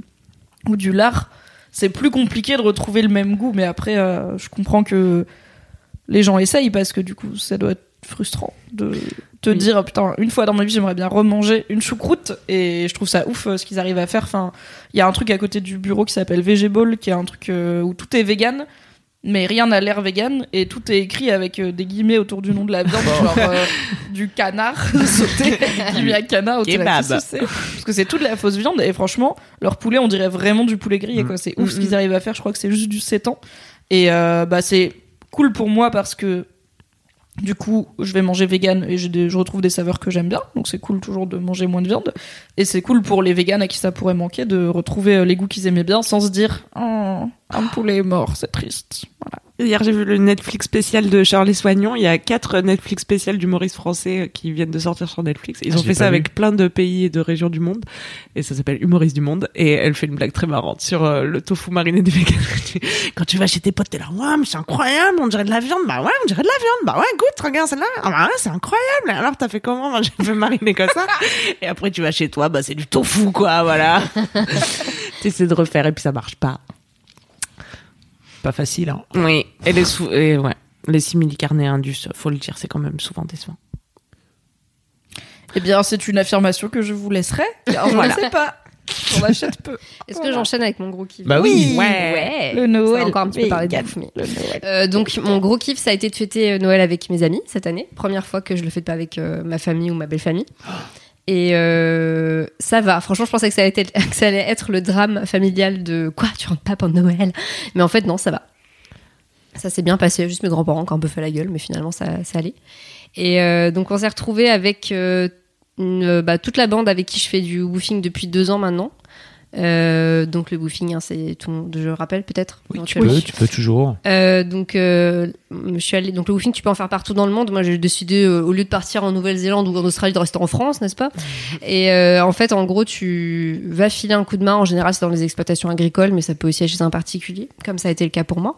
S3: ou du lard, c'est plus compliqué de retrouver le même goût. Mais après, euh, je comprends que les gens essayent parce que du coup, ça doit être frustrant de te dire oh, putain une fois dans ma vie j'aimerais bien remanger une choucroute et je trouve ça ouf euh, ce qu'ils arrivent à faire enfin il y a un truc à côté du bureau qui s'appelle VG Ball qui est un truc euh, où tout est vegan mais rien n'a l'air vegan et tout est écrit avec euh, des guillemets autour du nom de la viande genre euh, du canard <laughs> sauté guillemets à canard autour de la
S2: Kebab.
S3: parce que c'est toute la fausse viande et franchement leur poulet on dirait vraiment du poulet grillé
S5: Mm.
S3: quoi c'est ouf ce qu'ils arrivent à faire je crois que c'est juste du 7 ans et euh, bah c'est cool pour moi parce que du coup, je vais manger vegan et j'ai des- je retrouve des saveurs que j'aime bien. Donc c'est cool toujours de manger moins de viande. Et c'est cool pour les véganes à qui ça pourrait manquer de retrouver euh, les goûts qu'ils aimaient bien sans se dire oh, un poulet est mort, c'est triste.
S7: Hier, j'ai vu le Netflix spécial de Charlie Soignon. Il y a quatre Netflix spéciales d'humoristes français euh, qui viennent de sortir sur Netflix. Ils
S5: Ah,
S7: ont
S5: je l'ai
S7: fait ça
S5: pas vu.
S7: avec plein de pays et de régions du monde. Et ça s'appelle Humoriste du monde. Et elle fait une blague très marrante sur euh, le tofu mariné des végans. <laughs> Quand tu vas chez tes potes, t'es là, ouais, mais c'est incroyable, on dirait de la viande. Bah ouais, on dirait de la viande. Bah ouais, goûte, regarde celle-là. Ah bah ouais, c'est incroyable. Alors, t'as fait comment? Moi, j'ai fait mariner comme <laughs> ça. Et après, tu vas chez toi, bah c'est du tofu, quoi, <laughs> voilà. T'essaies de refaire et puis ça marche pas.
S5: Pas facile, hein.
S7: Oui, et les, sou- et ouais, les simili-carnets indus, faut le dire, c'est quand même souvent décevant.
S3: Eh bien, c'est une affirmation que je vous laisserai. Car je ne sais pas. On achète peu.
S4: Est-ce que j'enchaîne avec mon gros kiff
S5: Bah oui.
S4: Ouais. ouais.
S3: Le Noël.
S4: Ça, encore un petit peu parler de bouffe, mais- Euh, donc mon gros kiff, ça a été de fêter euh, Noël avec mes amis cette année. Première fois que je le fête pas avec euh, ma famille ou ma belle-famille. Et euh, ça va. Franchement, je pensais que ça, allait être, <laughs> que ça allait être le drame familial de quoi Tu rentres pas pendant Noël Mais en fait, non, ça va. Ça s'est bien passé. Juste mes grands-parents qui ont un peu fait la gueule, mais finalement, ça, ça allait. Et euh, donc on s'est retrouvés avec euh, une- bah, toute la bande avec qui je fais du woofing depuis deux ans maintenant. Euh, donc le woofing, hein, c'est tout. le monde- Je rappelle peut-être. éventuellement.
S5: tu peux toujours.
S4: Euh, donc, euh, je suis allée. Donc, le woofing, tu peux en faire partout dans le monde. Moi, j'ai décidé, euh, au lieu de partir en Nouvelle-Zélande ou en Australie, de rester en France, n'est-ce pas Et euh, en fait, en gros, tu vas filer un coup de main. En général, c'est dans les exploitations agricoles, mais ça peut aussi être chez un particulier, comme ça a été le cas pour moi.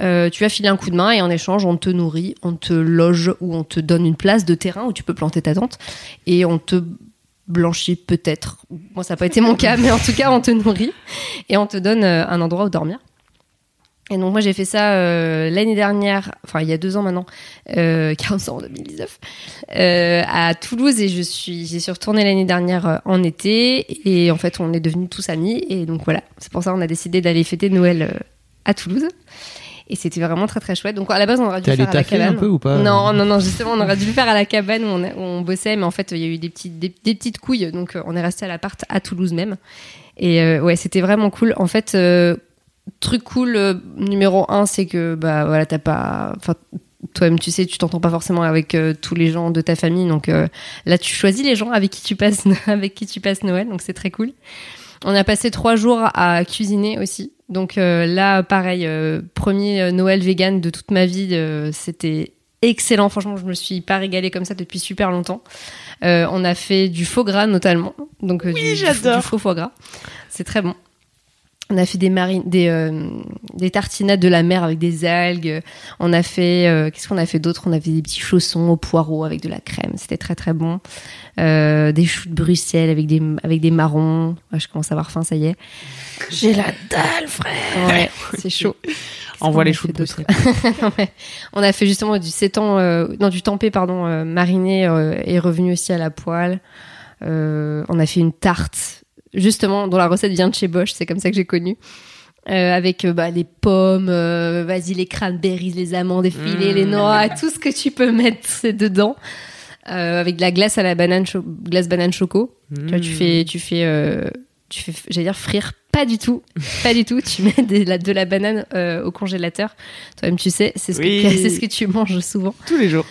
S4: Euh, tu vas filer un coup de main et en échange, on te nourrit, on te loge ou on te donne une place de terrain où tu peux planter ta tente et on te blanchit peut-être. Moi, ça n'a pas été mon cas, mais en tout cas, on te nourrit et on te donne euh, un endroit où dormir. Et donc moi j'ai fait ça euh, l'année dernière, enfin il y a deux ans maintenant, euh, <laughs> 15 ans en 2019, euh, à Toulouse et je suis j'y suis retournée l'année dernière euh, en été et en fait on est devenus tous amis et donc voilà c'est pour ça on a décidé d'aller fêter Noël euh, à Toulouse et c'était vraiment très très chouette. Donc à la base on aurait dû
S5: T'es allé
S4: le faire à la
S5: taffer un
S4: cabane.
S5: peu ou pas
S4: Non, non, non, justement, on aurait dû le faire à la cabane où on, a- où on bossait, mais en fait, il y a eu des petites, des, des petites couilles, donc euh, on est resté à l'appart à Toulouse même. Et euh, ouais, c'était vraiment cool. En fait, euh, truc cool euh, numéro un, c'est que, bah voilà, t'as pas. Enfin, toi-même, tu sais, tu t'entends pas forcément avec euh, tous les gens de ta famille, donc euh, là, tu choisis les gens avec qui tu passes, <laughs> avec qui tu passes Noël, donc c'est très cool. On a passé trois jours à cuisiner aussi. Donc euh, là, pareil, euh, premier euh, Noël vegan de toute ma vie, euh, c'était excellent. Franchement, je me suis pas régalée comme ça depuis super longtemps. Euh, on a fait du faux gras notamment, donc euh, du,
S2: j'adore.
S4: du faux foie gras. C'est très bon. On a fait des marines, des, euh, des tartinades de la mer avec des algues. On a fait, euh, qu'est-ce qu'on a fait d'autre On a fait des petits chaussons au poireau avec de la crème. C'était très très bon. Euh, des choux de Bruxelles avec des avec des marrons. Ouais, je commence à avoir faim, ça y est.
S3: J'ai la dalle, frère.
S4: Ouais, c'est chaud.
S7: Envoie
S4: qu'on
S7: les
S4: a
S7: choux de
S4: fait d'autre <laughs> Ouais. On a fait justement du sétan, euh, non, du tempé, pardon, euh, mariné euh, et revenu aussi à la poêle. Euh, on a fait une tarte, justement, dont la recette vient de chez Bosch, c'est comme ça que j'ai connu. Euh, avec euh, bah, les pommes, euh, vas-y, les cranberries, les amandes, les filets, les noix, tout ce que tu peux mettre, <laughs> c'est dedans. Euh, avec de la glace à la banane, cho- glace banane choco. Tu vois, tu fais, tu fais, euh, tu fais, j'allais dire frire, pas du tout, pas du tout. Tu mets des- la- de la banane euh, au congélateur. Toi-même, tu sais, c'est ce, que-
S7: Oui.
S4: <laughs> c'est ce que tu manges souvent.
S7: Tous les jours.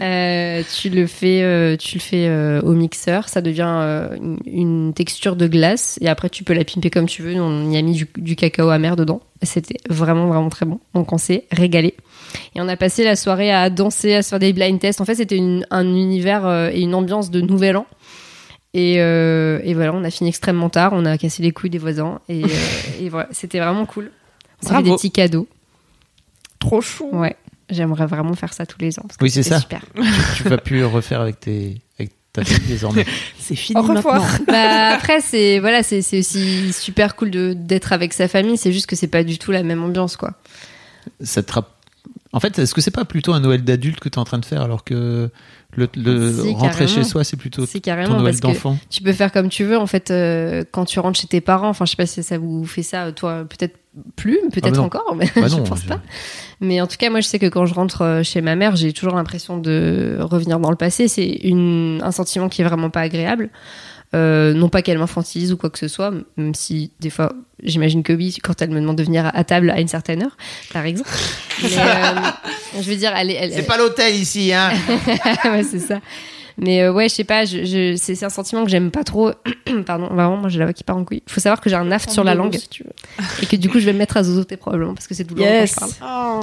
S4: Euh, tu le fais, euh, tu le fais euh, au mixeur. Ça devient euh, une, une texture de glace et après tu peux la pimper comme tu veux. Nous, on y a mis du, du cacao amer dedans. C'était vraiment vraiment très bon. Donc on s'est régalé et on a passé la soirée à danser, à se faire des blind tests. En fait, c'était une- un univers euh, et une ambiance de Nouvel An. Et, euh, et voilà, on a fini extrêmement tard, on a cassé les couilles des voisins.
S1: <laughs>
S4: Et, euh, et voilà, c'était vraiment cool. On a fait
S2: Bravo.
S4: des petits cadeaux.
S2: Trop chou.
S4: Ouais, j'aimerais vraiment faire ça tous les ans. parce que
S1: Oui, c'est
S4: c'était
S1: ça.
S4: Super.
S1: tu vas plus le refaire avec, tes, avec ta fille désormais.
S2: C'est fini. maintenant.
S4: <laughs> Bah, après, c'est voilà, c'est c'est aussi super cool de- d'être avec sa famille. C'est juste que c'est pas du tout la même ambiance, quoi.
S1: <laughs> Ça te rapp- En fait, est-ce que c'est pas plutôt un Noël d'adulte que tu es en train de faire alors que le, le-
S4: Si,
S1: rentrer
S4: carrément.
S1: chez soi, c'est plutôt
S4: C'est
S1: ton
S4: carrément
S1: Noël
S4: parce que
S1: d'enfant
S4: tu peux faire comme tu veux en fait euh, quand tu rentres chez tes parents. Enfin, je sais pas si ça vous fait ça, euh, toi, peut-être plus, mais
S1: Ah bah
S4: peut-être
S1: non.
S4: encore, mais
S1: Bah
S4: <laughs> je
S1: non,
S4: pense
S1: je-
S4: pas. Mais en tout cas, moi, je sais que quand je rentre euh, chez ma mère, j'ai toujours l'impression de revenir dans le passé. C'est une un sentiment qui est vraiment pas agréable. Euh, non pas qu'elle m'infantilise ou quoi que ce soit, même si des fois, j'imagine que oui, quand elle me demande de venir à table à une certaine heure, par
S1: <laughs>
S4: exemple. Mais, euh, je veux dire, elle, est- elle, elle-
S1: C'est pas l'hôtel ici, hein
S4: <laughs> ouais, c'est ça. Mais euh, ouais, je sais pas, je, je- c'est c'est un sentiment que j'aime pas trop. <clears throat> Pardon, vraiment, moi j'ai la voix qui part en couille. Faut savoir que j'ai un aft sur la langue et que du coup je vais me mettre à zozoter probablement parce que c'est douloureux
S3: Yes.
S4: quand je parle.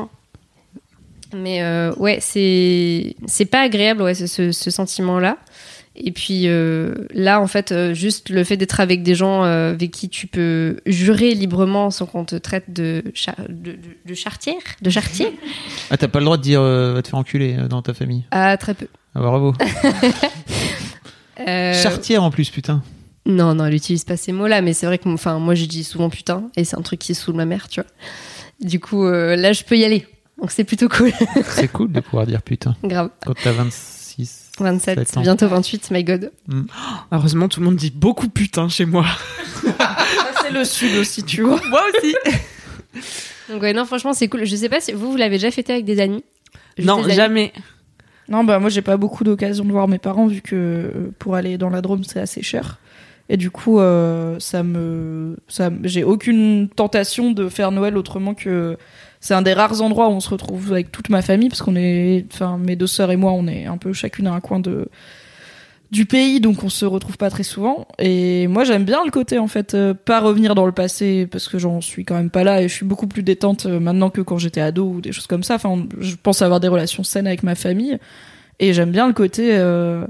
S4: Mais euh, ouais, c'est c'est pas agréable ouais, ce, ce- ce sentiment-là. Et puis euh, là, en fait, euh, juste le fait d'être avec des gens euh, avec qui tu peux jurer librement sans qu'on te traite de, cha- de, de, de chartière,
S3: <laughs>
S4: de chartier,
S1: Ah, t'as pas le droit de dire euh, va te faire enculer euh, dans ta famille.
S4: ah, très peu.
S1: Ah, bravo.
S4: Euh,
S1: Chartière en plus, putain.
S4: Non, non, elle utilise pas ces mots-là, mais c'est vrai que enfin, moi, je dis souvent putain, et c'est un truc qui saoule ma mère, tu vois. Du coup, euh, là, je peux y aller. Donc, c'est plutôt cool. <laughs>
S1: C'est cool de pouvoir dire putain
S4: Grave.
S1: quand t'as 26.
S4: 27,
S1: Attends.
S4: bientôt 28, my god.
S2: Heureusement, tout le monde dit beaucoup putain chez moi.
S3: C'est le sud aussi, tu vois.
S2: Moi aussi.
S4: Donc, ouais, non, franchement, c'est cool. Je sais pas si vous, vous l'avez déjà fêté avec des amis Juste
S2: Non,
S4: des amis
S2: jamais.
S3: Non, bah moi j'ai pas beaucoup d'occasion de voir mes parents vu que euh, pour aller dans la Drôme c'est assez cher. Et du coup, euh, ça me, ça, me- j'ai aucune tentation de faire Noël autrement que c'est un des rares endroits où on se retrouve avec toute ma famille parce qu'on est, enfin mes deux sœurs et moi, on est un peu chacune à un coin de du pays, donc on se retrouve pas très souvent. Et moi j'aime bien le côté en fait, euh, pas revenir dans le passé parce que j'en suis quand même pas là et je suis beaucoup plus détente euh, maintenant que quand j'étais ado ou des choses comme ça. Enfin, je pense avoir des relations saines avec ma famille. Et j'aime bien le côté. euh,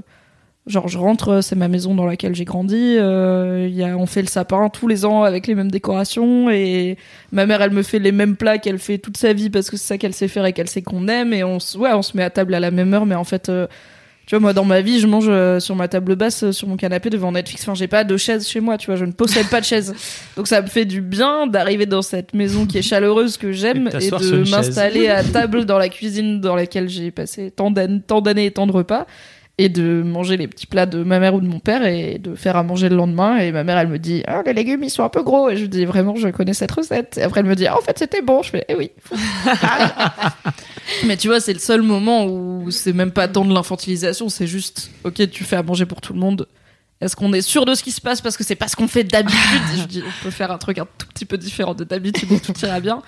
S3: genre, je rentre, c'est ma maison dans laquelle j'ai grandi. euh, il y a, on fait le sapin tous les ans avec les mêmes décorations. Et ma mère, elle me fait les mêmes plats qu'elle fait toute sa vie parce que c'est ça qu'elle sait faire et qu'elle sait qu'on aime. Et on, se- ouais, on se met à table à la même heure. Mais en fait, euh, tu vois, moi, dans ma vie, je mange euh, sur ma table basse, euh, sur mon canapé devant Netflix. Enfin, j'ai pas de chaise chez moi, tu vois. Je ne possède pas de chaise. Donc, ça me fait du bien d'arriver dans cette maison qui est chaleureuse, que j'aime,
S1: Et de
S3: et
S1: t'asseoir sur une
S3: de
S1: chaise.
S3: m'installer à table dans la cuisine dans laquelle j'ai passé tant d'an- tant d'années et tant de repas et de manger les petits plats de ma mère ou de mon père et de faire à manger le lendemain. Et ma mère, elle me dit Ah, les légumes, ils sont un peu gros. Et je lui dis Vraiment, je connais cette recette. Et après, elle me dit Ah, En fait, c'était bon. Je fais Eh oui. <laughs> Mais tu vois, c'est le seul moment où c'est même pas tant de l'infantilisation, c'est juste Ok, tu fais à manger pour tout le monde. Est-ce qu'on est sûr de ce qui se passe Parce que c'est pas ce qu'on fait d'habitude. Et je dis On peut faire un truc un tout petit peu différent de d'habitude et tout ira bien.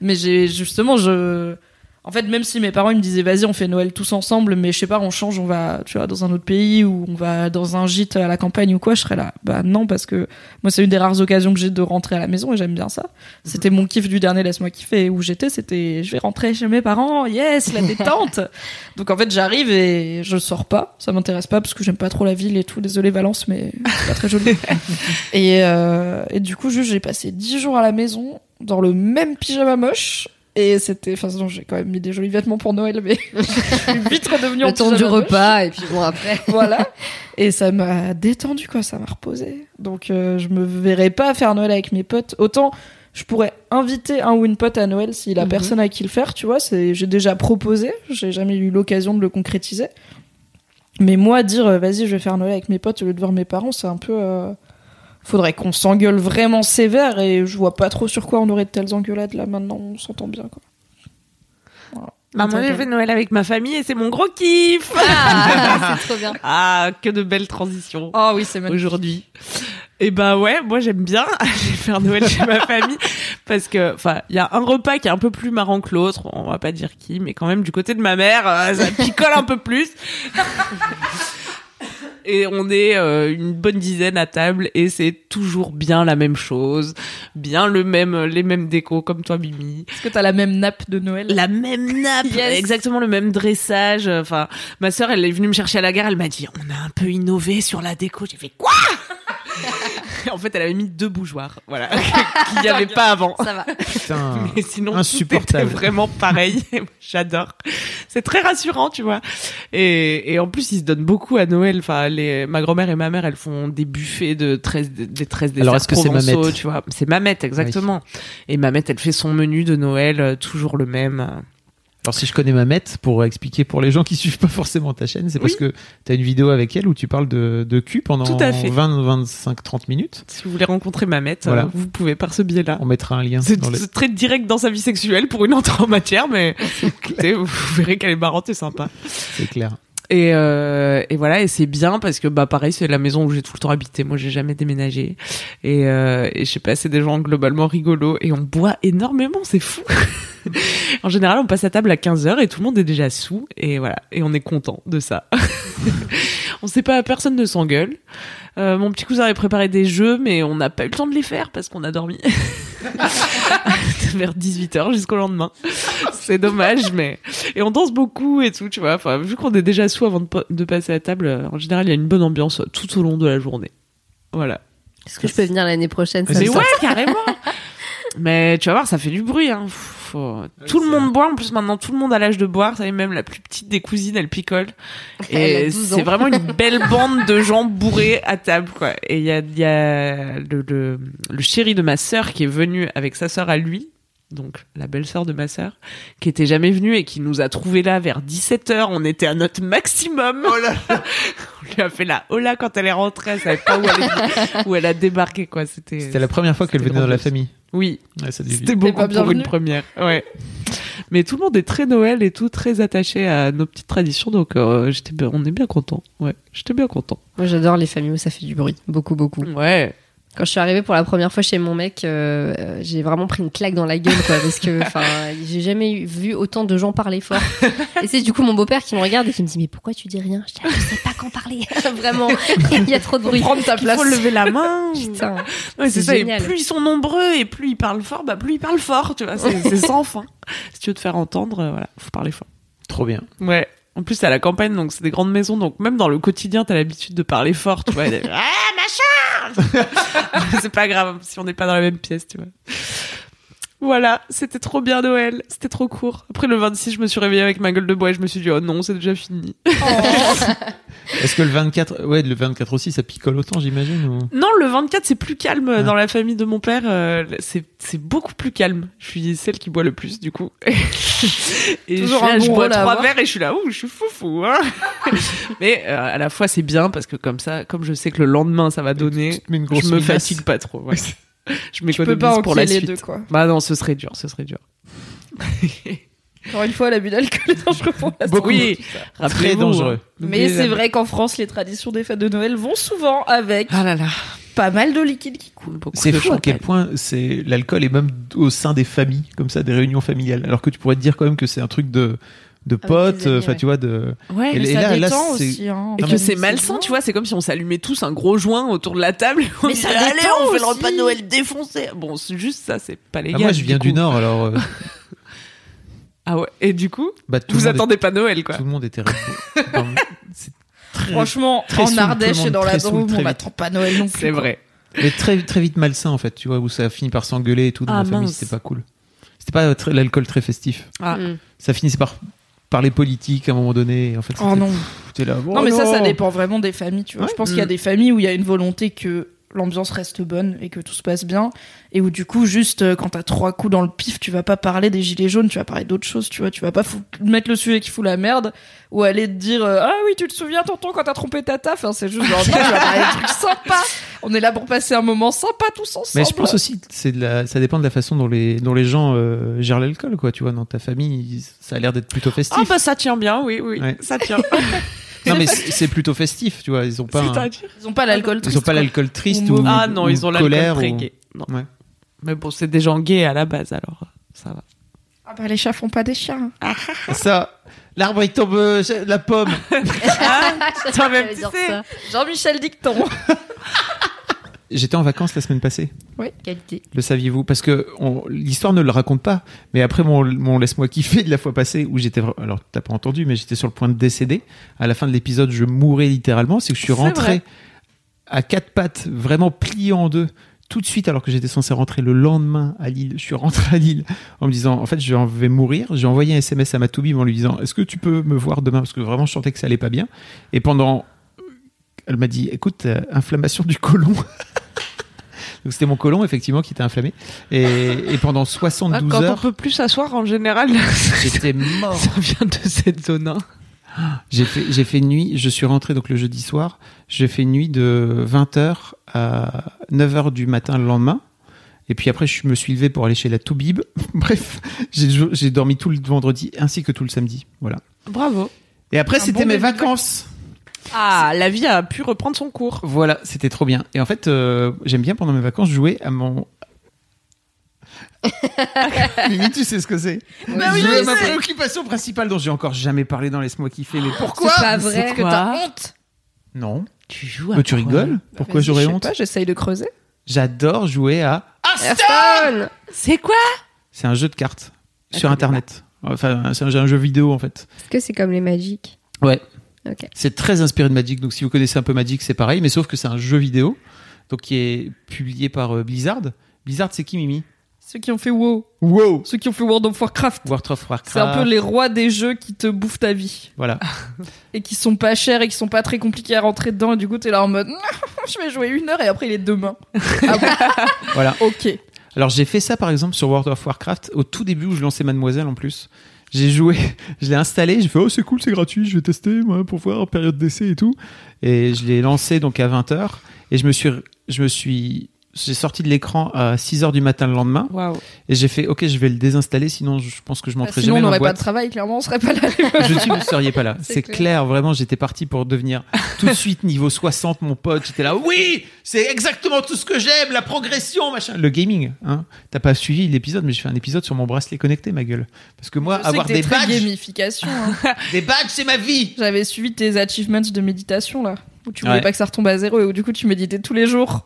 S3: Mais j'ai justement, je. En fait, même si mes parents ils me disaient vas-y, on fait Noël tous ensemble, mais je sais pas, on change, on va, tu vois, dans un autre pays ou on va dans un gîte à la campagne ou quoi, je serais là. Bah non, parce que moi c'est une des rares occasions que j'ai de rentrer à la maison et j'aime bien
S4: Mhm.
S3: ça. C'était mon kiff du dernier laisse-moi kiffer où j'étais, c'était je vais rentrer chez mes parents, yes, la détente.
S4: <laughs>
S3: Donc en fait j'arrive et je sors pas, ça m'intéresse pas parce que j'aime pas trop la ville et tout. Désolé Valence, mais c'est pas très
S4: <laughs>
S3: joli. et, euh, et du coup juste j'ai passé 10 jours à la maison dans le même pyjama moche. Et c'était, enfin, sinon, j'ai quand même mis des jolis vêtements pour Noël, mais <laughs> je suis vite redevenue en
S4: Le temps du
S3: pyjama moche
S4: repas, et puis bon, après.
S3: voilà. <laughs> Et ça m'a détendu, quoi. Ça m'a reposé. Donc, euh, je me verrais pas faire Noël avec mes potes. Autant, je pourrais inviter un ou une pote à Noël s'il a
S4: Mhm.
S3: personne à qui le faire, tu vois. c'est- J'ai déjà proposé. J'ai jamais eu l'occasion de le concrétiser. Mais moi, dire, euh, vas-y, je vais faire Noël avec mes potes au lieu de voir mes parents, c'est un peu. euh, Faudrait qu'on s'engueule vraiment sévère et je vois pas trop sur quoi on aurait de telles engueulades là maintenant, on s'entend bien quoi.
S2: Bah, moi, j'ai fait Noël avec ma famille et c'est mon gros kiff.
S4: <laughs> Ah, c'est trop bien.
S2: Ah, que de belles transitions.
S4: Oh
S3: Ah oui, c'est
S2: aujourd'hui. Et ben ouais, moi j'aime bien <laughs> aller faire Noël chez ma famille <laughs> parce que enfin, il y a un repas qui est un peu plus marrant que l'autre, on va pas dire qui, mais quand même du côté de ma mère, euh, ça picole un peu plus.
S7: Et on est euh, une bonne dizaine à table et c'est toujours bien la même chose, bien le même, les mêmes décos comme toi, Mimi.
S3: Est-ce que t'as la même nappe de Noël
S7: La même nappe,
S3: Yes.
S7: exactement le même dressage. Enfin, ma sœur, elle est venue me chercher à la gare, elle m'a dit on a un peu innové sur la déco. J'ai fait quoi <laughs> En fait, elle avait mis deux bougeoirs, voilà, <laughs> qu'il n'y avait pas avant.
S4: Ça va.
S5: Putain.
S7: Mais sinon,
S5: Insupportable.
S7: insupportable. vraiment pareil. J'adore. C'est très rassurant, tu vois. Et, et en plus, ils se donnent beaucoup à Noël. Enfin, les, ma grand-mère et ma mère, elles font des buffets de 13, des des 13 desserts
S5: Alors, est-ce que c'est
S7: provençaux,
S5: Mamette
S7: tu vois. C'est Mamette, exactement. Et Mamette, elle fait son menu de Noël, euh, toujours le même.
S5: Alors si je connais Mamette, pour expliquer pour les gens qui suivent pas forcément ta chaîne, c'est parce que tu as une vidéo avec elle où tu parles de, de cul pendant
S7: Tout à fait.
S5: 20, 25, 30 minutes.
S7: Si vous voulez rencontrer Mamette,
S5: Voilà.
S7: euh, vous pouvez par ce biais-là.
S5: On mettra un lien
S7: C'est
S5: dans les...
S7: c'est très direct dans sa vie sexuelle pour une entrée en matière,
S5: <laughs>
S7: mais <laughs> écoutez, vous verrez qu'elle est marrante et sympa.
S5: C'est clair.
S7: Et, euh, et voilà, et c'est bien parce que bah pareil, c'est la maison où j'ai tout le temps habité. Moi, j'ai jamais déménagé. Et, euh, et je sais pas, c'est des gens globalement rigolos et on boit énormément, c'est fou. <laughs> en général, on passe à table à 15 heures et tout le monde est déjà sous et voilà, et on est content de ça. <laughs> on sait pas, personne ne s'engueule. Euh, mon petit cousin avait préparé des jeux, mais on n'a pas eu le temps de les faire parce qu'on a dormi <laughs> vers 18h jusqu'au lendemain. C'est dommage, mais et on danse beaucoup et tout, tu vois. Enfin, vu qu'on est déjà sous avant de, pa- de passer à table, euh, en général, il y a une bonne ambiance euh, tout au long de la journée. Voilà.
S4: Est-ce que je peux venir l'année prochaine ça
S7: Mais
S4: me
S7: ouais, carrément. <laughs> Mais tu vas voir, ça fait du bruit. Hein. Faut- Tout le monde boit. En plus, maintenant, tout le monde a l'âge de boire. Ça y est, même la plus petite des cousines, elle picole.
S4: Elle a
S7: Et
S4: 12 ans.
S7: c'est vraiment une
S4: <laughs>
S7: belle bande de gens bourrés à table, quoi. Et il y a, il y a le, le, le chéri de ma sœur qui est venu avec sa sœur à lui. Donc, la belle-sœur de ma sœur, qui était jamais venue et qui nous a trouvés là vers 17h. On était à notre maximum. <laughs> On lui a fait la hola quand elle est rentrée. Elle savait pas où elle, est- où elle a débarqué, quoi. C'était,
S5: C'était la première fois qu'elle
S7: C'était
S5: venait dans la
S7: drôle.
S5: famille.
S7: oui.
S5: Ouais, ça dévie.
S7: C'était beaucoup
S3: pas
S7: pour
S3: bienvenue.
S7: une première. Ouais. Mais tout le monde est très Noël et tout très attaché à nos petites traditions, donc euh, j'étais bien- on est bien content. Ouais, j'étais bien content.
S4: Moi, j'adore les familles où ça fait du bruit. Beaucoup, beaucoup.
S7: Ouais.
S4: Quand je suis arrivée pour la première fois chez mon mec, euh, euh, j'ai vraiment pris une claque dans la gueule, quoi, parce <laughs> que, enfin, j'ai jamais eu- vu autant de gens parler fort. Et c'est du coup mon beau-père qui me regarde et qui me dit, mais pourquoi tu dis rien Je dis, Ah, je sais pas quand parler. <laughs> vraiment, il y a trop de bruit.
S3: Prendre ta place.
S7: Faut lever la main.
S4: Putain.
S7: <laughs> Ouais,
S4: C'est
S7: c'est ça.
S4: génial.
S7: Et plus ils sont nombreux et plus ils parlent fort, bah plus ils parlent fort, tu vois. C'est <laughs> c'est sans fin. Si tu veux te faire entendre, euh, voilà, faut parler fort.
S5: Trop bien.
S7: Ouais. En plus, c'est à la campagne, donc c'est des grandes maisons, donc même dans le quotidien, t'as l'habitude de parler fort, tu vois. et de- ah, machin <laughs> C'est pas grave si on n'est pas dans la même pièce, tu vois. Voilà, c'était trop bien Noël, c'était trop court. Après le 26, je me suis réveillée avec ma gueule de bois et je me suis dit, oh non, c'est déjà fini.
S5: Est-ce que le 24, ouais, le 24 aussi, ça picole autant, j'imagine ou-
S7: Non, le 24, c'est plus calme
S5: Ah.
S7: dans la famille de mon père. euh, c'est c'est beaucoup plus calme. Je suis celle qui boit le plus, du coup. et je, suis
S3: Toujours un
S7: là,
S3: bon
S7: je bois
S3: rôle à
S7: trois
S3: avoir.
S7: verres et je suis là, ouh, je suis foufou. Hein <laughs> Mais euh, à la fois, c'est bien parce que comme ça, comme je sais que le lendemain, ça va
S5: Tu
S7: donner,
S5: te mets une grosse
S7: je me
S5: minace.
S7: fatigue pas
S5: <laughs>
S7: trop. ouais. je
S3: Tu peux pas
S7: m'économise pour
S3: enquiller
S7: la
S3: les
S7: suite.
S3: deux, quoi.
S7: Bah non, ce serait dur, ce serait dur.
S3: Encore une fois, l'abus d'alcool est dangereux pour la santé.
S7: oui,
S5: Très
S7: rappelez-vous,
S5: dangereux.
S7: hein.
S3: Mais
S7: N'oubliez
S3: c'est
S7: jamais.
S3: vrai qu'en France, les traditions des fêtes de Noël vont souvent avec
S7: Ah là là,
S3: pas mal de liquide qui coule.
S7: coule beaucoup
S5: C'est
S7: de
S5: fou à
S7: champagne.
S5: quel point c'est l'alcool est même au sein des familles, comme ça, des réunions familiales. Alors que tu pourrais te dire quand même que c'est un truc de
S7: Ah
S5: de
S4: des
S5: potes,
S4: amis,
S5: enfin
S4: ouais.
S5: tu vois de.
S7: Ouais,
S5: Et là-
S3: ça
S5: là,
S3: détend
S5: c'est-
S3: aussi. hein,
S7: Et
S3: en
S7: que
S3: famille,
S7: c'est malsain,
S3: bien.
S7: tu vois, c'est comme si on s'allumait tous un gros joint autour de la table. <laughs> On
S3: Mais
S7: disait,
S3: ça
S7: allez,
S3: détend
S7: on fait
S3: aussi.
S7: le repas de Noël défoncé. Bon, c'est juste ça, c'est pas légal.
S5: Ah, moi je viens du
S7: coup.
S5: Nord, alors
S7: <laughs>
S5: euh,
S7: Ah ouais, et du coup,
S5: bah, tout le
S7: vous
S5: monde est-
S7: attendez pas Noël, quoi.
S5: Tout le monde était Red
S7: <laughs>
S5: Bull. Enfin, c'est très-
S3: Franchement,
S5: Très saoul,
S3: en
S5: tout le
S3: Ardèche et
S5: monde
S3: dans la
S5: très saoul,
S3: Drôme,
S5: très
S3: on
S5: vite.
S3: n'attend pas Noël non plus.
S7: C'est
S3: quoi.
S7: vrai.
S5: mais très très vite malsain en fait, tu vois où ça finit par s'engueuler et tout dans
S7: Ah,
S5: ma famille,
S7: mince.
S5: c'était pas cool. C'était pas très- l'alcool très festif.
S7: Ah.
S4: Mm.
S5: Ça finissait par parler politique à un moment donné. et En fait,
S3: Oh non.
S5: c'était là.
S3: non, mais ça, ça dépend vraiment des familles, tu vois.
S5: Ouais.
S3: Je pense qu'il y a
S7: Mm.
S3: des familles où il y a une volonté que l'ambiance reste bonne et que tout se passe bien. Et où, du coup, juste euh, quand t'as trois coups dans le pif, tu vas pas parler des gilets jaunes, tu vas parler d'autres choses, tu vois. Tu vas pas fou- mettre le sujet qui fout la merde ou aller te dire euh, Ah oui, tu te souviens, tonton, quand t'as trompé tata. Enfin, c'est juste genre, non, tu vas parler des trucs sympas. On est là pour passer un moment sympa tous ensemble.
S5: Mais je pense aussi, que c'est de la, ça dépend de la façon dont les, dont les gens euh, gèrent l'alcool, quoi. Tu vois, dans ta famille, ils- ça a l'air d'être plutôt festif.
S7: Ah bah ça tient bien, oui, oui,
S5: Ouais.
S7: ça tient.
S5: non, mais c'est c'est plutôt festif, tu vois. Ils ont pas, un-
S7: C'est-à-dire
S3: Ils ont pas l'alcool
S5: ils ont
S3: triste.
S5: pas l'alcool triste
S3: Ou
S5: ou,
S7: Ah non,
S5: ou
S7: ils ont l'alcool
S5: colère
S7: très
S5: ou-
S7: gay. Non.
S5: Ouais.
S7: Mais bon, c'est des gens gays à la base, alors euh, ça va.
S3: Ah bah les chats font pas des chiens.
S5: Ah, Ça, l'arbre il tombe, euh, la
S7: <laughs>
S5: pomme.
S4: Ça
S2: même tu
S4: veut Ah, dire
S2: sais.
S4: ça.
S3: Jean-Michel Dicton.
S5: J'étais en vacances la semaine passée.
S4: Qualité.
S5: Le saviez-vous Parce que on- l'histoire ne le raconte pas. Mais après mon, mon laisse-moi kiffer de la fois passée où j'étais. vra- Alors t'as pas entendu, mais j'étais sur le point de décéder. À la fin de l'épisode, je mourais littéralement. C'est que je suis
S2: C'est
S5: rentré
S2: vrai.
S5: à quatre pattes, vraiment plié en deux. Tout de suite, alors que j'étais censé rentrer le lendemain à Lille, je suis rentré à Lille en me disant, en fait, je vais mourir. J'ai envoyé un SMS à ma toubib en lui disant, est-ce que tu peux me voir demain Parce que vraiment, je sentais que ça allait pas bien. Et pendant, elle m'a dit, écoute, euh, inflammation du côlon. <laughs> Donc c'était mon côlon effectivement qui était inflammé et, et pendant
S7: Ah,
S5: 72
S2: Ah, quand on
S5: heures
S2: peut plus s'asseoir en
S7: <laughs>
S2: général,
S5: j'étais mort.
S2: ça vient de cette zone. hein.
S5: J'ai fait j'ai fait nuit, je suis rentré donc le jeudi soir, j'ai fait nuit de 20h à 9h du matin le lendemain. Et puis après, je me suis levé pour aller chez la Toubib. <laughs> Bref, j'ai jou- j'ai dormi tout le vendredi ainsi que tout le samedi. Voilà.
S2: Bravo.
S5: Et après,
S3: Un
S5: c'était
S3: bon
S5: mes
S3: début de
S5: vacances.
S2: Ah, la vie a pu reprendre son cours.
S5: Voilà, c'était trop bien. Et en fait, euh, j'aime bien pendant mes vacances jouer à mon. Mimi, tu sais ce que c'est
S4: Bah oui,
S5: Jouer
S4: je
S5: à ma
S4: sais.
S5: préoccupation principale dont j'ai encore jamais parlé dans Laisse-moi kiffer, mais pourquoi
S4: C'est pas vrai.
S3: Est-ce que t'as honte
S5: Non.
S2: Tu joues à
S5: Mais tu
S2: quoi
S5: rigoles Pourquoi
S3: Vas-y,
S5: j'aurais
S3: je sais
S5: honte
S3: pas, J'essaye de creuser.
S5: J'adore jouer à.
S4: Ayrton
S2: C'est quoi
S5: C'est un jeu de cartes sur internet. Enfin, c'est un, un jeu vidéo en fait.
S4: Est-ce que c'est comme les magiques
S5: Ouais.
S4: Ok.
S5: C'est très inspiré de Magic. Donc, si vous connaissez un peu Magic, c'est pareil, mais sauf que c'est un jeu vidéo. Donc, qui est publié par euh, Blizzard. Blizzard, c'est qui, Mimi
S3: Ceux qui ont fait WoW,
S5: Wow
S3: ceux qui ont fait World of Warcraft.
S5: World of Warcraft.
S3: C'est un peu les rois des jeux qui te bouffent ta vie
S5: Ah. Voilà.
S3: <laughs> et qui sont pas chers et qui sont pas très compliqués à rentrer dedans. Et du coup, t'es là en mode, <laughs> je vais jouer une heure et après il
S5: <laughs>
S3: est demain. ah <laughs> bon
S5: Voilà.
S3: Ok.
S5: Alors j'ai fait ça par exemple sur World of Warcraft au tout début où je lançais Mademoiselle en plus. J'ai joué, <laughs> je l'ai installé, j'ai fait oh c'est cool, c'est gratuit, je vais tester moi pour voir période d'essai et tout. Et je l'ai lancé donc à 20h et je me suis je me suis j'ai sorti de l'écran à 6h du matin le lendemain
S2: Waouh.
S5: et j'ai fait OK, je vais le désinstaller sinon je pense que je
S3: Bah,
S5: m'entrais
S3: sinon, on
S5: jamais en
S3: n'aurait pas de
S5: boîte.
S3: travail. Clairement, on serait pas là.
S5: <laughs> Je dis, vous ne seriez pas là.
S4: C'est
S5: C'est clair.
S4: clair.
S5: vraiment, j'étais parti pour devenir tout de suite niveau 60, mon pote. J'étais là, oui, c'est exactement tout ce que j'aime, la progression, machin. Le gaming, hein. T'as pas suivi l'épisode, mais j'ai fait un épisode sur mon bracelet connecté, ma gueule. Parce que moi,
S3: Je sais
S5: avoir
S3: que t'es
S5: des
S3: très
S5: badges,
S3: gamification. hein.
S5: <laughs> des badges, c'est ma vie.
S3: J'avais suivi tes achievements de méditation là, où tu voulais
S5: Ouais.
S3: pas que ça retombe à zéro et où du coup tu méditais tous les jours.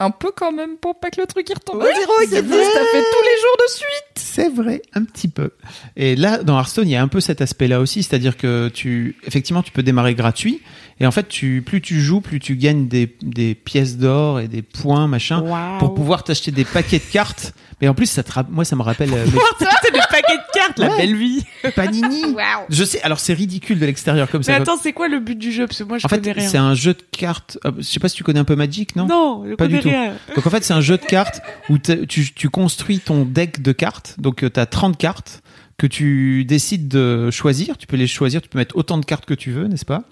S3: Un peu quand même pour pas que le truc il retombe à zéro et
S5: c'est
S3: que
S5: vrai.
S3: t'as fait tous les jours de suite.
S5: C'est vrai, un petit peu. Et là, dans Hearthstone, il y a un peu cet aspect-là aussi, c'est-à-dire que tu, effectivement, tu peux démarrer gratuit, et en fait, tu, plus tu joues, plus tu gagnes des, des pièces d'or et des points, machin, pour pouvoir t'acheter des paquets de cartes. Mais en plus, ça te, ra- moi, ça me rappelle euh, mes-
S2: C'est des paquets de cartes, la
S5: Ouais.
S2: belle vie.
S5: Panini. Je sais, alors c'est ridicule de l'extérieur comme
S2: Mais
S5: ça.
S2: attends, c'est quoi le but du jeu Parce que moi, je
S5: en fait,
S2: connais rien.
S5: c'est un jeu de cartes. euh, Je sais pas si tu connais un peu Magic, non
S2: Non, je
S5: Pas
S2: connais
S5: du tout.
S2: rien.
S5: Donc en fait, c'est un jeu de cartes où t'as- tu, tu construis ton deck de cartes. Donc tu as 30 cartes que tu décides de choisir. Tu peux les choisir, tu peux mettre autant de cartes que tu veux, n'est-ce pas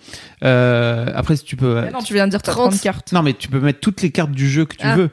S5: Euh, Après, tu peux...
S3: Ah non, tu viens de dire t'as 30,
S4: 30
S3: cartes.
S5: Non, mais tu peux mettre toutes les cartes du jeu que tu
S4: Ah.
S5: veux.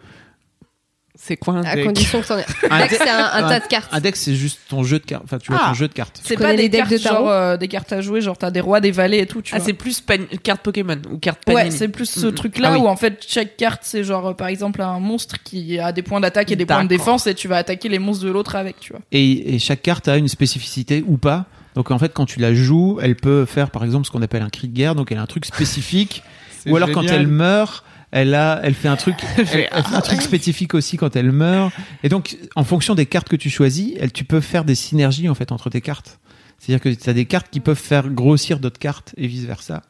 S2: C'est quoi un
S7: Ah,
S4: À
S2: deck
S4: condition que t'en aies.
S5: <laughs> Un
S4: Deck,
S5: deck-
S4: c'est un, un tas de cartes.
S5: Un deck, c'est juste ton jeu de cartes. Enfin, tu vois,
S2: Ah.
S5: ton jeu de cartes.
S3: C'est
S4: connais
S3: pas des
S4: les decks
S3: cartes
S4: de tarot
S3: genre euh, des cartes à jouer, genre t'as des rois, des valets et tout, tu
S2: Ah,
S3: vois.
S2: c'est plus pan- carte Pokémon ou carte
S3: Ouais,
S2: Panini.
S3: c'est plus ce
S2: Mm.
S3: truc-là
S5: Ah oui.
S3: où en fait chaque carte c'est genre euh, par exemple un monstre qui a des points d'attaque et des points de
S2: D'accord.
S3: défense et tu vas attaquer les monstres de l'autre avec, tu vois.
S5: Et, et chaque carte a une spécificité ou pas. Donc en fait, quand tu la joues, elle peut faire par exemple ce qu'on appelle un cri de guerre, donc elle a un truc <laughs> spécifique. ou alors quand elle meurt, elle a, elle fait un truc, <laughs> elle, elle fait un truc spécifique aussi quand elle meurt. Et donc en fonction des cartes que tu choisis, elle, tu peux faire des synergies en fait entre tes cartes. C'est-à-dire que tu as des cartes qui peuvent faire grossir d'autres cartes et vice versa.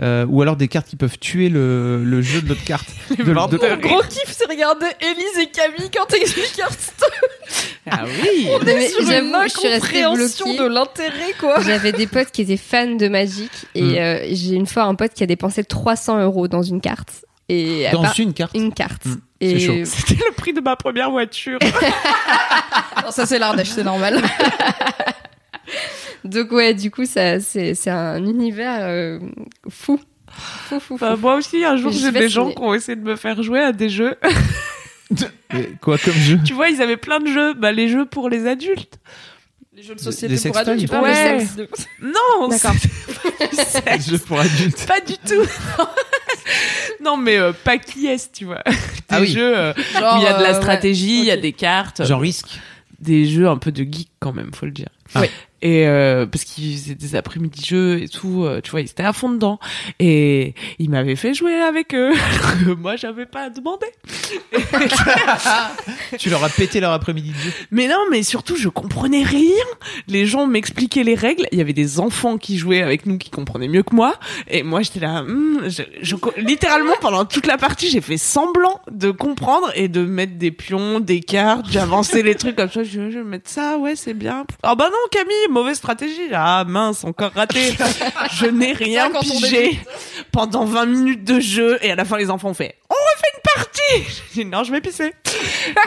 S5: Euh, ou alors des cartes qui peuvent tuer le, le jeu de l'autre <laughs> carte. De- de-
S3: Mon gros kiff c'est regarder Elise et Camille quand t'expliques Hearthstone
S2: Ah oui
S3: on est
S4: Mais
S3: sur une
S4: j'avoue, je suis restée
S3: incompréhension
S4: bloquée.
S3: de l'intérêt quoi.
S4: J'avais des potes qui étaient fans de Magic et
S5: Mm.
S4: euh, j'ai une fois un pote qui a dépensé 300 euros dans une carte. Et à
S5: dans
S4: part-
S5: une carte.
S4: une carte.
S5: Mm.
S4: Et
S5: C'est
S2: C'était le prix de ma première voiture.
S3: Non, Ah, ça c'est l'Ardèche,
S2: <laughs>
S3: c'est normal.
S4: donc ouais, du coup, ça c'est c'est un univers euh, fou. Fou, fou, fou.
S2: Bah, moi aussi, un jour,
S4: Je
S2: j'ai
S4: sais pas
S2: des
S4: si-
S2: gens qui ont essayé de me faire jouer à des jeux. <laughs>
S5: Mais Quoi comme jeu
S2: tu vois, ils avaient plein de jeux. Bah, les jeux pour les adultes.
S3: Les jeux de
S5: société
S3: société
S5: Les pour
S3: pour
S5: sextoys. adultes,
S3: adultes,
S5: tu parles
S2: de
S3: ouais.
S2: sexe. Non
S4: D'accord.
S5: Un <laughs> jeu pour adultes.
S2: Pas du tout. <laughs> non, mais euh, pas qui est-ce, tu vois. Des
S5: Ah oui.
S2: jeux euh,
S3: <laughs> Genre,
S2: où il y a de
S3: euh,
S2: la
S3: ouais.
S2: stratégie, il y a
S3: Ok.
S2: des cartes.
S5: Genre risque.
S7: des jeux un peu de geek quand même, faut le dire.
S5: Ah. Oui.
S7: Et euh, parce qu'il faisait des après-midi jeux et tout, euh, tu vois, il était à fond dedans. Et il m'avait fait jouer avec eux. <laughs> que Moi, j'avais pas demandé.
S5: Tu leur as pété leur après-midi de jeu.
S7: Mais non, mais surtout, je comprenais rien. Les gens m'expliquaient les règles. Il y avait des enfants qui jouaient avec nous qui comprenaient mieux que moi. Et moi, j'étais là. hmm, je, je co- littéralement, pendant toute la partie, j'ai fait semblant de comprendre et de mettre des pions, des cartes. J'avançais les trucs comme ça. Je, je vais mettre ça. Ouais, c'est bien. Ah bah non, Camille, mauvaise stratégie. Ah mince, encore raté. je n'ai rien
S3: Ça, quand on
S7: pigé pendant 20 minutes de jeu. Et à la fin, les enfants ont fait. On refait une partie. J'ai dit non, je vais pisser.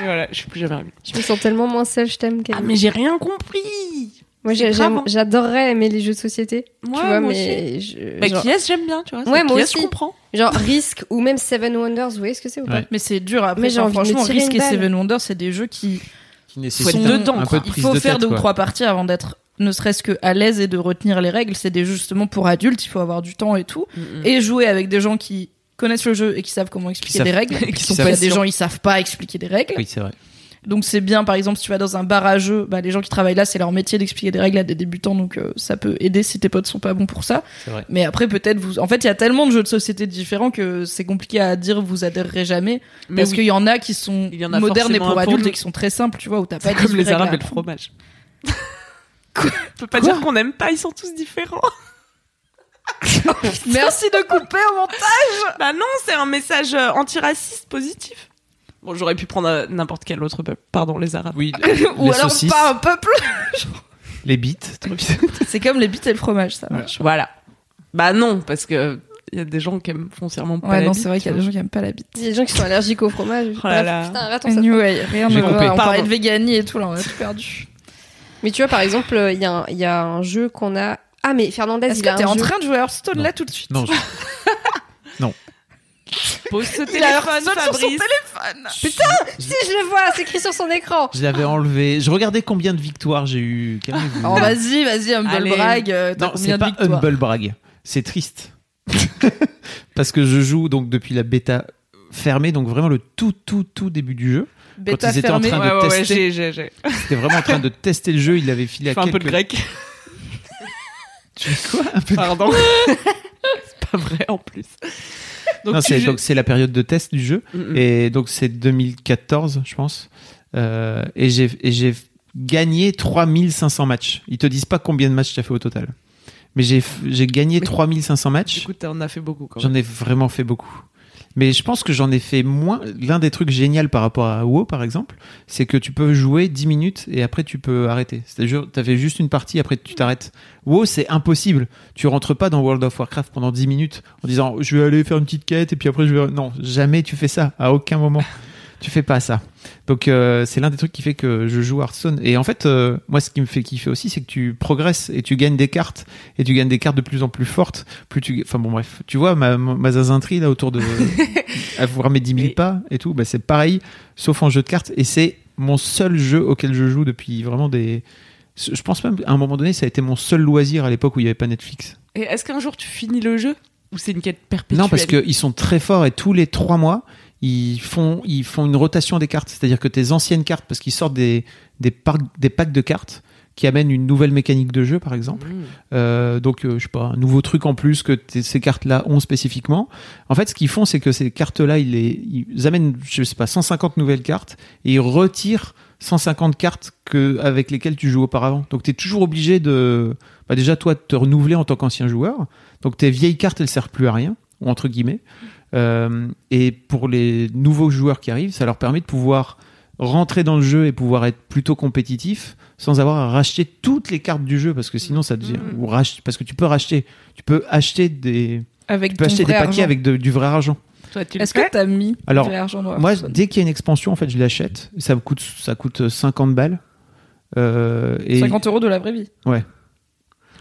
S7: Et voilà, je suis plus jamais revenue.
S4: Je me sens tellement moins seule, je t'aime, Camille.
S7: Ah mais j'ai rien compris.
S4: moi,
S7: c'est
S4: j'ai-
S7: grave, hein.
S4: j'aime- j'adorerais aimer les jeux de société.
S7: Moi,
S4: tu vois,
S7: moi
S4: mais. Je,
S7: Bah,
S4: genre,
S7: Kies, j'aime bien, tu vois.
S4: Ouais, moi
S7: Kies,
S4: aussi.
S7: je comprends.
S4: genre Risk ou même Seven Wonders, vous voyez ce que c'est ou pas
S5: Ouais.
S3: Mais c'est dur après.
S4: Mais j'ai
S3: enfin,
S4: envie de me
S3: franchement,
S4: tirer
S3: Risk
S4: une
S3: et
S4: balle.
S3: Seven Wonders, c'est des jeux qui
S5: <laughs> Qui nécessite
S3: sont dedans.
S5: un peu
S3: quoi.
S5: de
S3: Il
S5: prise
S3: faut
S5: de
S3: faire
S5: tête,
S3: deux ou
S5: quoi.
S3: trois parties avant d'être ne serait-ce que à l'aise et de retenir les règles. C'est des jeux justement pour adultes, il faut avoir du temps et tout. Mm. Et jouer avec des gens qui connaissent le jeu et qui savent comment expliquer
S5: savent-
S3: des règles.
S5: qui
S3: Parce
S5: savent-
S3: qu'il y a des gens, ils savent pas expliquer des règles.
S5: Oui, c'est vrai.
S3: Donc c'est bien, par exemple, si tu vas dans un bar à jeux, bah, les gens qui travaillent là, c'est leur métier d'expliquer des règles à des débutants, donc euh, ça peut aider si tes potes sont pas bons pour ça.
S5: C'est vrai.
S3: Mais après, peut-être, vous... en fait, il y a tellement de jeux de société différents que c'est compliqué à dire, vous adhérerez jamais,
S7: Mais
S3: parce
S7: oui,
S3: qu'il y en a qui sont
S7: Il y en a
S3: modernes et
S7: forcément
S3: pour
S7: un pour
S3: adultes
S7: nous.
S3: et qui sont très simples, tu vois, où t'as pas
S7: c'est comme
S3: 18
S7: les
S3: règles à
S7: Arabes et le
S3: apprendre.
S7: <laughs> fromage. On peut pas dire qu'on aime pas, ils sont tous différents.
S3: <laughs> Merci de couper au montage
S7: <laughs> bah non, c'est un message euh, antiraciste positif. Bon, j'aurais pu prendre euh, n'importe quel autre peuple. Pardon, les Arabes.
S5: Oui,
S3: <laughs>
S7: <laughs>
S3: Ou
S5: les
S3: alors
S5: saucisses,
S3: pas un peuple
S5: les bites.
S3: C'est comme les bites et le fromage, ça. marche.
S7: Voilà. Bah non, parce que il y a des gens qui aiment foncièrement pas
S3: Ouais,
S7: la
S3: non,
S7: bite,
S3: c'est vrai qu'il y a
S7: tu
S3: des gens qui aiment pas la bite.
S4: Il y a des gens qui sont allergiques au fromage.
S7: Oh là là.
S4: Putain, raton, ça
S3: Anyway, rien
S5: J'ai
S3: ne
S5: compris.
S3: va. On parlait
S7: Pardon.
S3: de Vegani et tout, là, on a tout perdu.
S4: Mais tu vois, par exemple, euh, il y, a un- il y a un jeu qu'on a. Ah, mais Fernandez,
S3: Est-ce
S4: il a
S3: que t'es
S4: un
S3: en
S4: jeu.
S3: train de jouer à Hearthstone
S5: Non.
S3: là tout de suite
S5: Non, je-
S7: vois. Pose ce
S3: Il a
S7: téléphone,
S3: Hearthstone sur son
S7: Fabrice.
S3: téléphone
S4: Si, je le vois, c'est écrit sur son
S3: <laughs>
S4: écran.
S5: je l'avais enlevé. Je regardais combien de victoires j'ai eu. Calmez-vous.
S3: Oh, vas-y, vas-y, humble
S7: Allez.
S3: brag. euh, T'as
S5: Non,
S3: combien
S5: c'est
S3: de
S5: pas
S3: victoires
S5: humble brag. C'est triste. <laughs> Parce que je joue donc depuis la bêta fermée, donc vraiment le tout, tout, tout début du jeu.
S3: Bêta
S5: ils étaient en
S3: fermée.
S5: train
S7: Ouais, ouais, ouais,
S5: tester.
S7: j'ai, j'ai, j'ai.
S5: C'était vraiment en train de tester le jeu. Il avait
S7: Je
S5: filé à
S7: fais un peu de
S5: quelques...
S7: grec.
S5: <laughs> Tu fais quoi Un peu de-
S7: Pardon. <laughs> c'est pas vrai en plus. Donc,
S5: Non,
S3: <laughs>
S7: tu
S5: c'est
S7: joues-
S5: donc c'est la période de test du jeu.
S7: Mm, mm.
S5: Et donc c'est 2014, je pense. Euh, et j'ai et j'ai gagné 3500 matchs. Ils te disent pas combien de matchs t'as fait au total. Mais j'ai f- j'ai gagné
S7: Mais-
S5: 3500 matchs.
S7: Écoute, on a fait beaucoup quand même.
S5: J'en ai vraiment fait beaucoup. Mais je pense que j'en ai fait moins. L'un des trucs géniaux par rapport à WoW, par exemple, c'est que tu peux jouer 10 minutes et après tu peux arrêter. C'est-à-dire, tu avais juste une partie, après tu t'arrêtes. WoW, c'est impossible. Tu rentres pas dans World of Warcraft pendant 10 minutes en disant je vais aller faire une petite quête et puis après je vais. Non, jamais tu fais ça. À aucun
S7: <laughs>
S5: moment. tu fais pas ça. Donc, euh, c'est l'un des trucs qui fait que je joue Hearthstone. Et en fait, euh, moi, ce qui me fait kiffer aussi, c'est que tu progresses et tu gagnes des cartes et tu gagnes des cartes de plus en plus fortes plus tu enfin bon bref tu vois ma, ma zazinterie là autour de à voir mes 10 000
S7: Et-
S5: pas et tout bah c'est pareil sauf en jeu de cartes et c'est mon seul jeu auquel je joue depuis vraiment des je pense même à un moment donné ça a été mon seul loisir à l'époque où il n'y avait pas Netflix
S7: Et est-ce qu'un jour tu finis le jeu ou c'est une quête perpétuelle
S5: non parce que ils sont très forts et tous les trois mois ils font ils font une rotation des cartes c'est à dire que tes anciennes cartes parce qu'ils sortent des des, par- des packs de cartes qui amènent une nouvelle mécanique de jeu par exemple
S7: Mmh.
S5: Euh, donc, euh, je sais pas, un nouveau truc en plus que t- ces cartes-là ont spécifiquement. En fait, ce qu'ils font, c'est que ces cartes-là, ils, les- ils amènent, je sais pas, 150 nouvelles cartes et ils retirent 150 cartes que, avec lesquelles tu joues auparavant. Donc, tu es toujours obligé de, bah, déjà, toi, de te renouveler en tant qu'ancien joueur. Donc, tes vieilles cartes, elles servent plus à rien, ou entre guillemets. Euh, et pour les nouveaux joueurs qui arrivent, ça leur permet de pouvoir rentrer dans le jeu et pouvoir être plutôt compétitif sans avoir à racheter toutes les cartes du jeu parce que sinon ça devient
S3: Mm.
S5: ou rach- parce que tu peux racheter tu peux acheter des
S3: Avec
S5: tu peux
S3: ton
S5: acheter des
S3: vrai
S5: paquets
S3: argent.
S5: avec de- du vrai argent
S7: Toi, tu le
S3: Est-ce que
S7: fais
S3: t'as mis
S5: Alors,
S3: de l'argent dans
S5: moi
S3: Hearthstone
S5: dès qu'il y a une expansion en fait je l'achète ça me coûte ça coûte 50 balles Euh, et
S3: 50 euros de la vraie vie.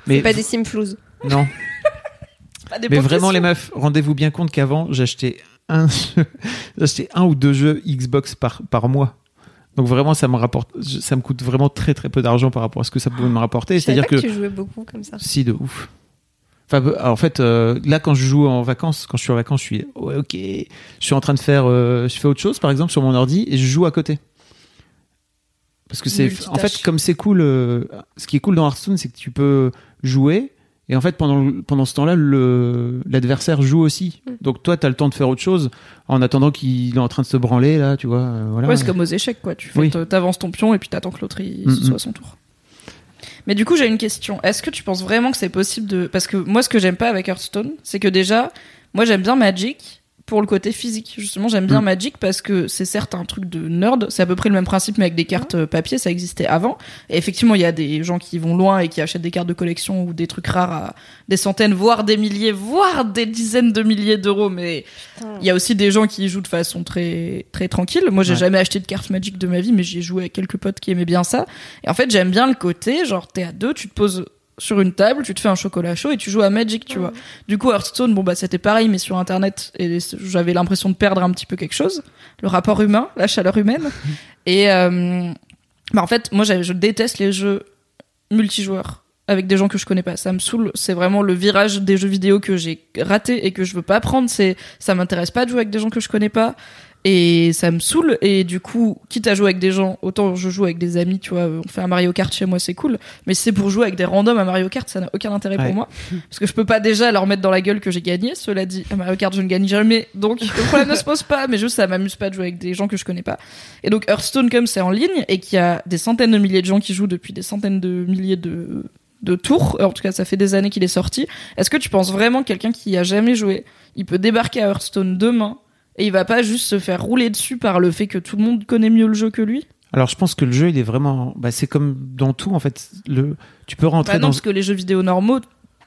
S5: mais
S4: Pas des simflouzes. <laughs>
S5: non
S3: Pas des
S5: mais
S3: potes
S5: vraiment
S3: questions.
S5: les meufs rendez-vous bien compte qu'avant j'achetais un <laughs> jeu- j'achetais un ou deux jeux Xbox par par mois donc vraiment ça me rapporte je- ça me coûte vraiment très très peu d'argent par rapport à ce que ça pouvait me rapporter
S4: Je
S5: c'est à
S4: savais
S5: dire
S4: pas que...
S5: que
S4: tu jouais beaucoup comme ça.
S5: Si, de ouf. Enfin, peu- en fait, euh, là, quand je joue en vacances, quand je suis en vacances, je suis ouais, ok. Je suis en train de faire, euh, je fais autre chose, par exemple, sur mon ordi, et je joue à côté. Parce que c'est
S3: Multitâche.
S5: en fait comme c'est cool. euh, ce qui est cool dans Hearthstone, c'est que tu peux jouer et en fait pendant le- pendant ce temps-là, le l'adversaire joue aussi.
S3: Mm.
S5: Donc toi, t'as le temps de faire autre chose en attendant qu'il est en train de se branler là, tu vois. euh, voilà.
S3: Ouais, c'est comme aux échecs, quoi. Tu fais,
S5: Oui.
S3: te- t'avances ton pion et puis t'attends que l'autre il-
S5: Mm,
S3: ce soit
S5: mm.
S3: son tour. Mais du coup, j'ai une question. Est-ce que tu penses vraiment que c'est possible de. Parce que moi, ce que j'aime pas avec Hearthstone, c'est que déjà, moi, j'aime bien Magic pour le côté physique. Justement, j'aime
S5: Mm.
S3: bien Magic parce que c'est certes un truc de nerd. C'est à peu près le même principe, mais avec des
S5: Mm.
S3: cartes euh, papier. Ça existait avant. Et effectivement, il y a des gens qui vont loin et qui achètent des cartes de collection ou des trucs rares à des centaines, voire des milliers, voire des dizaines de milliers d'euros. Mais il y a aussi des gens qui y jouent de façon très très tranquille. Moi, j'ai
S5: Ouais.
S3: jamais acheté de carte Magic de ma vie, mais j'ai joué avec quelques potes qui aimaient bien ça. Et en fait, j'aime bien le côté genre t'es à deux, tu te poses sur une table, tu te fais un chocolat chaud et tu joues à Magic, tu vois. Du coup, Hearthstone, bon bah c'était pareil, mais sur Internet, et j'avais l'impression de perdre un petit peu quelque chose, le rapport humain, la chaleur humaine. et euh, bah en fait, moi, j'ai- je déteste les jeux multijoueurs avec des gens que je connais pas. Ça me saoule. C'est vraiment le virage des jeux vidéo que j'ai raté et que je veux pas prendre. C'est, ça m'intéresse pas de jouer avec des gens que je connais pas. Et ça me saoule. Et du coup, quitte à jouer avec des gens, autant je joue avec des amis, tu vois. On fait un Mario Kart chez moi, c'est cool. Mais si c'est pour jouer avec des randoms à Mario Kart, ça n'a aucun intérêt
S5: Ouais.
S3: pour moi. Parce que je peux pas déjà leur mettre dans la gueule que j'ai gagné. Cela dit, à Mario Kart, je ne gagne jamais. Donc, le problème ne se pose pas. Mais juste, ça m'amuse pas de jouer avec des gens que je connais pas. Et donc Hearthstone, comme c'est en ligne et qu'il y a des centaines de milliers de gens qui jouent depuis des centaines de milliers de, de tours, en tout cas ça fait des années qu'il est sorti, est-ce que tu penses vraiment que quelqu'un qui y a jamais joué, il peut débarquer à Hearthstone demain et il va pas juste se faire rouler dessus par le fait que tout le monde connaît mieux le jeu que lui
S5: Alors je pense que le jeu, il est vraiment. bah, c'est comme dans tout en fait. Le tu peux rentrer
S3: Bah
S5: dans.
S3: non, parce que les jeux vidéo normaux,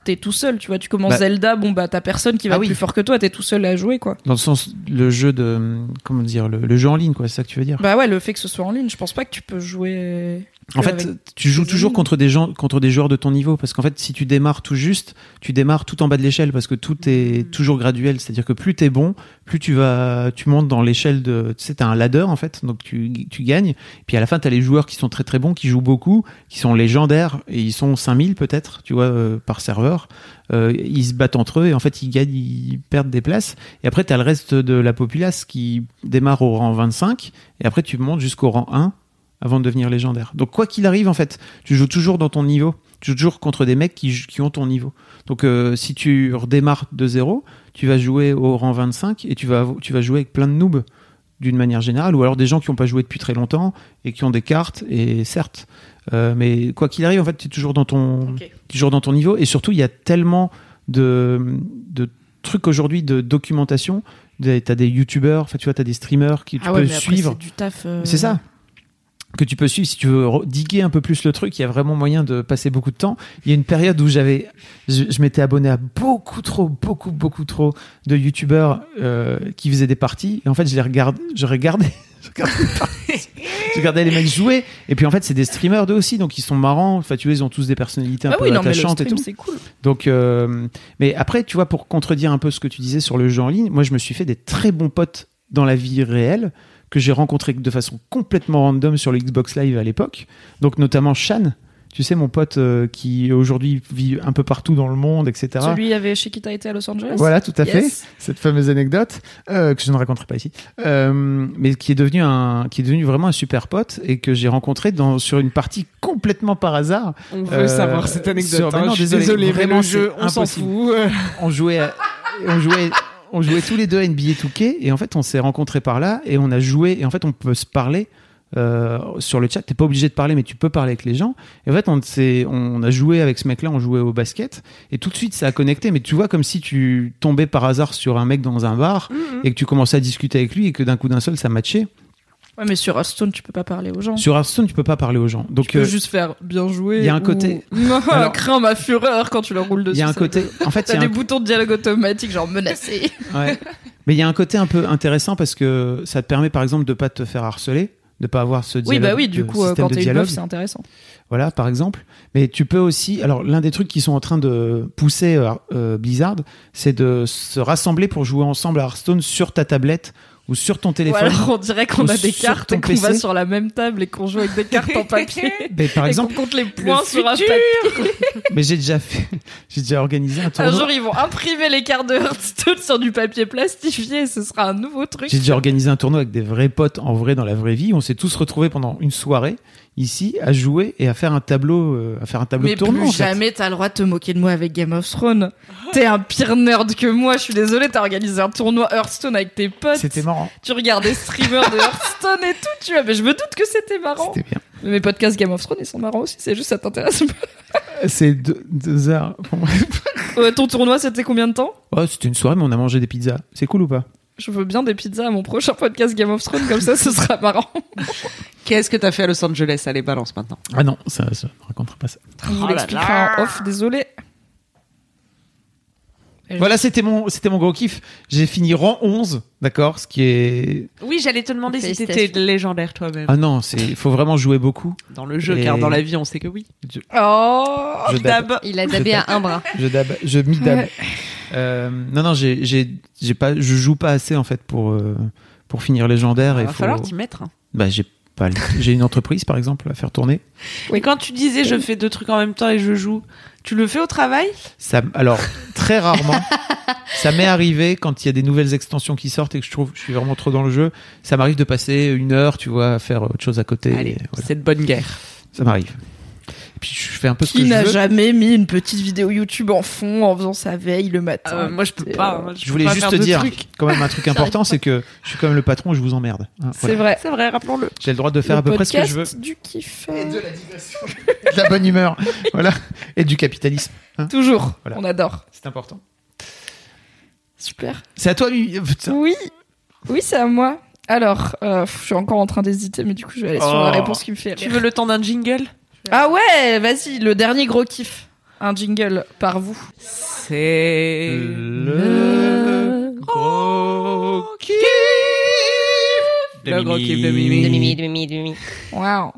S3: t'es tout seul, tu vois, tu commences
S5: Bah-
S3: Zelda, bon bah t'as personne qui va
S5: Ah oui.
S3: plus fort que toi, t'es tout seul à jouer quoi.
S5: Dans le sens, le jeu de. Comment dire Le, le jeu en ligne, quoi, c'est ça que tu veux dire
S3: Bah ouais, le fait que ce soit en ligne, je pense pas que tu peux jouer.
S5: En
S3: que
S5: fait,
S3: avec
S5: tu joues
S3: des
S5: toujours
S3: amis.
S5: contre des, gens, contre des joueurs de ton niveau. Parce qu'en fait, si tu démarres tout juste, tu démarres tout en bas de l'échelle. Parce que tout est toujours graduel. C'est-à-dire que plus t'es bon, plus tu vas, tu montes dans l'échelle de. Tu sais, t'as un ladder, en fait. Donc tu, tu gagnes. Puis à la fin, t'as les joueurs qui sont très très bons, qui jouent beaucoup, qui sont légendaires. Et ils sont 5000 peut-être, tu vois, euh, par serveur. Euh, ils se battent entre eux. Et en fait, ils gagnent, ils perdent des places. Et après, t'as le reste de la populace qui démarre au rang 25. Et après, tu montes jusqu'au rang 1 avant de devenir légendaire. Donc quoi qu'il arrive, en fait, tu joues toujours dans ton niveau. Tu joues toujours contre des mecs qui, qui ont ton niveau. Donc euh, si tu redémarres de zéro, tu vas jouer au rang 25 et tu vas, avo- tu vas jouer avec plein de noobs d'une manière générale, ou alors des gens qui n'ont pas joué depuis très longtemps et qui ont des cartes, et certes. Euh, mais quoi qu'il arrive, en fait, tu es toujours dans ton,
S3: Ok.
S5: t'es toujours dans ton niveau. Et surtout, il y a tellement de, de trucs aujourd'hui de documentation. Des- T'as des youtubeurs, enfin, tu vois, t'as des streamers qui tu peux suivre.
S3: du taf.
S5: C'est ça que tu peux suivre si tu veux re- diguer un peu plus le truc. Il y a vraiment moyen de passer beaucoup de temps. Il y a une période où j'avais, je, je m'étais abonné à beaucoup trop, beaucoup, beaucoup trop de youtubeurs euh, qui faisaient des parties. Et en fait, je les regarde, je regardais, <laughs> je regardais, les parties. Je regardais les mecs jouer. Et puis en fait, c'est des streamers d'eux aussi, donc ils sont marrants. Enfin, tu vois, ils ont tous des personnalités un
S3: Ah
S5: peu
S3: oui, non, mais le
S5: attachantes et
S3: stream,
S5: tout.
S3: c'est cool.
S5: Donc, euh, mais après, tu vois, pour contredire un peu ce que tu disais sur le jeu en ligne, moi, je me suis fait des très bons potes dans la vie réelle que j'ai rencontrés de façon complètement random sur le Xbox Live à l'époque. Donc, notamment Shan, tu sais, mon pote euh, qui aujourd'hui vit un peu partout dans le monde, etc.
S3: Celui avec chez qui t'as été à Los Angeles
S5: Voilà, tout à Ah. fait.
S3: Yes.
S5: Cette fameuse anecdote euh, que je ne raconterai pas ici, euh, mais qui est devenu un, qui est devenu vraiment un super pote et que j'ai rencontré dans sur une partie complètement par hasard.
S7: On veut
S5: Euh,
S7: savoir cette anecdote.
S5: sur- mais
S7: hein,
S5: non,
S7: je suis
S5: désolé,
S7: désolé, mais
S5: vraiment,
S7: le jeu,
S5: c'est
S7: on s'en
S5: impossible.
S7: fout.
S5: on jouait, à- on jouait, on jouait tous les deux à NBA 2K et en fait on s'est rencontrés par là et on a joué et en fait on peut se parler euh, sur le chat. T'es pas obligé de parler mais tu peux parler avec les gens. Et en fait on s'est, on a joué avec ce mec-là, on jouait au basket et tout de suite ça a connecté. Mais tu vois comme si tu tombais par hasard sur un mec dans un bar et que tu commençais à discuter avec lui et que d'un coup d'un seul ça matchait.
S3: Ouais, mais sur Hearthstone, tu peux pas parler aux gens.
S5: Sur Hearthstone tu peux pas parler aux gens. Donc
S3: tu peux
S5: euh,
S3: juste faire bien jouer.
S5: il y a un
S3: ou- <laughs>
S5: côté- <laughs>
S3: Ah, Crains ma fureur quand tu leur roules
S5: il
S3: dessus.
S5: y a un
S3: ça
S5: côté,
S3: rigole.
S5: en fait, il y
S3: <laughs> T'as
S5: a
S3: des
S5: un
S3: boutons de dialogue automatique,
S5: <laughs>
S3: genre menacer.
S5: Ouais. Mais il y a un côté un peu intéressant parce que ça te permet par exemple de pas te faire harceler, de pas avoir ce
S3: oui,
S5: dialogue,
S3: bah oui, du
S5: de
S3: coup, euh,
S5: système
S3: quand
S5: de
S3: t'es une
S5: dialogue.
S3: meuf, c'est intéressant.
S5: Voilà, par exemple. Mais tu peux aussi. Alors, l'un des trucs qui sont en train de pousser euh, euh, Blizzard, c'est de se rassembler pour jouer ensemble à Hearthstone sur ta tablette ou sur ton
S3: Ou
S5: téléphone.
S3: alors on dirait qu'on
S5: Ou
S3: a des
S5: sur
S3: cartes
S5: ton
S3: et qu'on va
S5: PC.
S3: sur la même table et qu'on joue avec des cartes
S5: <laughs>
S3: en papier.
S5: Ben, par
S3: Et qu'on
S5: exemple,
S3: compte les points sur un
S2: futur.
S3: papier.
S5: mais j'ai déjà fait, <laughs> j'ai déjà organisé un
S3: Un
S5: tournoi.
S3: jour, ils vont imprimer les cartes de Hearthstone <laughs> sur du papier plastifié. Ce sera un nouveau truc.
S5: J'ai déjà organisé un tournoi avec des vrais potes en vrai dans la vraie vie. On s'est tous retrouvés pendant une soirée ici à jouer et à faire un tableau, euh, à faire un tableau
S3: Mais
S5: de tournoi. en
S3: plus
S5: fait. Ah.
S3: jamais t'as le droit de te moquer de moi avec Game of Thrones. T'es un pire nerd que moi. Je suis désolée. T'as organisé un tournoi Hearthstone avec tes potes.
S5: C'était marrant.
S3: Tu regardes des streamers de Hearthstone et tout. Tu vois, mais je me doute que c'était marrant.
S5: C'était bien.
S3: Mais mes podcasts Game of Thrones, ils sont marrants aussi. C'est juste ça t'intéresse
S5: C'est deux, deux heures. Bon, bref. <laughs>
S3: pas. Ouais, ton tournoi, c'était combien de temps
S5: Oh, c'était une soirée, mais on a mangé des pizzas. C'est cool ou pas
S3: Je veux bien des pizzas à mon prochain podcast Game of Thrones. Comme ça, ce sera marrant.
S7: Qu'est-ce que t'as fait à Los Angeles Allez, balance maintenant.
S5: Ah non, ça, ça ne racontera pas ça.
S3: Il
S7: Oh là
S3: expliquera en off. Désolé. Euh,
S5: Voilà, c'était mon, c'était mon gros kiff. J'ai fini rang 11, d'accord Ce qui est.
S7: Oui, j'allais te demander si
S4: Félicitations.
S7: t'étais légendaire toi-même.
S5: Ah non, c'est- il faut vraiment jouer beaucoup.
S7: Dans le jeu,
S5: Et-
S7: car dans la vie, on sait que oui.
S3: Oh.
S5: Je dab.
S7: Dab.
S4: Il a dabé à un bras.
S5: Je dab. Je mid dab. Euh, non, non, j'ai, j'ai, j'ai pas, je joue pas assez en fait pour, euh, pour finir légendaire.
S7: Il
S5: et
S7: va
S5: faut-
S7: falloir t'y mettre. hein.
S5: Bah, j'ai pas le- J'ai une entreprise par exemple à faire tourner.
S7: Mais quand tu disais je fais deux trucs en même temps et je joue, tu le fais au travail
S5: Ça, alors, très rarement,
S7: <laughs>
S5: ça m'est arrivé quand il y a des nouvelles extensions qui sortent et que je trouve que je suis vraiment trop dans le jeu. Ça m'arrive de passer une heure, tu vois, à faire autre chose à côté.
S7: Allez,
S5: et voilà.
S7: c'est de bonne guerre.
S5: Ça m'arrive. Et puis je fais un peu ce
S3: Qui
S5: que je
S3: n'a
S5: veux.
S3: jamais mis une petite vidéo YouTube en fond en faisant sa veille le matin
S7: Euh, moi, je peux
S3: écoutez,
S7: pas.
S3: euh,
S7: hein, je
S5: Je
S7: peux
S5: voulais
S7: pas
S5: juste
S7: faire
S5: te
S7: de
S5: dire
S7: trucs.
S5: quand même un
S7: <laughs>
S5: truc important, c'est que je suis quand même le patron et je vous emmerde. Hein,
S3: C'est
S5: voilà.
S3: vrai.
S7: C'est vrai, rappelons-le.
S5: J'ai le droit de faire
S3: Le
S5: à peu près ce que je veux.
S3: podcast du
S5: <laughs>
S3: kiff.
S5: De la bonne humeur. voilà. Et du capitalisme.
S3: Toujours.
S5: Voilà.
S3: On adore.
S5: C'est important.
S3: Super.
S5: C'est à toi, lui. Putain.
S3: Oui. Oui, c'est à moi. Alors, euh, pff, je suis encore en train d'hésiter, mais du coup, je vais aller sur la
S5: Oh.
S3: réponse qui me fait
S7: Tu
S3: rire.
S7: veux le temps d'un jingle
S3: Ah ouais, vas-y, le dernier gros kiff. Un jingle par vous.
S7: C'est.
S5: Le gros kiff de
S7: Le gros
S5: Mimi.
S7: kiff de Mimi.
S4: De Mimi, de Mimi, de Mimi.
S3: Waouh.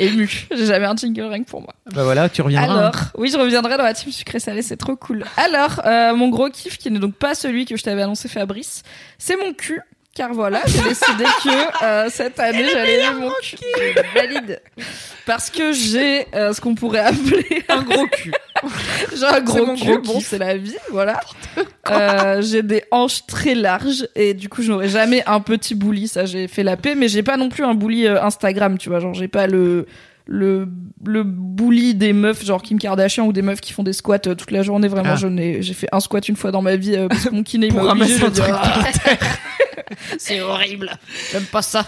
S3: Ému. <laughs> J'ai jamais un jingle rien que pour moi.
S5: Bah voilà, tu reviendras. hein.
S3: Alors, oui, je reviendrai dans la team sucré salé, c'est trop cool. Alors, euh, mon gros kiff, qui n'est donc pas celui que je t'avais annoncé, Fabrice, c'est mon cul. Car voilà, <laughs> j'ai décidé que euh, cette année, j'allais aimer mon cul. Valide. Parce que j'ai euh, ce qu'on pourrait appeler
S7: <laughs> Un gros cul.
S3: <laughs> j'ai un gros
S7: mon
S3: cul,
S7: gros
S3: bon,
S7: kiff.
S3: c'est la vie, voilà. Euh, j'ai des hanches très larges et du coup, je n'aurai jamais un petit bouli, ça j'ai fait la paix, mais j'ai pas non plus un bouli euh, Instagram, tu vois, genre j'ai pas le le le bouli des meufs genre Kim Kardashian ou des meufs qui font des squats euh, toute la journée vraiment
S5: Ah.
S3: je n'ai j'ai fait un squat une fois dans ma vie euh, parce que mon kiné il m'a
S7: <laughs> Pour
S3: obligée, je
S7: ramasser un
S3: dis,
S7: truc
S3: Ah.
S4: <laughs> C'est horrible. J'aime pas ça.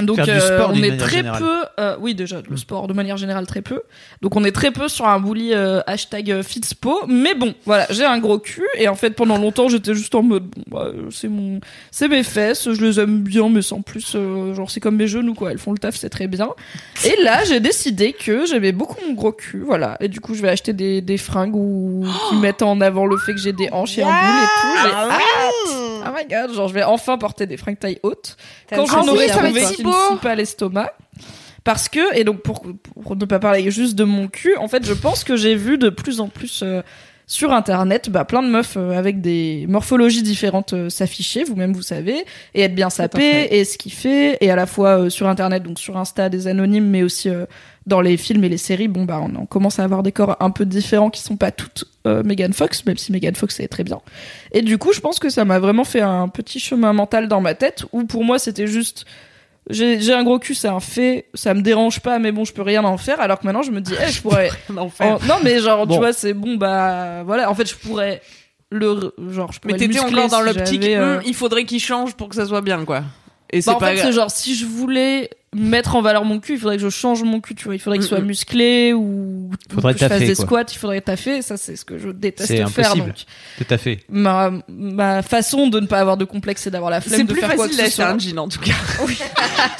S3: Donc
S5: Faire du
S3: euh,
S5: sport
S3: on
S5: d'une
S3: est
S5: manière
S3: très
S5: générale.
S3: peu, euh, oui déjà le sport de manière générale très peu. Donc on est très peu sur un bully euh, hashtag euh, Fitspo, mais bon voilà j'ai un gros cul et en fait pendant longtemps j'étais juste en mode bon, bah, euh, c'est mon, c'est mes fesses, je les aime bien mais sans plus euh, genre c'est comme mes genoux quoi, elles font le taf c'est très bien. Et là j'ai décidé que j'aimais beaucoup mon gros cul voilà et du coup je vais acheter des, des fringues ou qui mettent en avant le fait que j'ai des hanches et un boule et tout. J'ai hâte. Oh my god genre je vais enfin porter des fringues taille haute quand
S4: T'as
S3: j'en
S4: le
S3: aurai
S4: sens,
S3: trouvé
S4: Fabrice.
S3: qui ne scie pas l'estomac. Parce que, et donc pour, pour ne pas parler juste de mon cul, en fait, je pense que j'ai vu de plus en plus euh, sur Internet bah, plein de meufs euh, avec des morphologies différentes euh, s'afficher, vous-même vous savez, et être bien sapé, et ce qu'il fait, et à la fois euh, sur Internet, donc sur Insta, des anonymes, mais aussi euh, dans les films et les séries, bon, bah, on, on commence à avoir des corps un peu différents qui sont pas toutes euh, Megan Fox, même si Megan Fox est très bien. Et du coup, je pense que ça m'a vraiment fait un petit chemin mental dans ma tête où pour moi c'était juste j'ai j'ai un gros cul, c'est un fait, ça me dérange pas, mais bon, je peux rien en faire. Alors que maintenant, je me dis,
S7: <laughs>
S3: eh, je pourrais.
S7: Non, enfin.
S3: en- Non, mais genre,
S5: Bon.
S3: tu vois, c'est bon, bah voilà. En fait, je pourrais le re- genre, je pourrais
S7: Mais
S3: le
S7: t'étais
S3: muscler
S7: encore dans
S3: si
S7: l'optique.
S3: j'avais, euh,
S7: hum, Il faudrait qu'il change pour que ça soit bien, quoi. Et c'est
S3: bah, en
S7: pas
S3: fait, c'est genre, si je voulais mettre en valeur mon cul, il faudrait que je change mon cul, tu vois. Il faudrait qu'il soit
S7: Mm, mm.
S3: musclé ou
S5: Faudrait
S3: que je fasse
S5: taffer,
S3: des
S5: quoi.
S3: squats, il faudrait taffer. Ça, c'est ce que je déteste
S5: C'est
S3: faire.
S5: impossible.
S3: donc.
S5: Tout à fait.
S3: Ma, ma façon de ne pas avoir de complexe et d'avoir la flemme
S7: C'est
S3: de
S7: plus
S3: faire quoi que
S7: facile
S3: ce
S7: d'acheter
S3: soit.
S7: un jean en tout cas.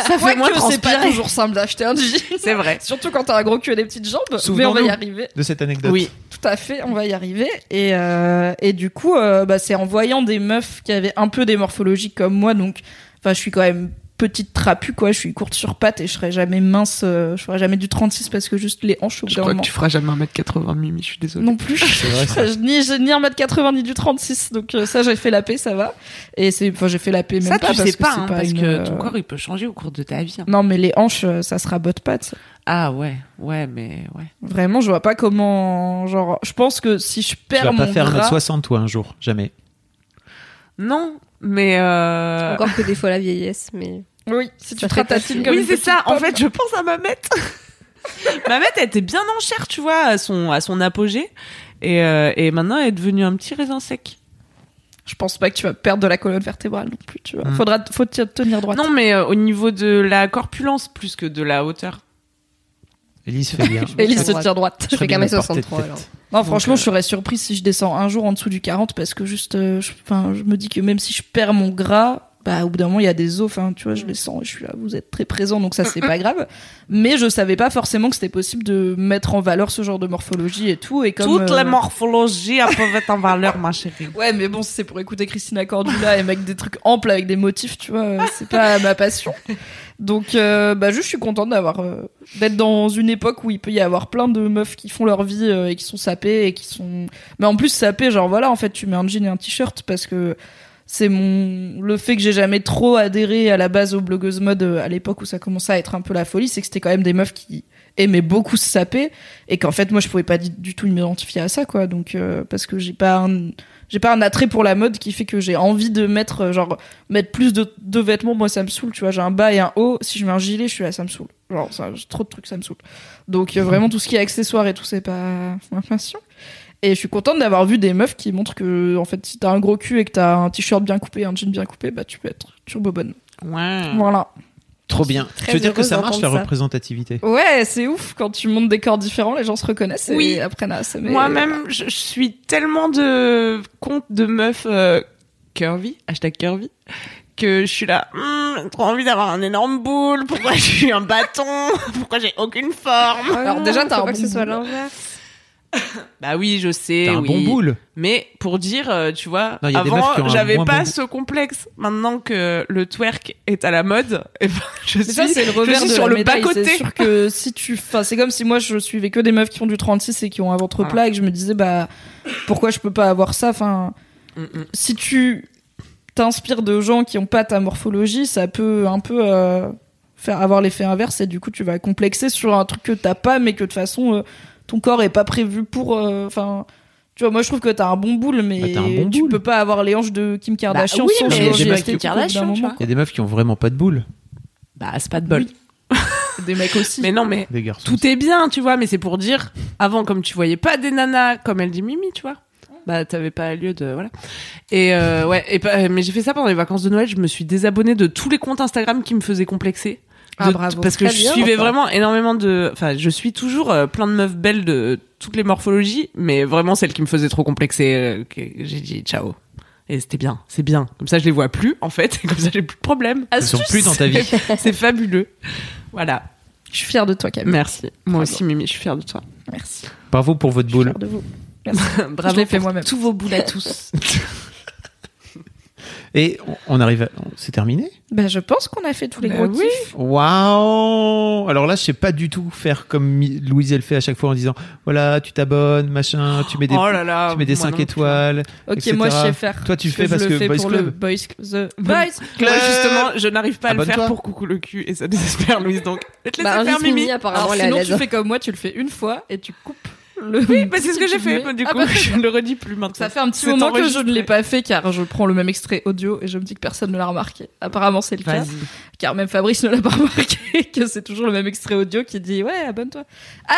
S3: Ça
S7: fait moins
S3: c'est pas
S7: transpirer.
S3: toujours simple d'acheter un jean.
S7: C'est vrai.
S3: Surtout quand t'as un gros cul et des petites jambes. Mais on va
S5: Souvenons-nous.
S3: y arriver.
S5: De cette anecdote.
S7: Oui.
S3: Tout à fait, on va y arriver. Et, euh, et du coup, euh, bah, c'est en voyant des meufs qui avaient un peu des morphologies comme moi, donc, enfin, je suis quand même petite trapue, quoi. Je suis courte sur pattes et je serai jamais mince. euh, je ferai jamais du 36 parce que juste les hanches au bout
S8: Je
S3: d'un
S8: crois que
S3: moment.
S8: tu feras jamais 1m80 Mimi, je suis désolée.
S3: Non plus. <laughs>
S5: vrai, ça.
S3: Je- ni, j'ai ni 1m80 ni du 36. Donc euh, ça, j'ai fait la paix, ça va. Et c'est, enfin, j'ai fait la paix même
S7: ça,
S3: pas
S7: tu
S3: parce
S7: sais
S3: que
S7: pas,
S3: c'est
S7: hein,
S3: pas
S7: parce
S3: une,
S7: que ton
S3: euh,
S7: corps, il peut changer au cours de ta vie. hein.
S3: Non, mais les hanches, euh, ça se rabote pas. tu sais.
S7: Ah ouais, ouais, mais ouais.
S3: Vraiment, je vois pas comment. Genre, je pense que si je
S5: Tu vas
S3: perds
S5: pas
S3: mon
S5: faire
S3: bras,
S5: 60 toi un jour, jamais.
S7: Non, mais... euh,
S4: Encore que des fois la vieillesse, mais.
S3: oui, si tu
S4: Ça
S3: te
S4: fait
S3: ratatines
S4: facile.
S3: comme
S7: oui,
S3: une
S7: c'est
S3: petite
S7: ça. En
S3: pomme.
S7: fait, je pense à Mamette. <laughs> Mamette, elle était bien en chair, tu vois, à son, à son apogée. Et, euh, et maintenant, elle est devenue un petit raisin sec.
S3: je pense pas que tu vas perdre de la colonne vertébrale non plus. Tu vois,
S5: Mm.
S3: faudra, faut te tenir droit.
S7: Non, mais euh, au niveau de la corpulence plus que de la hauteur.
S5: Elise fait bien.
S3: Elise se
S4: Droite.
S3: tient droite.
S4: Je fais
S5: bien
S4: quand même
S5: la portée de
S4: 63
S5: tête.
S4: alors.
S3: Non, franchement,
S5: euh,
S3: je serais surprise si je descends un jour en dessous du 40 parce que juste, euh, je, enfin, je me dis que même si je perds mon gras, bah, au bout d'un moment, il y a des os, enfin, tu vois, je les sens, je suis là, vous êtes très présent, donc ça, c'est pas grave. Mais je savais pas forcément que c'était possible de mettre en valeur ce genre de morphologie et tout, et comme.
S7: Toute
S3: euh,
S7: la morphologie elles peuvent être en valeur, ma chérie.
S3: <laughs> Ouais, mais bon, c'est pour écouter Christina Cordula et mec des trucs amples avec des motifs, tu vois, euh, c'est pas ma passion. Donc, euh, bah, juste, je suis contente d'avoir, euh, d'être dans une époque où il peut y avoir plein de meufs qui font leur vie euh, et qui sont sapées et qui sont. Mais en plus, sapées, genre, voilà, en fait, tu mets un jean et un t-shirt parce que c'est mon. Le fait que j'ai jamais trop adhéré à la base aux blogueuses mode euh, à l'époque où ça commençait à être un peu la folie, c'est que c'était quand même des meufs qui aimaient beaucoup se saper et qu'en fait, moi, je pouvais pas di- du tout m'identifier à ça, quoi. Donc, euh, parce que j'ai pas un j'ai pas un attrait pour la mode qui fait que j'ai envie de mettre euh, genre mettre plus de, de vêtements moi ça me saoule tu vois j'ai un bas et un haut si je mets un gilet je suis là ça me saoule genre ça j'ai trop de trucs ça me saoule donc euh, vraiment tout ce qui est accessoire et tout c'est pas <laughs> ma passion et je suis contente d'avoir vu des meufs qui montrent que en fait si t'as un gros cul et que t'as un t-shirt bien coupé un jean bien coupé bah tu peux être turbo bonne
S7: Ouais.
S4: Mm.
S3: voilà
S5: Trop bien.
S4: très
S5: Tu veux dire que
S4: heureuse
S5: ça marche la
S4: d'entendre ça.
S5: représentativité
S3: ouais c'est ouf quand tu montes des corps différents les gens se reconnaissent et
S7: Oui.
S3: apprennent à s'aimer
S7: Moi-même, je, je suis tellement de compte de meufs euh, curvy, hashtag curvy, que je suis là, Hum, j'ai trop envie d'avoir un énorme boule, pourquoi <laughs> je suis un bâton, <laughs> pourquoi j'ai aucune forme.
S3: Alors déjà, t'as
S4: Ah faut
S3: un
S4: pas que
S3: bon
S4: ce soit
S3: boulot.
S4: l'inverse.
S7: Bah oui, je sais,
S6: Eh
S5: T'as un
S7: oui.
S5: bon boule.
S7: Mais pour dire, euh, tu vois,
S5: Non, y a des meufs qui ont
S7: avant,
S5: un
S7: j'avais
S5: moins
S7: pas
S5: bon boule.
S7: ce complexe. Maintenant que le twerk est à la mode, <laughs> eh ben, je
S3: Mais
S7: suis,
S3: ça, c'est le
S7: je
S3: revers
S7: suis
S3: de
S7: sur
S3: la
S7: le
S3: médaille. C'est
S7: bas-côté.
S3: sûr que si tu. Enfin, c'est comme si moi, je suivais que des meufs qui ont du 36 et qui ont un ventre
S7: Voilà.
S3: plat et que je me disais, bah, pourquoi je peux pas avoir ça Enfin,
S7: Mm, mm.
S3: si tu t'inspires de gens qui ont pas ta morphologie, ça peut un peu euh, faire avoir l'effet inverse et du coup, tu vas complexer sur un truc que t'as pas, mais que de toute façon, euh, ton corps est pas prévu pour. euh, Enfin. tu vois, moi je trouve que t'as un bon boule, mais
S5: Bah, t'as un bon
S3: tu
S5: boule.
S3: peux pas avoir les hanches de Kim Kardashian
S7: Bah oui,
S3: sans
S7: mais
S3: chirurgie
S5: des mecs
S3: esthétique
S7: Kim
S3: au bout d'un
S7: Kardashian, tu
S3: moment,
S7: vois.
S5: Il y a des meufs qui ont vraiment pas de boule.
S7: Bah, c'est pas de bol.
S3: quoi. Des mecs aussi.
S7: Mais non, mais
S5: Des garçons.
S7: tout est bien, tu vois, mais c'est pour dire, avant, comme tu voyais pas des nanas, comme elle dit Mimi, tu vois, bah, t'avais pas lieu de, voilà. Et, euh, ouais, et, pas- mais j'ai fait ça pendant les vacances de Noël, je me suis désabonnée de tous les comptes Instagram qui me faisaient complexer.
S4: Ah,
S7: De-
S4: bravo.
S7: Parce que
S4: Très
S7: je
S4: bien,
S7: suivais
S4: ça.
S7: vraiment énormément de, enfin, je suis toujours euh, plein de meufs belles de toutes les morphologies, mais vraiment celle qui me faisait trop complexer, euh, que j'ai dit ciao. Et c'était bien, c'est bien. Comme ça, je les vois plus, en fait, <laughs> et comme ça, j'ai plus de problème.
S5: Ils sont plus dans ta vie.
S7: C'est fabuleux. Voilà.
S3: Je suis fière de toi, Camille.
S7: Merci. Moi aussi, Mimi, je suis fière de toi.
S3: Merci.
S5: Bravo pour votre boule.
S3: de vous.
S7: <laughs> Bravo
S3: Je l'ai fait
S7: pour
S3: moi-même.
S7: Tous vos boules à tous.
S5: <laughs> Et on- on arrive à... on- C'est terminé
S3: Ben, je pense qu'on a fait tous les gros
S7: Bah oui.
S3: kiffs.
S5: Waouh Alors là, je sais pas du tout faire comme Mi- Louise, elle fait à chaque fois en disant voilà, tu t'abonnes, machin, tu mets des,
S7: oh là
S6: Ah,
S7: là.
S5: tu mets des
S7: moi
S5: 5
S6: hein.
S7: non.
S5: étoiles.
S3: Ok,
S5: etc.
S3: moi je sais faire.
S5: Toi, tu
S3: Parce
S5: fais
S3: je
S5: parce
S3: le
S5: que
S3: fais
S5: Boys
S3: pour
S5: Club.
S3: le Boys The Boys.
S7: Moi, justement, je n'arrive pas à le
S5: Abonne-toi.
S7: faire pour coucou le cul et ça désespère Louise donc. Je vais te laisser
S4: Bah, un
S7: faire
S4: juste Mimi,
S7: Mimi.
S4: apparemment,
S3: Alors
S4: elle est à
S3: sinon
S4: l'aise.
S3: tu fais comme moi, tu le fais une fois et tu coupes le.
S7: <laughs> Oui, bah, c'est ce que j'ai fait.
S3: mets.
S7: Du
S3: Ah,
S7: coup,
S3: bah,
S7: je ne le redis plus maintenant.
S3: Ça fait un petit
S7: C'est
S3: moment que je ne
S7: enregistré.
S3: l'ai pas fait car je prends le même extrait audio et je me dis que personne ne l'a remarqué. Apparemment c'est le cas car même Fabrice ne l'a pas <laughs> remarqué que c'est toujours le même extrait audio qui dit ouais abonne-toi.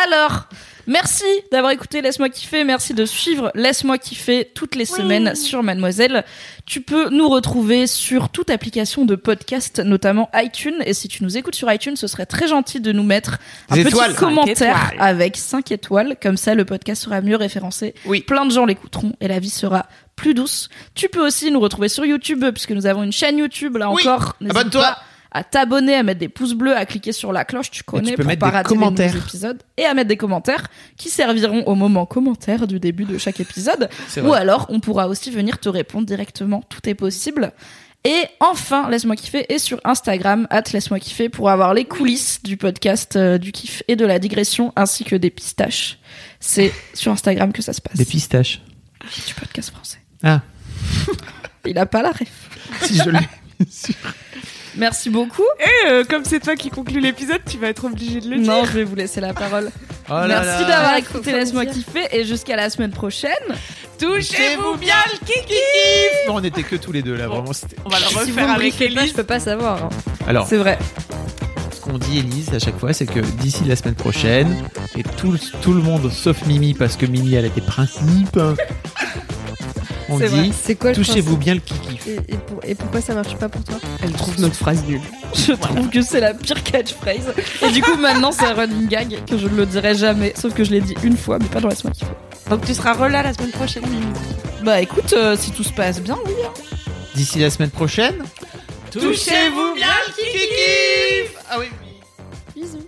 S3: Alors merci d'avoir écouté Laisse-moi kiffer, merci de suivre Laisse-moi kiffer toutes les semaines sur Mademoiselle. Tu peux nous retrouver sur toute application de podcast, notamment iTunes. Et si tu nous écoutes sur iTunes, ce serait très gentil de nous mettre un
S5: Des
S3: petit
S5: étoiles.
S3: commentaire
S7: Cinq étoiles.
S3: avec 5 étoiles. Comme ça, le podcast sera mieux référencé.
S7: Oui.
S3: Plein de gens l'écouteront et la vie sera plus douce. Tu peux aussi nous retrouver sur YouTube, puisque nous avons une chaîne YouTube, là
S5: Oui. Ah,
S3: encore. N'hésite
S5: Abonne-toi.
S3: pas à t'abonner, à mettre des pouces bleus, à cliquer sur la cloche, tu connais,
S5: peux
S3: pour
S5: mettre
S3: pas
S5: des
S3: rater les nouveaux
S5: commentaires.
S3: épisodes, et à mettre des commentaires qui serviront au moment commentaire du début de chaque épisode.
S5: C'est
S3: Ou
S5: vrai.
S3: alors, on pourra aussi venir te répondre directement. Tout est possible. Et enfin, laisse-moi kiffer est sur Instagram, at laisse-moi kiffer, pour avoir les coulisses du podcast euh, du kiff et de la digression, ainsi que des pistaches. C'est sur Instagram que ça se passe.
S5: Des pistaches.
S3: du podcast français.
S5: Ah.
S3: <laughs> Il a pas la ref.
S5: Si je l'ai.
S3: Merci beaucoup.
S2: Et euh, comme c'est toi qui conclut l'épisode, tu vas être obligé de le dire.
S3: Non, je vais vous laisser la parole.
S5: <laughs> Oh là
S3: Merci
S5: là.
S3: d'avoir
S4: Ah, faut
S3: écouté
S4: pas me
S3: Laisse-moi
S4: dire.
S3: kiffer et jusqu'à la semaine prochaine.
S2: Touchez-vous bien le kiki
S5: Non, on était que tous les deux là, vraiment. c'était-
S2: On va le
S4: Si vous
S2: refaire
S4: me
S2: avec
S4: briefez pas, je
S2: Elise.
S4: peux pas savoir. hein.
S5: Alors,
S3: C'est vrai.
S5: ce qu'on dit, Elise, à chaque fois, c'est que d'ici la semaine prochaine, et tout, tout le monde, sauf Mimi, parce que Mimi, elle a des principes, on
S3: C'est vrai.
S5: dit
S4: C'est quoi le
S5: touchez-vous bien le kiki.
S4: principe et, et pour- et pourquoi ça marche pas pour toi
S7: Elle trouve notre phrase nulle.
S3: Je trouve que c'est la pire catchphrase. Et du coup, maintenant, c'est un running gag que je ne le dirai jamais. Sauf que je l'ai dit une fois, mais pas dans Laisse-moi kiffer.
S2: Donc tu seras relâche la semaine prochaine.
S3: Bah écoute, euh, si tout se passe bien, oui. hein.
S5: D'ici la semaine prochaine,
S2: Touchez-vous bien le kiki
S4: Bisous.